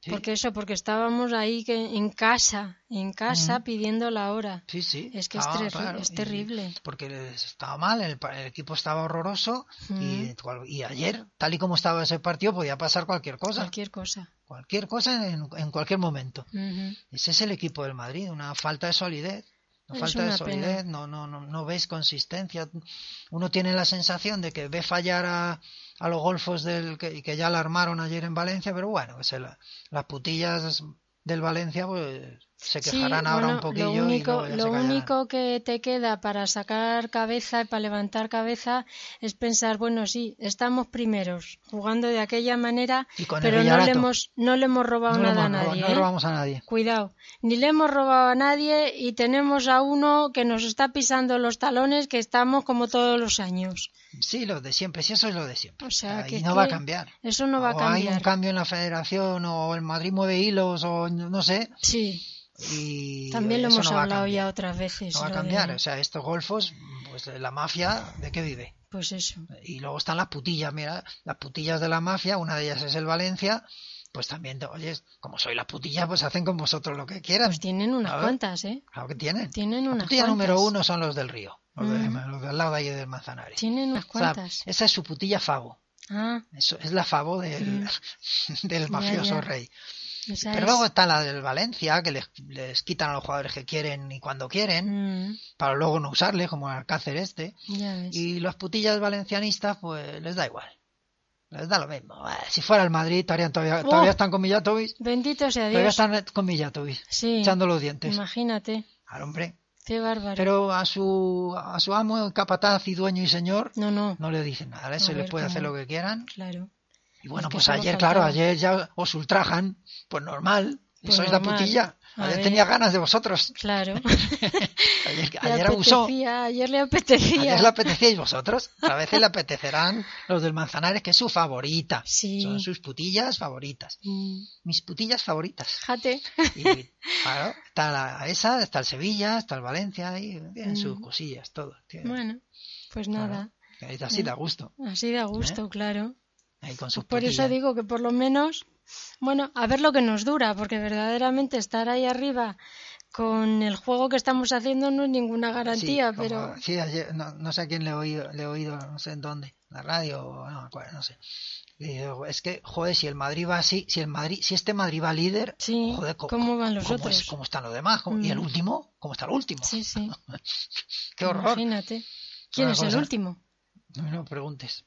[SPEAKER 1] sí,
[SPEAKER 2] porque eso, porque estábamos ahí que en casa, en casa
[SPEAKER 1] Mm.
[SPEAKER 2] pidiendo la hora.
[SPEAKER 1] sí, sí,
[SPEAKER 2] es que es
[SPEAKER 1] estaba
[SPEAKER 2] terri-
[SPEAKER 1] raro,
[SPEAKER 2] es
[SPEAKER 1] y-
[SPEAKER 2] terrible.
[SPEAKER 1] porque les estaba mal, el, pa- el equipo estaba horroroso y,
[SPEAKER 2] Mm.
[SPEAKER 1] cual- y ayer, tal y como estaba ese partido, podía pasar cualquier cosa, cualquier,
[SPEAKER 2] Cualquier cosa.
[SPEAKER 1] cosa en, en cualquier momento.
[SPEAKER 2] Ujú.
[SPEAKER 1] Ese es el equipo del Madrid, una falta de solidez. Una
[SPEAKER 2] Es
[SPEAKER 1] falta de
[SPEAKER 2] una
[SPEAKER 1] solidez, no, no, no, no ves consistencia. Uno tiene la sensación de que ve fallar a, a los golfos del que, y que ya la armaron ayer en Valencia, pero bueno, pues el- las putillas del Valencia pues, se
[SPEAKER 2] Sí,
[SPEAKER 1] quejarán ahora un
[SPEAKER 2] bueno,
[SPEAKER 1] poquillo
[SPEAKER 2] Lo
[SPEAKER 1] y luego
[SPEAKER 2] único,
[SPEAKER 1] ya
[SPEAKER 2] lo
[SPEAKER 1] se callarán.
[SPEAKER 2] único que te queda para sacar cabeza y para levantar cabeza es pensar, bueno, sí, estamos primeros, jugando de aquella manera,
[SPEAKER 1] Y con el
[SPEAKER 2] pero no le,
[SPEAKER 1] Villarato.
[SPEAKER 2] hemos, no le hemos robado
[SPEAKER 1] No le
[SPEAKER 2] nada a
[SPEAKER 1] hemos robado-
[SPEAKER 2] nadie.
[SPEAKER 1] no le
[SPEAKER 2] ¿eh?
[SPEAKER 1] robamos a nadie.
[SPEAKER 2] Cuidado, ni le hemos robado a nadie y tenemos a uno que nos está pisando los talones, que estamos como todos los años.
[SPEAKER 1] Sí, lo de siempre, sí, eso es lo de siempre.
[SPEAKER 2] O sea,
[SPEAKER 1] y
[SPEAKER 2] que es
[SPEAKER 1] no va a
[SPEAKER 2] que
[SPEAKER 1] cambiar.
[SPEAKER 2] Eso no va a
[SPEAKER 1] o Oh, hay un
[SPEAKER 2] cambiar.
[SPEAKER 1] cambio en la federación, o el Madrid mueve hilos, o no no sé.
[SPEAKER 2] Sí,
[SPEAKER 1] Y
[SPEAKER 2] también lo
[SPEAKER 1] eso
[SPEAKER 2] hemos
[SPEAKER 1] no va a
[SPEAKER 2] hablado
[SPEAKER 1] cambiar.
[SPEAKER 2] ya otras veces.
[SPEAKER 1] No va a
[SPEAKER 2] lo
[SPEAKER 1] cambiar,
[SPEAKER 2] de-
[SPEAKER 1] o sea, estos golfos, pues la mafia, ¿de qué vive?
[SPEAKER 2] Pues eso.
[SPEAKER 1] Y luego están las putillas, mira, las putillas de la mafia, una de ellas es el Valencia, pues también, oye, como soy las putillas, pues hacen con vosotros lo que quieran.
[SPEAKER 2] Pues tienen unas
[SPEAKER 1] A ver.
[SPEAKER 2] cuantas, ¿eh?
[SPEAKER 1] Claro que tienen.
[SPEAKER 2] Tienen
[SPEAKER 1] La
[SPEAKER 2] unas
[SPEAKER 1] putilla número
[SPEAKER 2] cuantas.
[SPEAKER 1] uno son los del río, los, de-
[SPEAKER 2] Ujú.
[SPEAKER 1] los del lado de allí del Manzanares.
[SPEAKER 2] Tienen unas
[SPEAKER 1] O sea,
[SPEAKER 2] cuantas.
[SPEAKER 1] esa es su putilla Favo,
[SPEAKER 2] Ah,
[SPEAKER 1] eso es la Favo del, del mafioso
[SPEAKER 2] pues ya.
[SPEAKER 1] rey.
[SPEAKER 2] esa
[SPEAKER 1] Pero
[SPEAKER 2] es.
[SPEAKER 1] luego está la del Valencia, que les, les quitan a los jugadores que quieren y cuando quieren,
[SPEAKER 2] Mm,
[SPEAKER 1] para luego no usarles, como el Alcácer este.
[SPEAKER 2] ya ves.
[SPEAKER 1] Y los putillas valencianistas, pues les da igual. Les da lo mismo. Ah, Si fuera el Madrid, estarían todavía,
[SPEAKER 2] ¡Oh!
[SPEAKER 1] todavía están con Millatovic.
[SPEAKER 2] Bendito sea
[SPEAKER 1] Todavía
[SPEAKER 2] Dios.
[SPEAKER 1] están con Millatovic,
[SPEAKER 2] Sí,
[SPEAKER 1] echando los dientes
[SPEAKER 2] imagínate.
[SPEAKER 1] al hombre.
[SPEAKER 2] Qué bárbaro.
[SPEAKER 1] Pero a su, a su amo, capataz y dueño y señor,
[SPEAKER 2] No, no,
[SPEAKER 1] no le dicen nada. ¿eh? Se
[SPEAKER 2] A
[SPEAKER 1] les
[SPEAKER 2] ver
[SPEAKER 1] puede
[SPEAKER 2] cómo.
[SPEAKER 1] hacer lo que quieran.
[SPEAKER 2] claro.
[SPEAKER 1] Y bueno,
[SPEAKER 2] Es que
[SPEAKER 1] pues
[SPEAKER 2] solo
[SPEAKER 1] ayer,
[SPEAKER 2] faltaba.
[SPEAKER 1] claro, ayer ya os ultrajan. Pues normal.
[SPEAKER 2] Pues
[SPEAKER 1] Sois la
[SPEAKER 2] normal.
[SPEAKER 1] putilla.
[SPEAKER 2] A
[SPEAKER 1] Ayer
[SPEAKER 2] ver.
[SPEAKER 1] tenía ganas de vosotros.
[SPEAKER 2] Claro.
[SPEAKER 1] Ayer,
[SPEAKER 2] Le
[SPEAKER 1] ayer abusó.
[SPEAKER 2] apetecía, ayer le apetecía.
[SPEAKER 1] Ayer le apetecíais vosotros, a veces le apetecerán los del Manzanares, que es su favorita.
[SPEAKER 2] Sí.
[SPEAKER 1] Son sus putillas favoritas.
[SPEAKER 2] Mm,
[SPEAKER 1] Mis putillas favoritas.
[SPEAKER 2] Fíjate.
[SPEAKER 1] Y claro, está la, esa, está el Sevilla, está el Valencia, y tienen sus
[SPEAKER 2] Mm.
[SPEAKER 1] cosillas, todo. Tienen-
[SPEAKER 2] Bueno, pues
[SPEAKER 1] claro, ¿Eh?
[SPEAKER 2] nada.
[SPEAKER 1] que Así da gusto.
[SPEAKER 2] Así da gusto, claro.
[SPEAKER 1] Ahí con sus
[SPEAKER 2] Por eso
[SPEAKER 1] putillas.
[SPEAKER 2] digo que por lo menos, bueno, a ver lo que nos dura, porque verdaderamente estar ahí arriba con el juego que estamos haciendo no es ninguna
[SPEAKER 1] Sí,
[SPEAKER 2] garantía,
[SPEAKER 1] como
[SPEAKER 2] pero
[SPEAKER 1] decía ayer, no, no sé a quién le he oído, le he oído, no sé en dónde, la radio, o no, me acuerdo, no sé. Y digo, es que, joder, si el Madrid va así, si el Madrid, si este Madrid va líder,
[SPEAKER 2] Sí,
[SPEAKER 1] joder, co-
[SPEAKER 2] ¿cómo van los
[SPEAKER 1] cómo es-
[SPEAKER 2] otros?
[SPEAKER 1] cómo están los demás? ¿Cómo- ¿Y el
[SPEAKER 2] Mm.
[SPEAKER 1] último? ¿Cómo está el último?
[SPEAKER 2] sí, sí.
[SPEAKER 1] ¡Qué horror!
[SPEAKER 2] Imagínate. ¿Quién
[SPEAKER 1] Una
[SPEAKER 2] es el
[SPEAKER 1] cosa.
[SPEAKER 2] último?
[SPEAKER 1] No me lo preguntes.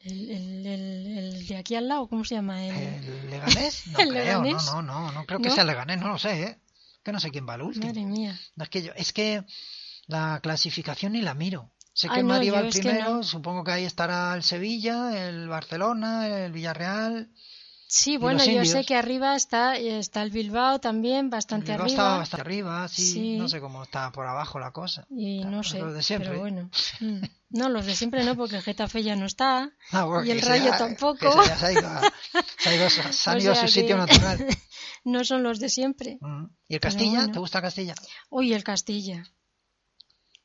[SPEAKER 2] El, el- el- el de aquí al lado, ¿cómo se llama? El-
[SPEAKER 1] ¿El Leganés? No
[SPEAKER 2] Eh, ¿El
[SPEAKER 1] creo,
[SPEAKER 2] Leganés?
[SPEAKER 1] no, no, no, no creo que
[SPEAKER 2] ¿No?
[SPEAKER 1] sea el Leganés, no lo sé, ¿eh? Que no sé quién va al último.
[SPEAKER 2] Madre mía.
[SPEAKER 1] No, es, que yo, es que la clasificación ni la miro. Sé que
[SPEAKER 2] Ah,
[SPEAKER 1] el
[SPEAKER 2] no,
[SPEAKER 1] Madrid va
[SPEAKER 2] yo
[SPEAKER 1] el
[SPEAKER 2] es que
[SPEAKER 1] primero,
[SPEAKER 2] no.
[SPEAKER 1] supongo que ahí estará el Sevilla, el Barcelona, el Villarreal.
[SPEAKER 2] Sí,
[SPEAKER 1] los
[SPEAKER 2] bueno, yo
[SPEAKER 1] indios?
[SPEAKER 2] sé que arriba está, está el Bilbao también,
[SPEAKER 1] El
[SPEAKER 2] bastante
[SPEAKER 1] Bilbao
[SPEAKER 2] arriba.
[SPEAKER 1] estaba bastante arriba, sí,
[SPEAKER 2] Sí.
[SPEAKER 1] no sé cómo está por abajo la cosa.
[SPEAKER 2] Y no sé,
[SPEAKER 1] Ah, pues Los de siempre.
[SPEAKER 2] pero bueno. Mm. No, los de siempre no, porque el Getafe ya no está.
[SPEAKER 1] Ah, bueno,
[SPEAKER 2] y el
[SPEAKER 1] que se
[SPEAKER 2] Rayo
[SPEAKER 1] ya-
[SPEAKER 2] tampoco.
[SPEAKER 1] que se ya se ha ido a, se ha ido a su- se han
[SPEAKER 2] O
[SPEAKER 1] ido a
[SPEAKER 2] sea
[SPEAKER 1] su sitio
[SPEAKER 2] que-
[SPEAKER 1] natural.
[SPEAKER 2] No son los de siempre.
[SPEAKER 1] Mm. ¿Y el
[SPEAKER 2] Pero
[SPEAKER 1] Castilla?
[SPEAKER 2] bueno.
[SPEAKER 1] ¿Te gusta Castilla?
[SPEAKER 2] Uy, el Castilla.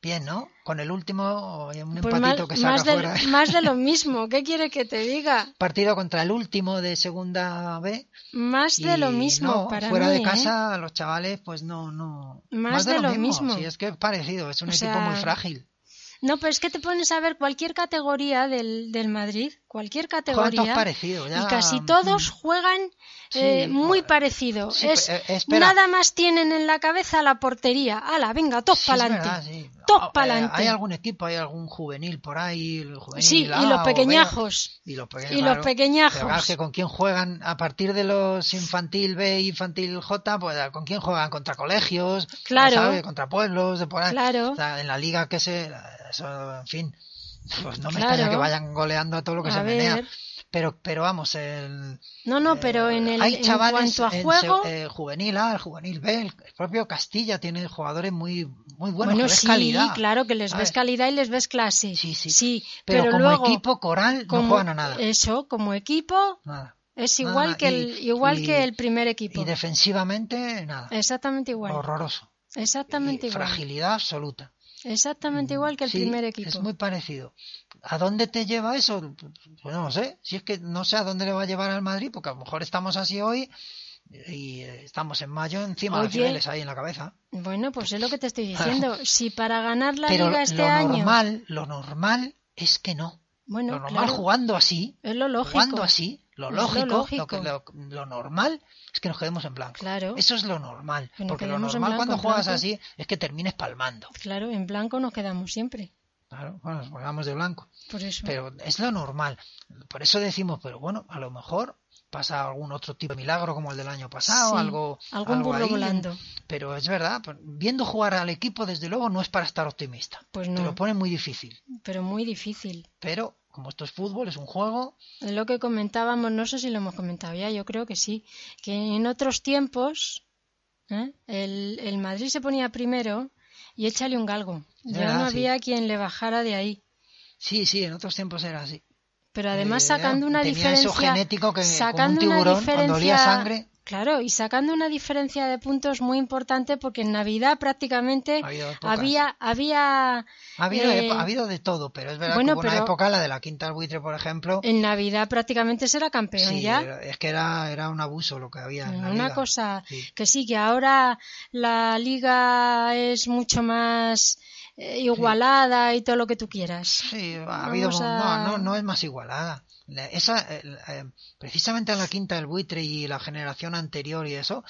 [SPEAKER 1] Bien, ¿no? Con el último, eh, un
[SPEAKER 2] Pues
[SPEAKER 1] empatito
[SPEAKER 2] más,
[SPEAKER 1] que saca
[SPEAKER 2] más de,
[SPEAKER 1] fuera. ¿eh?
[SPEAKER 2] más de lo mismo. ¿Qué quiere que te diga?
[SPEAKER 1] Partido contra el último de segunda B.
[SPEAKER 2] Más de
[SPEAKER 1] y
[SPEAKER 2] lo mismo
[SPEAKER 1] no,
[SPEAKER 2] para
[SPEAKER 1] fuera
[SPEAKER 2] mí.
[SPEAKER 1] de
[SPEAKER 2] ¿eh?
[SPEAKER 1] casa, los chavales, pues no, no.
[SPEAKER 2] Más de lo mismo.
[SPEAKER 1] Sí, es que es parecido, es un
[SPEAKER 2] O
[SPEAKER 1] equipo
[SPEAKER 2] sea,
[SPEAKER 1] muy frágil.
[SPEAKER 2] No, pero es que te pones a ver cualquier categoría del, del Madrid cualquier categoría
[SPEAKER 1] parecido, ya... mm.
[SPEAKER 2] y casi todos juegan
[SPEAKER 1] Sí,
[SPEAKER 2] eh, muy
[SPEAKER 1] bueno,
[SPEAKER 2] parecido.
[SPEAKER 1] sí,
[SPEAKER 2] es,
[SPEAKER 1] pe- eh, espera.
[SPEAKER 2] nada más tienen en la cabeza la portería. Ala, venga, todos
[SPEAKER 1] Sí, es verdad,
[SPEAKER 2] pa'lante.
[SPEAKER 1] sí.
[SPEAKER 2] Todos
[SPEAKER 1] Ah, eh,
[SPEAKER 2] pa'lante.
[SPEAKER 1] Hay algún equipo, hay algún juvenil por ahí. el juvenil
[SPEAKER 2] Sí,
[SPEAKER 1] A
[SPEAKER 2] y los
[SPEAKER 1] o B,
[SPEAKER 2] pequeñajos.
[SPEAKER 1] Y los, peque-
[SPEAKER 2] Y los
[SPEAKER 1] claro.
[SPEAKER 2] pequeñajos.
[SPEAKER 1] Pero claro, es que con quién juegan a partir de los infantil B, infantil J, pues con quién juegan contra colegios,
[SPEAKER 2] Claro.
[SPEAKER 1] ¿sabes? contra pueblos, de por ahí.
[SPEAKER 2] Claro.
[SPEAKER 1] O sea, en la liga que se, eso, en fin, pues no me
[SPEAKER 2] Claro.
[SPEAKER 1] extraña que vayan goleando a todo lo que
[SPEAKER 2] A
[SPEAKER 1] se menea.
[SPEAKER 2] ver.
[SPEAKER 1] Pero, pero vamos, el,
[SPEAKER 2] No, no, pero
[SPEAKER 1] eh,
[SPEAKER 2] en el
[SPEAKER 1] hay
[SPEAKER 2] en
[SPEAKER 1] chavales
[SPEAKER 2] cuanto a
[SPEAKER 1] en
[SPEAKER 2] juego,
[SPEAKER 1] se- eh, juvenil A, el juvenil B, el, el propio Castilla tiene jugadores muy muy buenos, que ves
[SPEAKER 2] sí,
[SPEAKER 1] calidad.
[SPEAKER 2] claro que les
[SPEAKER 1] ¿sabes?
[SPEAKER 2] ves calidad y les ves clase.
[SPEAKER 1] Sí, sí.
[SPEAKER 2] pero,
[SPEAKER 1] pero, como
[SPEAKER 2] luego
[SPEAKER 1] equipo coral no juegan a nada.
[SPEAKER 2] Eso, como equipo
[SPEAKER 1] nada.
[SPEAKER 2] es
[SPEAKER 1] Nada,
[SPEAKER 2] igual que
[SPEAKER 1] y-
[SPEAKER 2] el igual
[SPEAKER 1] y-
[SPEAKER 2] que el primer equipo. Eh,
[SPEAKER 1] Y defensivamente nada.
[SPEAKER 2] Exactamente igual.
[SPEAKER 1] Horroroso.
[SPEAKER 2] Exactamente
[SPEAKER 1] Y
[SPEAKER 2] igual.
[SPEAKER 1] Fragilidad absoluta.
[SPEAKER 2] Exactamente igual que el
[SPEAKER 1] Mm, Sí,
[SPEAKER 2] primer equipo.
[SPEAKER 1] Es muy parecido. ¿A dónde te lleva eso? Pues no lo sé. Si es que no sé a dónde le va a llevar al Madrid, porque a lo mejor estamos así hoy y eh, estamos en mayo encima de
[SPEAKER 2] Oye.
[SPEAKER 1] finales ahí en la cabeza.
[SPEAKER 2] Bueno, pues es lo que te estoy diciendo. Si para ganar la
[SPEAKER 1] Pero
[SPEAKER 2] liga este
[SPEAKER 1] lo
[SPEAKER 2] año,
[SPEAKER 1] normal, lo normal es que no.
[SPEAKER 2] bueno,
[SPEAKER 1] lo normal
[SPEAKER 2] claro,
[SPEAKER 1] jugando así,
[SPEAKER 2] es lo lógico.
[SPEAKER 1] jugando así, lo
[SPEAKER 2] Es lo
[SPEAKER 1] lógico, lo,
[SPEAKER 2] lógico.
[SPEAKER 1] que- lo- lo normal es que nos quedemos en blanco.
[SPEAKER 2] Claro.
[SPEAKER 1] Eso es lo normal,
[SPEAKER 2] Que nos
[SPEAKER 1] porque lo
[SPEAKER 2] quedemos en
[SPEAKER 1] normal
[SPEAKER 2] blanco,
[SPEAKER 1] cuando
[SPEAKER 2] en
[SPEAKER 1] juegas
[SPEAKER 2] blanco.
[SPEAKER 1] así es que termines palmando.
[SPEAKER 2] Claro, en blanco nos quedamos siempre.
[SPEAKER 1] Claro, bueno, nos jugamos de blanco,
[SPEAKER 2] Por eso.
[SPEAKER 1] pero es lo normal. Por eso decimos, pero bueno, a lo mejor pasa algún otro tipo de milagro como el del año pasado,
[SPEAKER 2] Sí,
[SPEAKER 1] algo
[SPEAKER 2] algún
[SPEAKER 1] algo
[SPEAKER 2] burro
[SPEAKER 1] ahí.
[SPEAKER 2] volando.
[SPEAKER 1] Pero es verdad, pues, viendo jugar al equipo desde luego no es para estar optimista.
[SPEAKER 2] Pues
[SPEAKER 1] Te
[SPEAKER 2] no.
[SPEAKER 1] lo pone muy difícil.
[SPEAKER 2] Pero muy difícil.
[SPEAKER 1] Pero como esto es fútbol, es un juego,
[SPEAKER 2] Es lo que comentábamos, no sé si lo hemos comentado ya, yo creo que sí, que en otros tiempos ¿eh? el, el Madrid se ponía primero y échale un galgo.
[SPEAKER 1] Es
[SPEAKER 2] Ya
[SPEAKER 1] verdad,
[SPEAKER 2] no
[SPEAKER 1] sí.
[SPEAKER 2] había quien le bajara de ahí.
[SPEAKER 1] sí, sí, en otros tiempos era así.
[SPEAKER 2] Pero además
[SPEAKER 1] Eh,
[SPEAKER 2] sacando una
[SPEAKER 1] tenía
[SPEAKER 2] diferencia.
[SPEAKER 1] eso genético que como un
[SPEAKER 2] sacando
[SPEAKER 1] tiburón,
[SPEAKER 2] una
[SPEAKER 1] cuando olía
[SPEAKER 2] diferencia.
[SPEAKER 1] sangre.
[SPEAKER 2] Claro, y sacando una diferencia de puntos muy importante porque en Navidad prácticamente
[SPEAKER 1] Ha habido épocas.
[SPEAKER 2] había. había
[SPEAKER 1] Ha habido,
[SPEAKER 2] eh,
[SPEAKER 1] epo- ha habido de todo, pero es verdad
[SPEAKER 2] bueno,
[SPEAKER 1] que hubo una
[SPEAKER 2] pero-
[SPEAKER 1] época, la de la quinta al buitre, por ejemplo,
[SPEAKER 2] En Navidad prácticamente será campeón
[SPEAKER 1] sí,
[SPEAKER 2] ya.
[SPEAKER 1] era- es que era, era un abuso lo que había. En la
[SPEAKER 2] Una
[SPEAKER 1] liga.
[SPEAKER 2] cosa
[SPEAKER 1] Sí.
[SPEAKER 2] que sí, que ahora la liga es mucho más eh, igualada y todo lo que tú quieras.
[SPEAKER 1] Sí, ha habido,
[SPEAKER 2] Vamos a-
[SPEAKER 1] no, no, no es más igualada. La- Esa, eh, eh, precisamente a la quinta del buitre y la generación anterior y eso,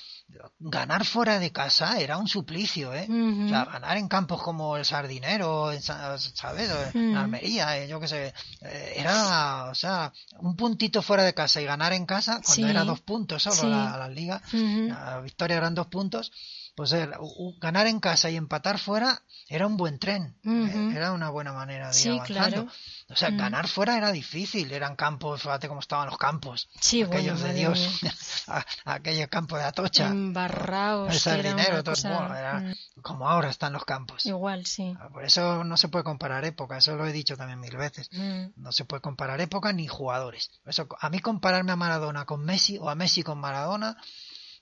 [SPEAKER 1] ganar fuera de casa era un suplicio, ¿eh?
[SPEAKER 2] Ujú.
[SPEAKER 1] O sea, ganar en campos como el Sardinero, en Sa- ¿sabes? O En
[SPEAKER 2] Mm.
[SPEAKER 1] Almería, eh, yo qué sé. eh, Era, o sea, un puntito fuera de casa y ganar en casa, cuando
[SPEAKER 2] Sí.
[SPEAKER 1] era dos puntos solo
[SPEAKER 2] Sí.
[SPEAKER 1] la, la liga,
[SPEAKER 2] Ujú.
[SPEAKER 1] la Ah, victoria eran dos puntos, pues era- u- u- ganar en casa y empatar fuera era un buen tren, ¿eh?
[SPEAKER 2] Ujú.
[SPEAKER 1] era una buena manera de
[SPEAKER 2] Sí,
[SPEAKER 1] ir avanzando.
[SPEAKER 2] claro.
[SPEAKER 1] O sea,
[SPEAKER 2] Mm.
[SPEAKER 1] ganar fuera era difícil, eran campos, fíjate cómo estaban los campos,
[SPEAKER 2] Sí, bueno,
[SPEAKER 1] aquellos de
[SPEAKER 2] madre
[SPEAKER 1] Dios,
[SPEAKER 2] mía.
[SPEAKER 1] a- aquellos campos de Atocha,
[SPEAKER 2] Embarraos,
[SPEAKER 1] el
[SPEAKER 2] pues, que era
[SPEAKER 1] Sardinero,
[SPEAKER 2] una
[SPEAKER 1] todo-
[SPEAKER 2] cosa-
[SPEAKER 1] bueno, era
[SPEAKER 2] Mm,
[SPEAKER 1] como ahora están los campos. Ah,
[SPEAKER 2] Igual, sí.
[SPEAKER 1] Por eso no se puede comparar época, eso lo he dicho también mil veces.
[SPEAKER 2] Mm,
[SPEAKER 1] No se puede comparar época ni jugadores. Eso, a mí compararme a Maradona con Messi o a Messi con Maradona,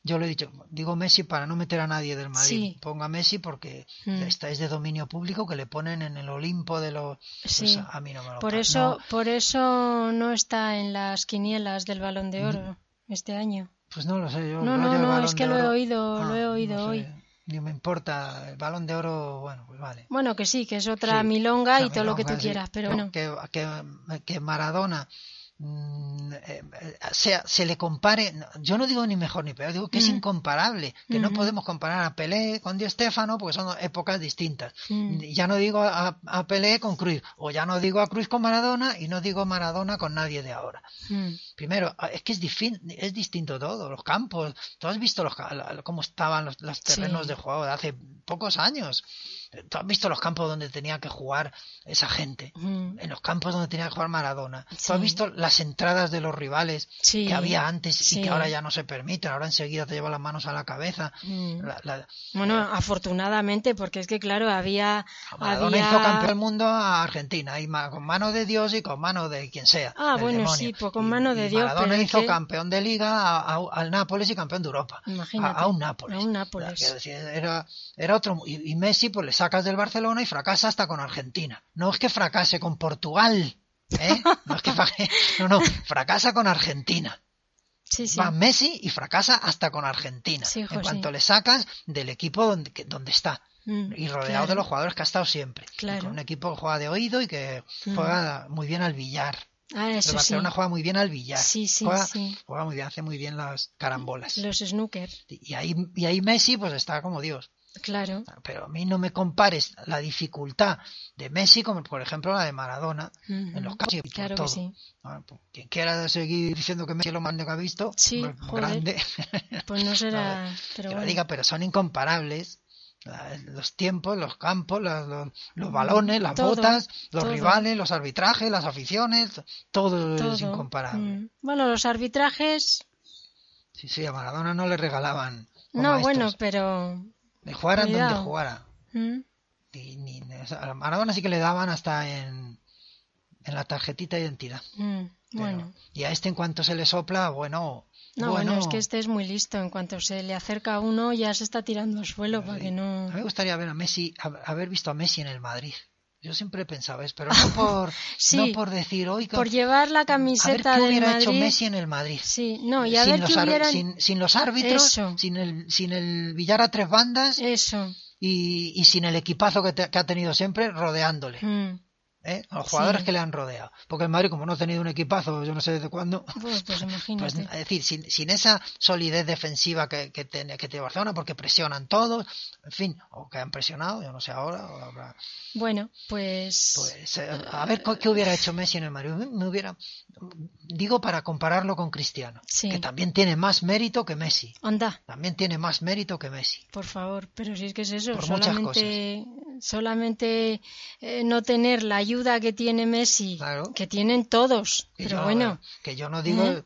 [SPEAKER 1] yo lo he dicho, digo Messi para no meter a nadie del Madrid.
[SPEAKER 2] Sí.
[SPEAKER 1] Ponga Messi porque
[SPEAKER 2] Mm.
[SPEAKER 1] estáis de dominio público que le ponen en el Olimpo de los... pues
[SPEAKER 2] Sí.
[SPEAKER 1] a mí no me lo
[SPEAKER 2] Por
[SPEAKER 1] pa- no,
[SPEAKER 2] eso, por eso no está en las quinielas del Balón de Oro este año.
[SPEAKER 1] pues Mm. no lo sé. Yo,
[SPEAKER 2] No,
[SPEAKER 1] el
[SPEAKER 2] no,
[SPEAKER 1] rollo del
[SPEAKER 2] no,
[SPEAKER 1] Balón
[SPEAKER 2] es que
[SPEAKER 1] de
[SPEAKER 2] lo he
[SPEAKER 1] Oro- Ah,
[SPEAKER 2] oído, lo he oído
[SPEAKER 1] sé,
[SPEAKER 2] hoy.
[SPEAKER 1] Ni me importa. El balón de oro, bueno, pues vale.
[SPEAKER 2] Bueno, que sí, que es otra
[SPEAKER 1] Sí,
[SPEAKER 2] milonga y
[SPEAKER 1] Esa
[SPEAKER 2] todo lo que tú
[SPEAKER 1] milonga, sí.
[SPEAKER 2] quieras, pero
[SPEAKER 1] No,
[SPEAKER 2] bueno.
[SPEAKER 1] Que, que- que Maradona mm, eh, eh, sea, se le compare, no, yo no digo ni mejor ni peor, digo que es
[SPEAKER 2] Mm.
[SPEAKER 1] incomparable, que no
[SPEAKER 2] Ujú.
[SPEAKER 1] podemos comparar a Pelé con Di Stéfano porque son épocas distintas.
[SPEAKER 2] Mm.
[SPEAKER 1] Ya no digo a, a Pelé con Cruz, o ya no digo a Cruz con Maradona y no digo Maradona con nadie de ahora.
[SPEAKER 2] Mm.
[SPEAKER 1] Primero, ah, es que es, difin- es distinto todo, los campos. Tú has visto los, ca- la- cómo estaban los, los terrenos
[SPEAKER 2] Sí.
[SPEAKER 1] de juego de hace pocos años. Tú has visto los campos donde tenía que jugar esa gente.
[SPEAKER 2] Mm.
[SPEAKER 1] En los campos donde tenía que jugar Maradona. Tú
[SPEAKER 2] Sí.
[SPEAKER 1] has visto las entradas de los rivales
[SPEAKER 2] Sí.
[SPEAKER 1] que había antes y
[SPEAKER 2] Sí.
[SPEAKER 1] que ahora ya no se permiten. Ahora enseguida te llevan las manos a la cabeza.
[SPEAKER 2] Mm.
[SPEAKER 1] La- la-
[SPEAKER 2] Bueno, afortunadamente, porque es que claro, había,
[SPEAKER 1] Maradona
[SPEAKER 2] había...
[SPEAKER 1] hizo campeón del mundo a Argentina y ma- con mano de Dios y con mano de quien sea.
[SPEAKER 2] Ah,
[SPEAKER 1] del
[SPEAKER 2] bueno,
[SPEAKER 1] demonio.
[SPEAKER 2] sí, pues con
[SPEAKER 1] Y-
[SPEAKER 2] mano de
[SPEAKER 1] y
[SPEAKER 2] Dios,
[SPEAKER 1] Maradona
[SPEAKER 2] pero es
[SPEAKER 1] hizo
[SPEAKER 2] que-
[SPEAKER 1] campeón de Liga a- a- al Nápoles y campeón de Europa. A-
[SPEAKER 2] Imagínate,
[SPEAKER 1] A, un Nápoles.
[SPEAKER 2] a un Nápoles.
[SPEAKER 1] O sea, quiero decir, Era, era otro. Y, y Messi, pues le sacas del Barcelona y fracasa hasta con Argentina. No es que fracase con Portugal. ¿eh? No es que fra- no, no, fracasa con Argentina.
[SPEAKER 2] Sí, sí.
[SPEAKER 1] Va Messi y fracasa hasta con Argentina.
[SPEAKER 2] Sí, hijo,
[SPEAKER 1] en cuanto
[SPEAKER 2] sí.
[SPEAKER 1] le sacas del equipo donde, que- donde está
[SPEAKER 2] Mm,
[SPEAKER 1] y rodeado
[SPEAKER 2] claro.
[SPEAKER 1] de los jugadores que ha estado siempre.
[SPEAKER 2] Claro.
[SPEAKER 1] Y Con un equipo que juega de oído y que
[SPEAKER 2] Mm.
[SPEAKER 1] juega muy bien al billar.
[SPEAKER 2] Ah, eso
[SPEAKER 1] el Barcelona
[SPEAKER 2] sí.
[SPEAKER 1] juega muy bien al billar.
[SPEAKER 2] Sí, sí,
[SPEAKER 1] juega,
[SPEAKER 2] sí.
[SPEAKER 1] juega muy bien, hace muy bien las carambolas.
[SPEAKER 2] Los snooker,
[SPEAKER 1] Y, ahí, y ahí Messi pues está como Dios.
[SPEAKER 2] claro.
[SPEAKER 1] Pero a mí no me compares la dificultad de Messi como por ejemplo la de Maradona
[SPEAKER 2] Ujú.
[SPEAKER 1] en los casos y por
[SPEAKER 2] Mm, Claro
[SPEAKER 1] todo.
[SPEAKER 2] que sí.
[SPEAKER 1] Ah, pues, Quien quiera seguir diciendo que Messi es lo más grande que ha visto,
[SPEAKER 2] Sí,
[SPEAKER 1] hombre,
[SPEAKER 2] joder.
[SPEAKER 1] grande,
[SPEAKER 2] Pues no será. pero
[SPEAKER 1] que lo
[SPEAKER 2] bueno.
[SPEAKER 1] diga, pero son incomparables. La- Los tiempos, los campos, las- los, los balones, las
[SPEAKER 2] Todo,
[SPEAKER 1] botas, los
[SPEAKER 2] todo.
[SPEAKER 1] rivales, los arbitrajes, las aficiones, todo, es
[SPEAKER 2] todo.
[SPEAKER 1] incomparable.
[SPEAKER 2] Mm. Bueno, los arbitrajes.
[SPEAKER 1] Sí, sí, a Maradona no le regalaban. como
[SPEAKER 2] No,
[SPEAKER 1] a
[SPEAKER 2] bueno,
[SPEAKER 1] estos.
[SPEAKER 2] pero.
[SPEAKER 1] Le jugaran donde
[SPEAKER 2] cuidado.
[SPEAKER 1] jugara.
[SPEAKER 2] mm,
[SPEAKER 1] Y ni- ni- o sea, a Maradona sí que le daban hasta en, en la tarjetita de identidad.
[SPEAKER 2] mm,
[SPEAKER 1] pero-
[SPEAKER 2] Bueno.
[SPEAKER 1] y a este en cuanto se le sopla, bueno,
[SPEAKER 2] No, bueno, es que este es muy listo. En cuanto se le acerca uno, ya se está tirando al suelo para que
[SPEAKER 1] A
[SPEAKER 2] no.
[SPEAKER 1] mí me gustaría ver a Messi, hab- haber visto a Messi en el Madrid. Yo siempre pensaba eso, pero no por,
[SPEAKER 2] Sí,
[SPEAKER 1] no por decir, oiga,
[SPEAKER 2] Por llevar la
[SPEAKER 1] a ver
[SPEAKER 2] camiseta
[SPEAKER 1] qué
[SPEAKER 2] del
[SPEAKER 1] hubiera hecho
[SPEAKER 2] Madrid.
[SPEAKER 1] Messi en el Madrid.
[SPEAKER 2] Sí, no, y a
[SPEAKER 1] sin,
[SPEAKER 2] ver
[SPEAKER 1] los
[SPEAKER 2] qué
[SPEAKER 1] ar-
[SPEAKER 2] hubieran.
[SPEAKER 1] sin, sin los árbitros,
[SPEAKER 2] Eso.
[SPEAKER 1] sin el, sin el billar a tres bandas
[SPEAKER 2] Eso.
[SPEAKER 1] y, y sin el equipazo que, te- que ha tenido siempre rodeándole.
[SPEAKER 2] mm,
[SPEAKER 1] ¿eh? A los jugadores
[SPEAKER 2] Sí.
[SPEAKER 1] que le han rodeado. Porque el Madrid, como no ha tenido un equipazo, yo no sé desde cuándo,
[SPEAKER 2] Pues,
[SPEAKER 1] pues,
[SPEAKER 2] pues imagínate.
[SPEAKER 1] es decir, sin, sin esa solidez defensiva que, que, tiene, que tiene Barcelona, porque presionan todos, en fin, o que han presionado, yo no sé ahora, o habrá-
[SPEAKER 2] Bueno, pues.
[SPEAKER 1] pues eh, a ver co- qué hubiera hecho Messi en el Madrid. Me hubiera, digo para compararlo con Cristiano,
[SPEAKER 2] Sí.
[SPEAKER 1] que también tiene más mérito que Messi,
[SPEAKER 2] Anda.
[SPEAKER 1] también tiene más mérito que Messi.
[SPEAKER 2] Por favor, pero si es que es eso,
[SPEAKER 1] Por muchas
[SPEAKER 2] solamente, solamente eh, no tener la ayuda que tiene Messi,
[SPEAKER 1] Claro.
[SPEAKER 2] que tienen todos,
[SPEAKER 1] Que
[SPEAKER 2] pero
[SPEAKER 1] yo-
[SPEAKER 2] bueno,
[SPEAKER 1] que yo no digo,
[SPEAKER 2] ¿Eh?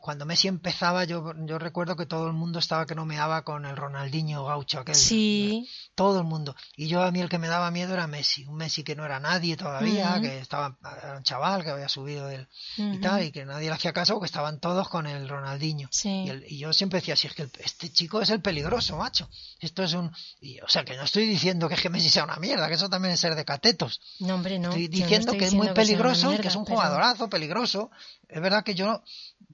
[SPEAKER 1] cuando Messi empezaba, yo, yo recuerdo que todo el mundo estaba que no meaba con el Ronaldinho gaucho aquel.
[SPEAKER 2] sí,
[SPEAKER 1] todo el mundo. Y yo a mí el que me daba miedo era Messi, un Messi que no era nadie todavía,
[SPEAKER 2] Ujú.
[SPEAKER 1] que estaba era un chaval que había subido del y
[SPEAKER 2] ujú,
[SPEAKER 1] tal y que nadie le hacía caso, que estaban todos con el Ronaldinho.
[SPEAKER 2] sí,
[SPEAKER 1] Y, el- y yo siempre decía, si es que el- este chico es el peligroso, macho. Esto es un... y, o sea, que no estoy diciendo que es que Messi sea una mierda, que eso también es ser de catetos.
[SPEAKER 2] no hombre, no,
[SPEAKER 1] Estoy
[SPEAKER 2] yo no
[SPEAKER 1] diciendo
[SPEAKER 2] estoy
[SPEAKER 1] que es muy
[SPEAKER 2] diciendo sea una
[SPEAKER 1] peligroso y que
[SPEAKER 2] mierda,
[SPEAKER 1] es un
[SPEAKER 2] pero
[SPEAKER 1] jugadorazo peligroso. Es verdad que yo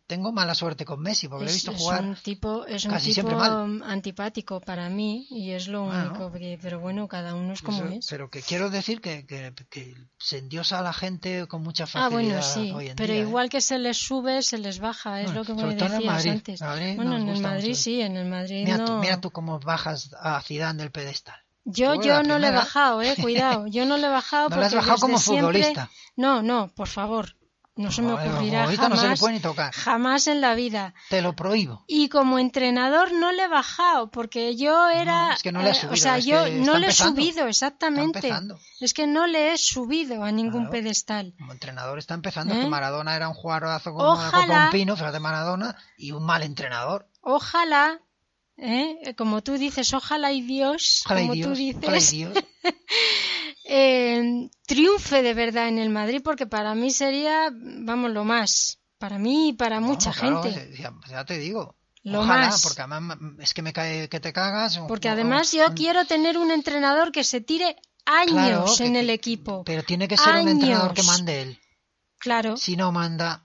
[SPEAKER 1] tengo mala suerte con Messi, porque
[SPEAKER 2] es,
[SPEAKER 1] he visto
[SPEAKER 2] es
[SPEAKER 1] jugar...
[SPEAKER 2] un tipo, es un
[SPEAKER 1] casi
[SPEAKER 2] tipo
[SPEAKER 1] siempre mal.
[SPEAKER 2] antipático para mí y es lo
[SPEAKER 1] Bueno.
[SPEAKER 2] único que, pero bueno, cada uno es como
[SPEAKER 1] Eso-
[SPEAKER 2] es.
[SPEAKER 1] Pero que quiero decir que, que, que se endiosa a la gente con mucha
[SPEAKER 2] Ah,
[SPEAKER 1] facilidad
[SPEAKER 2] bueno, sí,
[SPEAKER 1] hoy en
[SPEAKER 2] pero
[SPEAKER 1] día, ¿eh?
[SPEAKER 2] igual que se les sube, se les baja, es
[SPEAKER 1] Bueno,
[SPEAKER 2] lo que me
[SPEAKER 1] sobre todo en
[SPEAKER 2] decías
[SPEAKER 1] el Madrid.
[SPEAKER 2] antes.
[SPEAKER 1] Madrid
[SPEAKER 2] bueno,
[SPEAKER 1] nos
[SPEAKER 2] en el
[SPEAKER 1] gusta
[SPEAKER 2] Madrid
[SPEAKER 1] mucho.
[SPEAKER 2] sí, en el Madrid
[SPEAKER 1] Mira, tú,
[SPEAKER 2] no.
[SPEAKER 1] mira tú cómo bajas a Zidane del pedestal.
[SPEAKER 2] Yo,
[SPEAKER 1] Tú,
[SPEAKER 2] yo
[SPEAKER 1] la
[SPEAKER 2] no le he
[SPEAKER 1] primera-
[SPEAKER 2] bajado, eh, cuidado. Yo no le he bajado
[SPEAKER 1] No
[SPEAKER 2] porque
[SPEAKER 1] le has bajado
[SPEAKER 2] desde
[SPEAKER 1] como
[SPEAKER 2] siempre-
[SPEAKER 1] futbolista.
[SPEAKER 2] No, no, por favor. No se me
[SPEAKER 1] No, como
[SPEAKER 2] ocurrirá
[SPEAKER 1] futbolista
[SPEAKER 2] jamás.
[SPEAKER 1] no se le puede ni tocar.
[SPEAKER 2] Jamás en la vida.
[SPEAKER 1] Te lo prohíbo.
[SPEAKER 2] Y como entrenador no le he bajado porque yo era.
[SPEAKER 1] es que no le has
[SPEAKER 2] eh,
[SPEAKER 1] subido,
[SPEAKER 2] o sea,
[SPEAKER 1] es
[SPEAKER 2] yo
[SPEAKER 1] que
[SPEAKER 2] no
[SPEAKER 1] está
[SPEAKER 2] le he
[SPEAKER 1] empezando.
[SPEAKER 2] subido,
[SPEAKER 1] Está
[SPEAKER 2] exactamente.
[SPEAKER 1] empezando.
[SPEAKER 2] Es que no le he subido a ningún
[SPEAKER 1] Claro.
[SPEAKER 2] pedestal.
[SPEAKER 1] Como entrenador está empezando.
[SPEAKER 2] ¿Eh?
[SPEAKER 1] Que Maradona era un jugadorazo como una
[SPEAKER 2] Ojalá.
[SPEAKER 1] copa un pino, fíjate Maradona, y un mal entrenador.
[SPEAKER 2] Ojalá, eh, como tú dices, ojalá y Dios,
[SPEAKER 1] Ojalá y
[SPEAKER 2] como tú
[SPEAKER 1] Dios,
[SPEAKER 2] dices,
[SPEAKER 1] ojalá y Dios.
[SPEAKER 2] eh, triunfe de verdad en el Madrid, porque para mí sería, vamos, lo más. Para mí y para mucha
[SPEAKER 1] No, claro, eh,
[SPEAKER 2] gente.
[SPEAKER 1] se- ya, ya te digo.
[SPEAKER 2] Lo
[SPEAKER 1] Ojalá,
[SPEAKER 2] más.
[SPEAKER 1] porque además es que me cae que te cagas. un
[SPEAKER 2] Porque
[SPEAKER 1] ju-
[SPEAKER 2] además yo
[SPEAKER 1] un-
[SPEAKER 2] quiero tener un entrenador que se tire años
[SPEAKER 1] Claro, que-
[SPEAKER 2] en el
[SPEAKER 1] que-
[SPEAKER 2] equipo.
[SPEAKER 1] Pero tiene que ser un entrenador que
[SPEAKER 2] Años.
[SPEAKER 1] mande él.
[SPEAKER 2] claro,
[SPEAKER 1] Si no manda,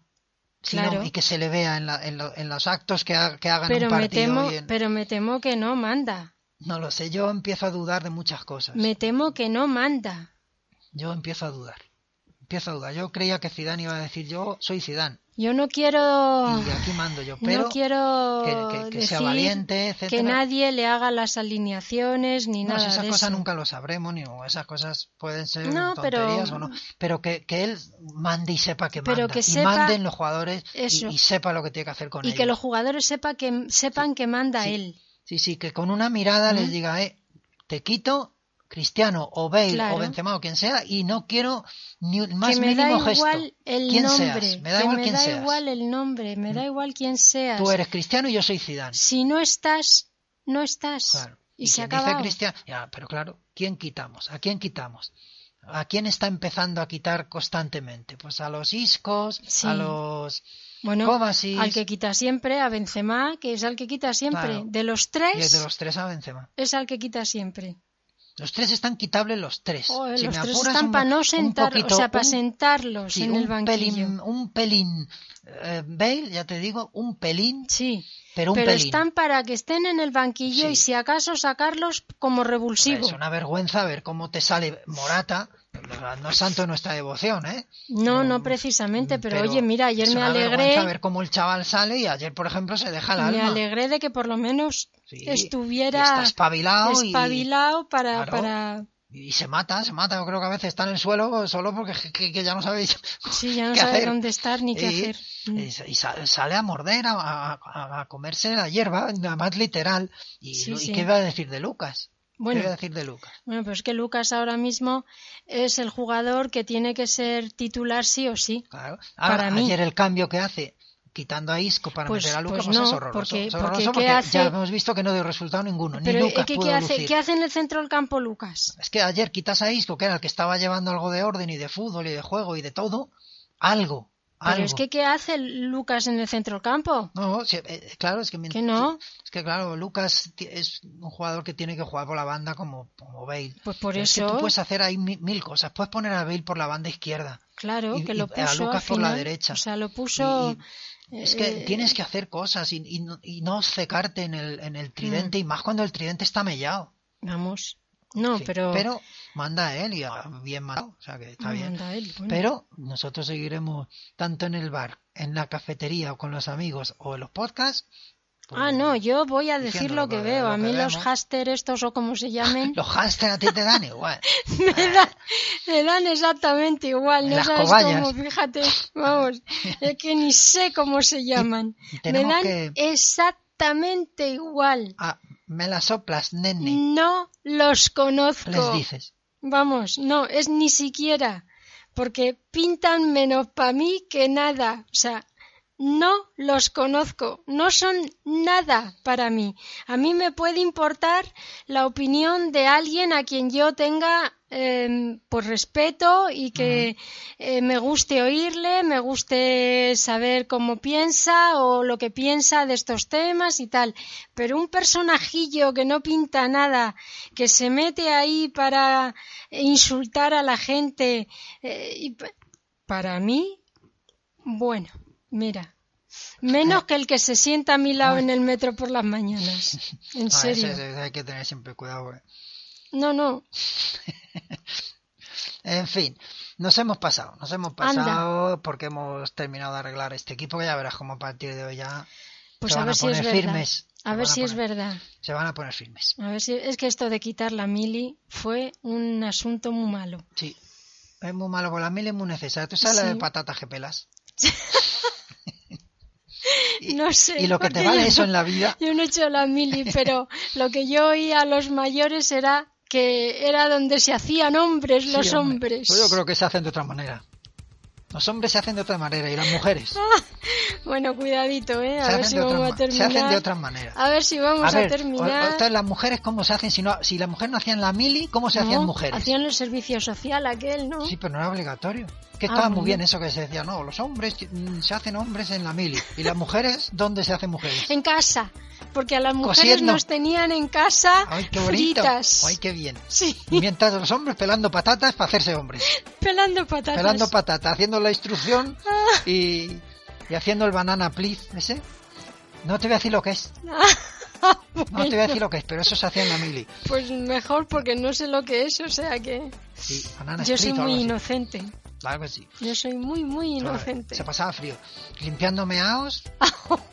[SPEAKER 1] si no-
[SPEAKER 2] Claro.
[SPEAKER 1] y que se le vea en, la- en lo- en los actos que, ha- que hagan
[SPEAKER 2] pero
[SPEAKER 1] un
[SPEAKER 2] me
[SPEAKER 1] partido.
[SPEAKER 2] temo,
[SPEAKER 1] y en-
[SPEAKER 2] pero me temo que no manda.
[SPEAKER 1] No lo sé, yo empiezo a dudar de muchas cosas.
[SPEAKER 2] Me temo que no manda.
[SPEAKER 1] Yo empiezo a dudar. Empiezo a dudar. Yo creía que Zidane iba a decir, yo soy Zidane
[SPEAKER 2] Yo no quiero,
[SPEAKER 1] y aquí mando yo. Pero
[SPEAKER 2] Ah, no quiero
[SPEAKER 1] que- que- que sea
[SPEAKER 2] decir
[SPEAKER 1] valiente, etcétera.
[SPEAKER 2] que nadie le haga las alineaciones ni
[SPEAKER 1] no,
[SPEAKER 2] nada
[SPEAKER 1] esas
[SPEAKER 2] de
[SPEAKER 1] cosas
[SPEAKER 2] eso.
[SPEAKER 1] nunca lo sabremos, ni esas cosas pueden ser
[SPEAKER 2] No, pero-
[SPEAKER 1] tonterías o no. Pero que, que él mande y sepa que
[SPEAKER 2] Pero
[SPEAKER 1] manda.
[SPEAKER 2] que
[SPEAKER 1] y
[SPEAKER 2] sepa
[SPEAKER 1] manden los jugadores y-
[SPEAKER 2] eso.
[SPEAKER 1] Y, sepa lo que tiene que hacer con
[SPEAKER 2] y que
[SPEAKER 1] ellos.
[SPEAKER 2] los jugadores sepa que, sepan que manda
[SPEAKER 1] Sí.
[SPEAKER 2] él.
[SPEAKER 1] Sí, sí, que con una mirada les diga, eh, te quito Cristiano o Bale
[SPEAKER 2] Claro.
[SPEAKER 1] o Benzema o quien sea y no quiero ni un más
[SPEAKER 2] que me da
[SPEAKER 1] mínimo
[SPEAKER 2] igual
[SPEAKER 1] gesto.
[SPEAKER 2] el
[SPEAKER 1] ¿Quién
[SPEAKER 2] nombre.
[SPEAKER 1] seas? Me da
[SPEAKER 2] que
[SPEAKER 1] igual
[SPEAKER 2] me
[SPEAKER 1] quién
[SPEAKER 2] da
[SPEAKER 1] seas. Mm.
[SPEAKER 2] igual el nombre. Me da igual quién seas.
[SPEAKER 1] Tú eres Cristiano y yo soy Zidane.
[SPEAKER 2] Si no estás, no estás.
[SPEAKER 1] Claro.
[SPEAKER 2] Y, se
[SPEAKER 1] quien dice
[SPEAKER 2] acaba.
[SPEAKER 1] Cristiano, ya, pero claro, ¿quién quitamos? ¿A quién quitamos? ¿A quién está empezando a quitar constantemente? Pues a los Iscos,
[SPEAKER 2] Sí.
[SPEAKER 1] a los
[SPEAKER 2] Bueno,
[SPEAKER 1] Kovacic.
[SPEAKER 2] al que quita siempre, a Benzema, que es al que quita siempre.
[SPEAKER 1] Claro.
[SPEAKER 2] De los
[SPEAKER 1] y
[SPEAKER 2] tres,
[SPEAKER 1] de los tres a Benzema.
[SPEAKER 2] es al que quita siempre.
[SPEAKER 1] Los tres están quitables los tres.
[SPEAKER 2] Joder,
[SPEAKER 1] Si
[SPEAKER 2] los
[SPEAKER 1] me
[SPEAKER 2] tres
[SPEAKER 1] apuras
[SPEAKER 2] están
[SPEAKER 1] un-
[SPEAKER 2] para no
[SPEAKER 1] un
[SPEAKER 2] sentar,
[SPEAKER 1] poquito,
[SPEAKER 2] o sea, para
[SPEAKER 1] un-
[SPEAKER 2] sentarlos
[SPEAKER 1] Sí,
[SPEAKER 2] en el
[SPEAKER 1] un
[SPEAKER 2] banquillo.
[SPEAKER 1] pelín, un pelín eh, Bale, ya te digo, un pelín,
[SPEAKER 2] Sí.
[SPEAKER 1] pero un
[SPEAKER 2] pero
[SPEAKER 1] pelín.
[SPEAKER 2] están para que estén en el banquillo
[SPEAKER 1] Sí.
[SPEAKER 2] y si acaso sacarlos como
[SPEAKER 1] Joder,
[SPEAKER 2] revulsivo.
[SPEAKER 1] Es una vergüenza ver cómo te sale Morata No es santo nuestra devoción, ¿eh?
[SPEAKER 2] No, no precisamente, pero, oye, mira, ayer
[SPEAKER 1] es
[SPEAKER 2] me
[SPEAKER 1] una vergüenza
[SPEAKER 2] alegré,
[SPEAKER 1] ver cómo el chaval sale y ayer, por ejemplo, se deja la
[SPEAKER 2] me
[SPEAKER 1] alma.
[SPEAKER 2] alegré de que por lo menos
[SPEAKER 1] Sí, y
[SPEAKER 2] estuviera
[SPEAKER 1] está espabilado, y-
[SPEAKER 2] espabilado para,
[SPEAKER 1] Claro.
[SPEAKER 2] para...
[SPEAKER 1] Y, se mata, se mata. Yo creo que a veces está en el suelo solo porque que- que ya no sabe
[SPEAKER 2] Sí, ya no
[SPEAKER 1] ¿Qué
[SPEAKER 2] sabe
[SPEAKER 1] hacer? Eh,
[SPEAKER 2] dónde estar ni qué
[SPEAKER 1] Y-
[SPEAKER 2] hacer. Mm.
[SPEAKER 1] Y, sa- y sa- sale a morder, a, a- a- a comerse la hierba, nada más literal. ¿Y,
[SPEAKER 2] Sí,
[SPEAKER 1] Lu- y
[SPEAKER 2] sí.
[SPEAKER 1] qué va a decir de Lucas?
[SPEAKER 2] Bueno,
[SPEAKER 1] ¿Qué va a decir de Lucas?
[SPEAKER 2] bueno, pero es que Lucas ahora mismo es el jugador que tiene que ser titular sí o sí.
[SPEAKER 1] Claro. Ahora,
[SPEAKER 2] Para mí.
[SPEAKER 1] ayer el cambio que hace quitando a Isco para
[SPEAKER 2] Pues-
[SPEAKER 1] meter a Lucas
[SPEAKER 2] pues
[SPEAKER 1] pues
[SPEAKER 2] no,
[SPEAKER 1] es horroroso.
[SPEAKER 2] porque-
[SPEAKER 1] Es horroroso
[SPEAKER 2] porque ¿qué
[SPEAKER 1] porque
[SPEAKER 2] hace?
[SPEAKER 1] ya hemos visto que no dio resultado ninguno.
[SPEAKER 2] Pero
[SPEAKER 1] ni
[SPEAKER 2] eh,
[SPEAKER 1] Lucas
[SPEAKER 2] ¿qué,
[SPEAKER 1] pudo
[SPEAKER 2] qué hace,
[SPEAKER 1] lucir.
[SPEAKER 2] ¿qué hace en el centro del campo Lucas?
[SPEAKER 1] Es que ayer quitas a Isco, que era el que estaba llevando algo de orden y de fútbol y de juego y de todo. Algo.
[SPEAKER 2] Pero
[SPEAKER 1] algo.
[SPEAKER 2] es que ¿qué hace Lucas en el centro del campo?
[SPEAKER 1] No, sí, eh, claro, es que... me-
[SPEAKER 2] Que no.
[SPEAKER 1] Es que claro, Lucas ti- es un jugador que tiene que jugar por la banda como, como Bale.
[SPEAKER 2] Pues por
[SPEAKER 1] Pero es que
[SPEAKER 2] eso,
[SPEAKER 1] tú puedes hacer ahí mi- mil, cosas. Puedes poner a Bale por la banda izquierda.
[SPEAKER 2] claro,
[SPEAKER 1] y-
[SPEAKER 2] que
[SPEAKER 1] y
[SPEAKER 2] lo
[SPEAKER 1] a
[SPEAKER 2] puso
[SPEAKER 1] Lucas
[SPEAKER 2] al
[SPEAKER 1] por la
[SPEAKER 2] final,
[SPEAKER 1] derecha.
[SPEAKER 2] O sea, lo puso...
[SPEAKER 1] Y- y es que
[SPEAKER 2] eh,
[SPEAKER 1] tienes que hacer cosas y, y no, y no secarte en el, en el tridente y más cuando el tridente está mellado.
[SPEAKER 2] Vamos. Mm. No,
[SPEAKER 1] Sí,
[SPEAKER 2] pero...
[SPEAKER 1] manda él y ah, bien mandado. O sea que está
[SPEAKER 2] Ah,
[SPEAKER 1] bien.
[SPEAKER 2] anda él, bueno.
[SPEAKER 1] Pero nosotros seguiremos tanto en el bar, en la cafetería o con los amigos o en los podcasts. pues,
[SPEAKER 2] Ah, no, yo voy a decir
[SPEAKER 1] diciendo
[SPEAKER 2] lo
[SPEAKER 1] lo
[SPEAKER 2] que
[SPEAKER 1] que-
[SPEAKER 2] veo.
[SPEAKER 1] lo
[SPEAKER 2] A
[SPEAKER 1] que
[SPEAKER 2] mí los
[SPEAKER 1] vemos.
[SPEAKER 2] haster estos o como se llamen
[SPEAKER 1] Los hamsters a ti te dan igual.
[SPEAKER 2] me, dan, me dan exactamente igual. No
[SPEAKER 1] Las
[SPEAKER 2] sabes
[SPEAKER 1] cobayas.
[SPEAKER 2] cómo, fíjate, vamos, es que ni sé cómo se llaman. Me
[SPEAKER 1] tenemos
[SPEAKER 2] dan
[SPEAKER 1] que-
[SPEAKER 2] exactamente igual.
[SPEAKER 1] Ah, me la soplas, nene.
[SPEAKER 2] No los conozco.
[SPEAKER 1] Les dices.
[SPEAKER 2] Vamos, no, es ni siquiera, porque pintan menos para mí que nada. O sea, no los conozco, no son nada para mí. A mí me puede importar la opinión de alguien a quien yo tenga eh, por respeto y que eh, me guste oírle, me guste saber cómo piensa o lo que piensa de estos temas y tal. Pero un personajillo que no pinta nada, que se mete ahí para insultar a la gente, eh, y pa- para mí, bueno, mira, menos que el que se sienta a mi lado en el metro por las mañanas. En
[SPEAKER 1] Ah, ese-
[SPEAKER 2] serio.
[SPEAKER 1] ese hay que tener siempre cuidado. eh.
[SPEAKER 2] No, no.
[SPEAKER 1] En fin, nos hemos pasado, nos hemos
[SPEAKER 2] Anda.
[SPEAKER 1] pasado porque hemos terminado de arreglar este equipo que ya verás cómo a partir de hoy ya
[SPEAKER 2] Pues
[SPEAKER 1] se
[SPEAKER 2] a
[SPEAKER 1] van
[SPEAKER 2] ver si es
[SPEAKER 1] poner
[SPEAKER 2] verdad.
[SPEAKER 1] firmes.
[SPEAKER 2] A
[SPEAKER 1] se
[SPEAKER 2] ver
[SPEAKER 1] van
[SPEAKER 2] si es
[SPEAKER 1] poner-
[SPEAKER 2] verdad.
[SPEAKER 1] Se van a poner firmes.
[SPEAKER 2] A ver si es que esto de quitar la mili fue un asunto muy malo.
[SPEAKER 1] Sí. Es muy malo por la mil, es muy necesario. Tú sabes la de
[SPEAKER 2] Sí.
[SPEAKER 1] patatas que pelas.
[SPEAKER 2] No sé.
[SPEAKER 1] Y lo que te
[SPEAKER 2] porque
[SPEAKER 1] vale
[SPEAKER 2] yo-
[SPEAKER 1] eso en la vida.
[SPEAKER 2] Yo no he hecho la mili, pero lo que yo oí a los mayores era que era donde se hacían hombres los
[SPEAKER 1] Sí, hombre.
[SPEAKER 2] hombres.
[SPEAKER 1] Pues yo creo que se hacen de otra manera. Los hombres se hacen de otra manera y las mujeres
[SPEAKER 2] Bueno, cuidadito, ¿eh? A
[SPEAKER 1] se,
[SPEAKER 2] ver
[SPEAKER 1] hacen
[SPEAKER 2] si
[SPEAKER 1] de otra,
[SPEAKER 2] vamos a
[SPEAKER 1] ma- se
[SPEAKER 2] terminar.
[SPEAKER 1] hacen de otra manera.
[SPEAKER 2] A ver si vamos a,
[SPEAKER 1] ver, o-
[SPEAKER 2] terminar.
[SPEAKER 1] otras las mujeres cómo se hacen si no si las mujeres no hacían la mili, ¿cómo se hacían
[SPEAKER 2] No,
[SPEAKER 1] mujeres?
[SPEAKER 2] Hacían el servicio social aquel, ¿no?
[SPEAKER 1] Sí, pero no era obligatorio. Que
[SPEAKER 2] Ah,
[SPEAKER 1] estaba muy
[SPEAKER 2] bueno.
[SPEAKER 1] bien eso que se decía, no, los hombres mm, se hacen hombres en la mili. ¿Y las mujeres dónde se hacen mujeres?
[SPEAKER 2] En casa. Porque a las mujeres
[SPEAKER 1] Cosiendo.
[SPEAKER 2] nos tenían en casa
[SPEAKER 1] ¡Ay, qué bonito!
[SPEAKER 2] fritas.
[SPEAKER 1] ¡Ay, qué bien!
[SPEAKER 2] Sí,
[SPEAKER 1] Y Mientras los hombres pelando patatas para hacerse hombres.
[SPEAKER 2] pelando patatas.
[SPEAKER 1] Pelando patatas, haciendo la instrucción
[SPEAKER 2] Ah.
[SPEAKER 1] y, y haciendo el banana please ese. No te voy a decir lo que es,
[SPEAKER 2] Ah,
[SPEAKER 1] no te voy a decir lo que es, pero eso se hacía en la mili.
[SPEAKER 2] Pues mejor porque no sé lo que es, o sea que
[SPEAKER 1] Sí, banana
[SPEAKER 2] yo soy
[SPEAKER 1] split o algo
[SPEAKER 2] muy
[SPEAKER 1] así.
[SPEAKER 2] inocente.
[SPEAKER 1] Claro que sí.
[SPEAKER 2] Yo soy muy, muy
[SPEAKER 1] Claro,
[SPEAKER 2] inocente. Ah,
[SPEAKER 1] Se pasaba frío. Limpiando meaos.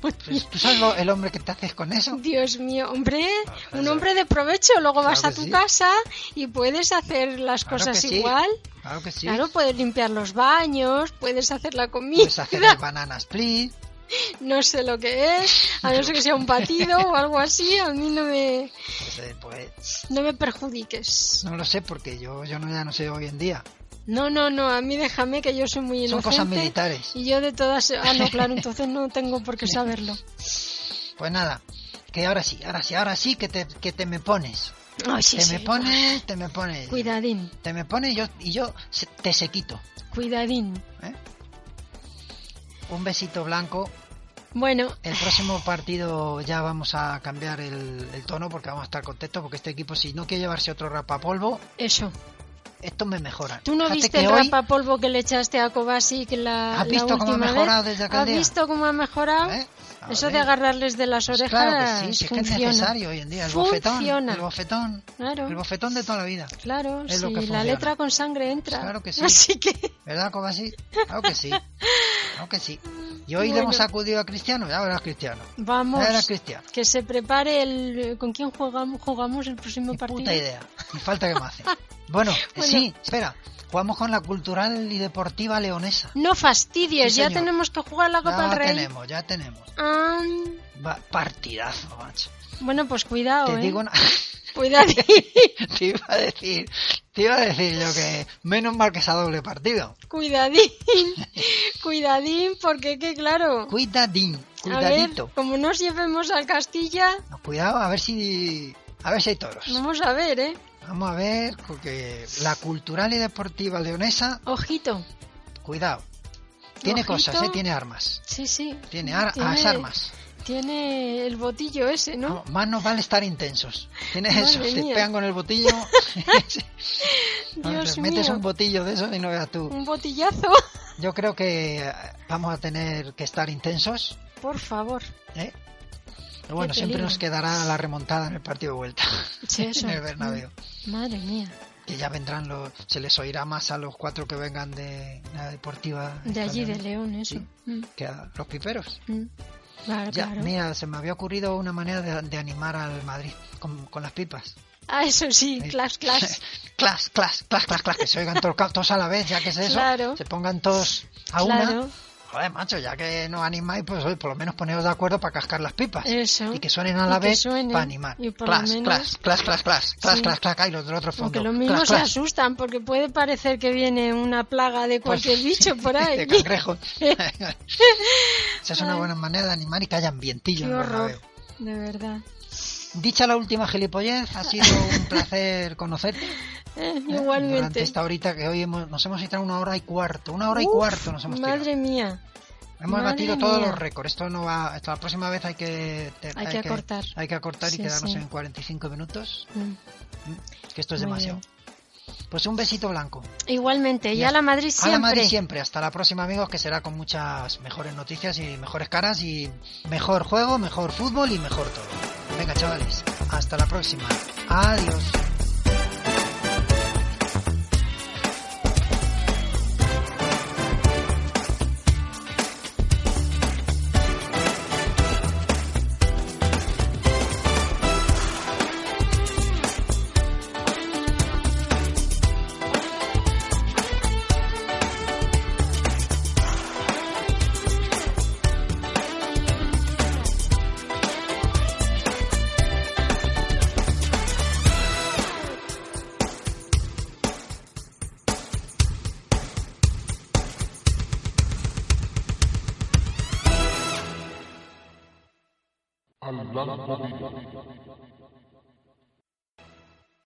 [SPEAKER 1] Pues, ¿Tú sabes lo- el hombre que te haces con eso?
[SPEAKER 2] Dios mío, hombre,
[SPEAKER 1] claro.
[SPEAKER 2] un hombre de provecho. Luego
[SPEAKER 1] Claro
[SPEAKER 2] vas a
[SPEAKER 1] que
[SPEAKER 2] tu
[SPEAKER 1] sí.
[SPEAKER 2] casa y puedes hacer las
[SPEAKER 1] Claro
[SPEAKER 2] cosas
[SPEAKER 1] que sí.
[SPEAKER 2] igual.
[SPEAKER 1] Claro que sí.
[SPEAKER 2] Claro, puedes limpiar los baños, puedes hacer la comida.
[SPEAKER 1] Puedes hacer el banana split.
[SPEAKER 2] No sé lo que es, a no ser que sea un batido o algo así. A mí no me,
[SPEAKER 1] Pues, eh, pues,
[SPEAKER 2] no me perjudiques.
[SPEAKER 1] no lo sé porque yo, yo no, ya no sé hoy en día.
[SPEAKER 2] No, no, no, a mí déjame que yo soy muy inocente.
[SPEAKER 1] Son cosas militares.
[SPEAKER 2] Y yo de todas... Ah, no, claro, entonces no tengo por qué saberlo.
[SPEAKER 1] Pues nada, que ahora sí, ahora sí, ahora sí que te, que te me pones.
[SPEAKER 2] Ay, sí,
[SPEAKER 1] te
[SPEAKER 2] sí.
[SPEAKER 1] me pones, te me pones.
[SPEAKER 2] Cuidadín,
[SPEAKER 1] Te me pones y yo, y yo se- te sequito.
[SPEAKER 2] cuidadín.
[SPEAKER 1] ¿eh? Un besito blanco.
[SPEAKER 2] Bueno,
[SPEAKER 1] El próximo partido ya vamos a cambiar el, el tono porque vamos a estar contentos porque este equipo si no quiere llevarse otro rapapolvo
[SPEAKER 2] eso.
[SPEAKER 1] estos me mejoran.
[SPEAKER 2] ¿Tú no
[SPEAKER 1] Fíjate
[SPEAKER 2] viste
[SPEAKER 1] que
[SPEAKER 2] el
[SPEAKER 1] hoy-
[SPEAKER 2] rapapolvo que le echaste a Kovacic la,
[SPEAKER 1] ¿Has
[SPEAKER 2] la
[SPEAKER 1] visto cómo ha
[SPEAKER 2] última vez?
[SPEAKER 1] mejorado desde aquel
[SPEAKER 2] ¿Has
[SPEAKER 1] día?
[SPEAKER 2] visto cómo ha mejorado?
[SPEAKER 1] ¿Eh? A
[SPEAKER 2] Eso de
[SPEAKER 1] ver.
[SPEAKER 2] agarrarles de las
[SPEAKER 1] Pues
[SPEAKER 2] orejas
[SPEAKER 1] Claro que sí, si es que es
[SPEAKER 2] funciona.
[SPEAKER 1] necesario hoy en día. El bofetón.
[SPEAKER 2] Funciona.
[SPEAKER 1] El bofetón.
[SPEAKER 2] Claro.
[SPEAKER 1] El bofetón de toda la vida.
[SPEAKER 2] Claro,
[SPEAKER 1] Es lo
[SPEAKER 2] si
[SPEAKER 1] que funciona.
[SPEAKER 2] la letra con sangre entra.
[SPEAKER 1] Claro que sí.
[SPEAKER 2] Así que
[SPEAKER 1] ¿Verdad, Cobasi? Claro que sí. Claro que sí. Y hoy le
[SPEAKER 2] Bueno.
[SPEAKER 1] hemos sacudido a Cristiano. Ya verás, Cristiano. Ya
[SPEAKER 2] vamos.
[SPEAKER 1] verás, Cristiano.
[SPEAKER 2] Que se prepare el. ¿Con quién jugamos, jugamos el próximo
[SPEAKER 1] Ni
[SPEAKER 2] partido?
[SPEAKER 1] puta idea. Ni falta que me hace. Bueno, eh,
[SPEAKER 2] Bueno.
[SPEAKER 1] sí, espera. Jugamos con la cultural y deportiva leonesa.
[SPEAKER 2] No fastidies,
[SPEAKER 1] Sí,
[SPEAKER 2] ya
[SPEAKER 1] señor.
[SPEAKER 2] tenemos que jugar la Copa
[SPEAKER 1] Ya
[SPEAKER 2] del Rey.
[SPEAKER 1] tenemos, ya tenemos.
[SPEAKER 2] Ah,
[SPEAKER 1] Va- partidazo, macho.
[SPEAKER 2] bueno, pues cuidado,
[SPEAKER 1] Te
[SPEAKER 2] eh.
[SPEAKER 1] digo una...
[SPEAKER 2] Cuidado.
[SPEAKER 1] te iba a decir, te iba a decir yo que menos mal que sea doble partido.
[SPEAKER 2] Cuidadín, cuidadín, porque que claro,
[SPEAKER 1] Cuidadín,
[SPEAKER 2] a
[SPEAKER 1] cuidadito.
[SPEAKER 2] ver, como nos llevemos al Castilla,
[SPEAKER 1] No, Cuidado, a ver si a ver si hay toros.
[SPEAKER 2] vamos a ver, ¿eh?
[SPEAKER 1] Vamos a ver, porque la cultural y deportiva leonesa,
[SPEAKER 2] Ojito,
[SPEAKER 1] cuidado. Tiene
[SPEAKER 2] Ojito.
[SPEAKER 1] cosas, ¿eh? tiene armas.
[SPEAKER 2] sí, sí.
[SPEAKER 1] Tiene, ar-
[SPEAKER 2] Tiene-
[SPEAKER 1] as- armas.
[SPEAKER 2] Tiene el botillo ese, ¿no?
[SPEAKER 1] Vamos, más nos vale estar intensos. Tienes
[SPEAKER 2] Madre
[SPEAKER 1] eso, te
[SPEAKER 2] mía.
[SPEAKER 1] pegan con el botillo. Vamos,
[SPEAKER 2] Dios
[SPEAKER 1] te metes
[SPEAKER 2] mío,
[SPEAKER 1] un botillo de eso y no veas tú.
[SPEAKER 2] un botillazo,
[SPEAKER 1] Yo creo que eh, vamos a tener que estar intensos.
[SPEAKER 2] por favor.
[SPEAKER 1] ¿eh? Pero bueno,
[SPEAKER 2] Qué
[SPEAKER 1] siempre
[SPEAKER 2] peligro.
[SPEAKER 1] nos quedará la remontada en el partido de vuelta.
[SPEAKER 2] Sí, eso.
[SPEAKER 1] en el Bernabéu.
[SPEAKER 2] Madre mía,
[SPEAKER 1] Que ya vendrán los... Se les oirá más a los cuatro que vengan de la deportiva.
[SPEAKER 2] de allí, de
[SPEAKER 1] española
[SPEAKER 2] León, eso.
[SPEAKER 1] Sí.
[SPEAKER 2] Mm,
[SPEAKER 1] Que a los piperos.
[SPEAKER 2] mm. Claro,
[SPEAKER 1] Ya,
[SPEAKER 2] claro.
[SPEAKER 1] mira, se me había ocurrido una manera de, de animar al Madrid con, con las pipas.
[SPEAKER 2] Ah, eso sí,
[SPEAKER 1] Eh,
[SPEAKER 2] clash, clash.
[SPEAKER 1] clas, clas, clas, clas, clas, que se oigan todos, todos a la vez, ya que es eso.
[SPEAKER 2] Claro.
[SPEAKER 1] Se pongan todos a una.
[SPEAKER 2] Claro,
[SPEAKER 1] Joder, macho, ya que no animáis, pues oye, por lo menos poneos de acuerdo para cascar las pipas.
[SPEAKER 2] eso.
[SPEAKER 1] Y que suenen a la
[SPEAKER 2] Y que
[SPEAKER 1] vez
[SPEAKER 2] suenen.
[SPEAKER 1] para animar.
[SPEAKER 2] Y por lo
[SPEAKER 1] clas,
[SPEAKER 2] menos-
[SPEAKER 1] clas, clas, clas, clas, clas,
[SPEAKER 2] Sí.
[SPEAKER 1] clas, clas, clas, y los del otro fondo.
[SPEAKER 2] Aunque los mismos
[SPEAKER 1] clas,
[SPEAKER 2] se
[SPEAKER 1] clas.
[SPEAKER 2] asustan porque puede parecer que viene una plaga de
[SPEAKER 1] Pues,
[SPEAKER 2] cualquier bicho por ahí.
[SPEAKER 1] de cangrejos. Esa es una buena manera de animar y que haya ambientillo. en
[SPEAKER 2] Qué
[SPEAKER 1] el
[SPEAKER 2] horror.
[SPEAKER 1] Bernabéu.
[SPEAKER 2] De verdad.
[SPEAKER 1] Dicha la última gilipollez, ha sido un placer conocerte.
[SPEAKER 2] Eh,
[SPEAKER 1] ¿eh? Durante
[SPEAKER 2] igualmente.
[SPEAKER 1] esta horita que hoy hemos- nos hemos tirado una hora y cuarto. Una hora y
[SPEAKER 2] Uf,
[SPEAKER 1] cuarto nos hemos tirado.
[SPEAKER 2] Madre mía.
[SPEAKER 1] Hemos
[SPEAKER 2] madre
[SPEAKER 1] batido todos
[SPEAKER 2] mía.
[SPEAKER 1] los récords. Esto no va. Esto, la próxima vez hay que. te-
[SPEAKER 2] Hay que acortar.
[SPEAKER 1] Hay que acortar y
[SPEAKER 2] Sí,
[SPEAKER 1] quedarnos
[SPEAKER 2] sí.
[SPEAKER 1] en 45 minutos.
[SPEAKER 2] Mm.
[SPEAKER 1] Que esto es
[SPEAKER 2] Muy
[SPEAKER 1] demasiado. Pues un besito blanco.
[SPEAKER 2] Igualmente.
[SPEAKER 1] Ya
[SPEAKER 2] Ya la Madrid
[SPEAKER 1] A
[SPEAKER 2] siempre.
[SPEAKER 1] la madre siempre. Hasta la próxima, amigos, que será con muchas mejores noticias y mejores caras y mejor juego, mejor fútbol y mejor todo. Venga, chavales. Hasta la próxima. Adiós.
[SPEAKER 3] al lampadillo.